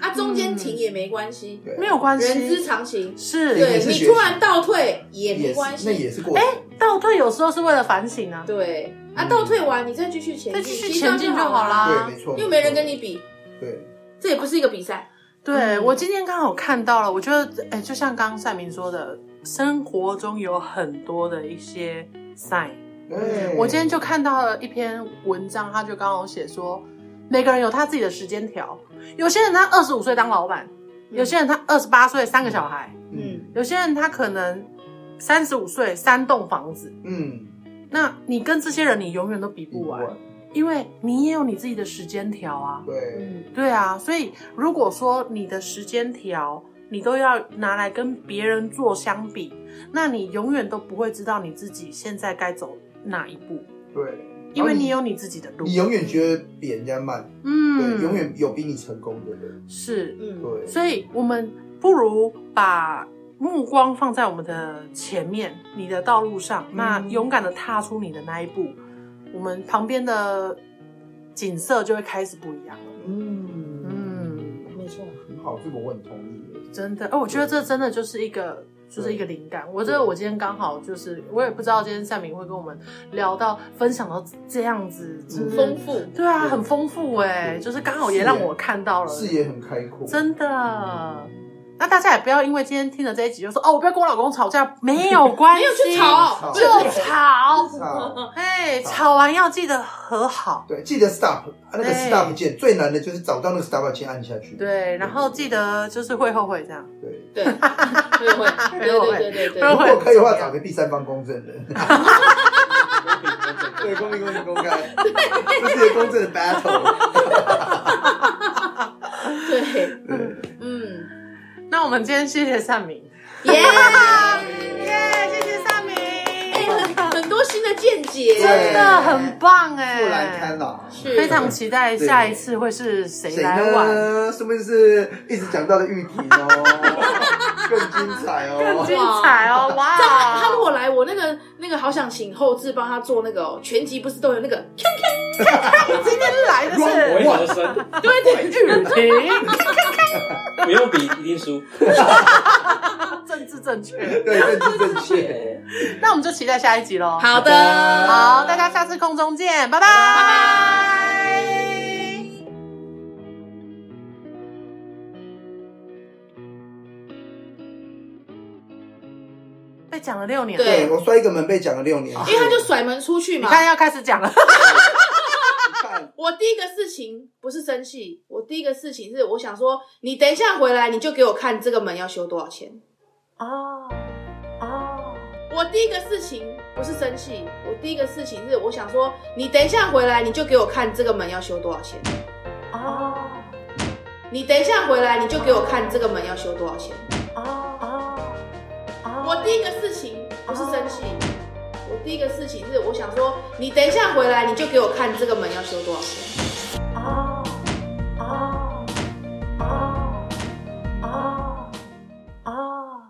[SPEAKER 2] 啊，中间停也没关系，
[SPEAKER 1] 嗯对
[SPEAKER 3] 没有关系，
[SPEAKER 2] 人之常情。
[SPEAKER 3] 是
[SPEAKER 1] 也
[SPEAKER 2] 对
[SPEAKER 1] 是
[SPEAKER 2] 你
[SPEAKER 1] 学
[SPEAKER 2] 突
[SPEAKER 1] 习
[SPEAKER 2] 然倒退也
[SPEAKER 1] 也
[SPEAKER 2] 没
[SPEAKER 1] 是
[SPEAKER 2] 关系，
[SPEAKER 1] 那也是过
[SPEAKER 3] 哎
[SPEAKER 1] 程。
[SPEAKER 3] 倒退有时候是为了反省啊，
[SPEAKER 2] 对
[SPEAKER 1] 嗯
[SPEAKER 2] 啊，倒退完你再继续前
[SPEAKER 3] 再
[SPEAKER 2] 进，
[SPEAKER 3] 继续
[SPEAKER 2] 其实这样
[SPEAKER 3] 前进就
[SPEAKER 2] 好
[SPEAKER 3] 好啦啊
[SPEAKER 1] 对，没错，
[SPEAKER 2] 又没人跟你比，
[SPEAKER 1] 对，
[SPEAKER 2] 这也不是一个比赛。
[SPEAKER 3] 对我今天刚好看到了，我觉得，哎，就像刚刚赛明说的，生活中有很多的一些 sign。
[SPEAKER 1] 对
[SPEAKER 3] 嗯我今天就看到了一篇文章，他就刚好写说，每个人有他自己的时间条，有些人他二十五嗯岁当老板，有些人他二十八岁三个小孩，
[SPEAKER 1] 嗯
[SPEAKER 3] 有些人他可能三十五岁三栋房子，
[SPEAKER 1] 嗯，
[SPEAKER 3] 那你跟这些人你永远都比不完，
[SPEAKER 1] 晚，
[SPEAKER 3] 因为你也有你自己的时间条啊。
[SPEAKER 1] 对，
[SPEAKER 5] 嗯，
[SPEAKER 3] 对啊，所以如果说你的时间条你都要拿来跟别人做相比，那你永远都不会知道你自己现在该走哪一步，
[SPEAKER 1] 对，
[SPEAKER 3] 因为
[SPEAKER 1] 然后
[SPEAKER 3] 你有你自己的路。
[SPEAKER 1] 你永远觉得比人家慢，
[SPEAKER 3] 嗯，
[SPEAKER 1] 对，永远有比你成功的人，
[SPEAKER 3] 是
[SPEAKER 2] 嗯，
[SPEAKER 1] 对，
[SPEAKER 3] 所以我们不如把目光放在我们的前面，你的道路上，
[SPEAKER 1] 嗯
[SPEAKER 3] 那勇敢的踏出你的那一步，我们旁边的景色就会开始不一样了。
[SPEAKER 1] 嗯
[SPEAKER 3] 嗯，
[SPEAKER 2] 没错，
[SPEAKER 1] 很好，这个我很同意耶。
[SPEAKER 3] 真的，哦，我觉得这真的就是一个。就是一个灵感，我这个我今天刚好就是，我也不知道今天善明会跟我们聊到分享到这样子，就是
[SPEAKER 1] 嗯
[SPEAKER 2] 丰富，
[SPEAKER 3] 对啊，很丰富哎、
[SPEAKER 1] 对
[SPEAKER 3] 就是刚好
[SPEAKER 1] 视
[SPEAKER 3] 也
[SPEAKER 1] 野
[SPEAKER 3] 让我看到了
[SPEAKER 1] 视野很开阔，
[SPEAKER 3] 真的。那大家也不要因为今天听了这一集就说哦，我不要跟我老公吵架，没有 关系，
[SPEAKER 2] 没有去吵，
[SPEAKER 1] 好
[SPEAKER 3] 就吵，
[SPEAKER 1] 好
[SPEAKER 3] 哎，吵完要记得和
[SPEAKER 1] 啊
[SPEAKER 3] 好，
[SPEAKER 1] 对，记得 stop，啊那个
[SPEAKER 3] 对
[SPEAKER 1] stop 键最难的就是找到那个 stop 键按下去。
[SPEAKER 3] 对，然后记得就是会后悔这样，
[SPEAKER 1] 对，
[SPEAKER 2] 对，对会，对对对对
[SPEAKER 3] 不然
[SPEAKER 1] 如
[SPEAKER 2] 对，
[SPEAKER 3] 会
[SPEAKER 1] 果可以的话，找个第三方公证人。 对，公平公平公开，这是一个公正的 battle。
[SPEAKER 2] 对，
[SPEAKER 1] 对，
[SPEAKER 2] 嗯，
[SPEAKER 3] 那我们今天谢谢善明，
[SPEAKER 2] 耶，
[SPEAKER 3] 耶，谢谢善明，
[SPEAKER 2] 很多新的见解，
[SPEAKER 3] 真的很棒哎，
[SPEAKER 1] 布兰堪啦，
[SPEAKER 2] 是
[SPEAKER 3] 非常期待下一次会是谁
[SPEAKER 1] 啊谁
[SPEAKER 3] 来玩。
[SPEAKER 1] 呢？是不是一直讲到的玉婷 哦？更精彩
[SPEAKER 3] 更
[SPEAKER 1] 哦！
[SPEAKER 3] 精彩哦！哇，
[SPEAKER 2] 他如果来，我那个那个好想请后置帮他做那个、哦、全集，不是都有那个？
[SPEAKER 3] 今天来的
[SPEAKER 6] 我会
[SPEAKER 3] 是
[SPEAKER 6] 得胜，
[SPEAKER 3] 对玉婷，
[SPEAKER 6] 不用比，一定输。
[SPEAKER 3] 政治正确。
[SPEAKER 1] 对，政治正确。
[SPEAKER 3] 那我们就期待下一集喽。
[SPEAKER 2] 好的
[SPEAKER 3] 好，大家下次空中见，拜拜。拜拜被讲了六年，
[SPEAKER 2] 对
[SPEAKER 1] 对我摔一个门被讲了六年，
[SPEAKER 2] 因为他就甩门出去
[SPEAKER 3] 你
[SPEAKER 2] 嘛。
[SPEAKER 3] 看要开始讲了，
[SPEAKER 1] 你看
[SPEAKER 2] 我第一个事情不是生气，我第一个事情是我想说，你等一下回来，你就给我看这个门要修多少钱。
[SPEAKER 3] 哦哦，
[SPEAKER 2] 我第一个事情不是生气，我第一个事情是我想说，你等一下回来，你就给我看这个门要修多少钱。
[SPEAKER 3] 哦
[SPEAKER 2] 你等一下回来，你就给我看这个门要修多少钱。
[SPEAKER 3] 哦哦哦
[SPEAKER 2] 我第一个事情不是生气，我第一个事情是我想说，你等一下回来，你就给我看这个门要修多少钱。
[SPEAKER 3] 哦哦哦哦哦。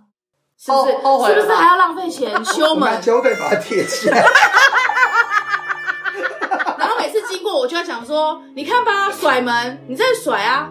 [SPEAKER 2] 是不是？
[SPEAKER 3] 后后悔了吧
[SPEAKER 2] 是不是还要浪费钱修
[SPEAKER 1] 我拿
[SPEAKER 2] 门？
[SPEAKER 1] 胶带把它贴起来。
[SPEAKER 2] 然后每次经过我就在想说，你看吧，甩门，你在甩啊，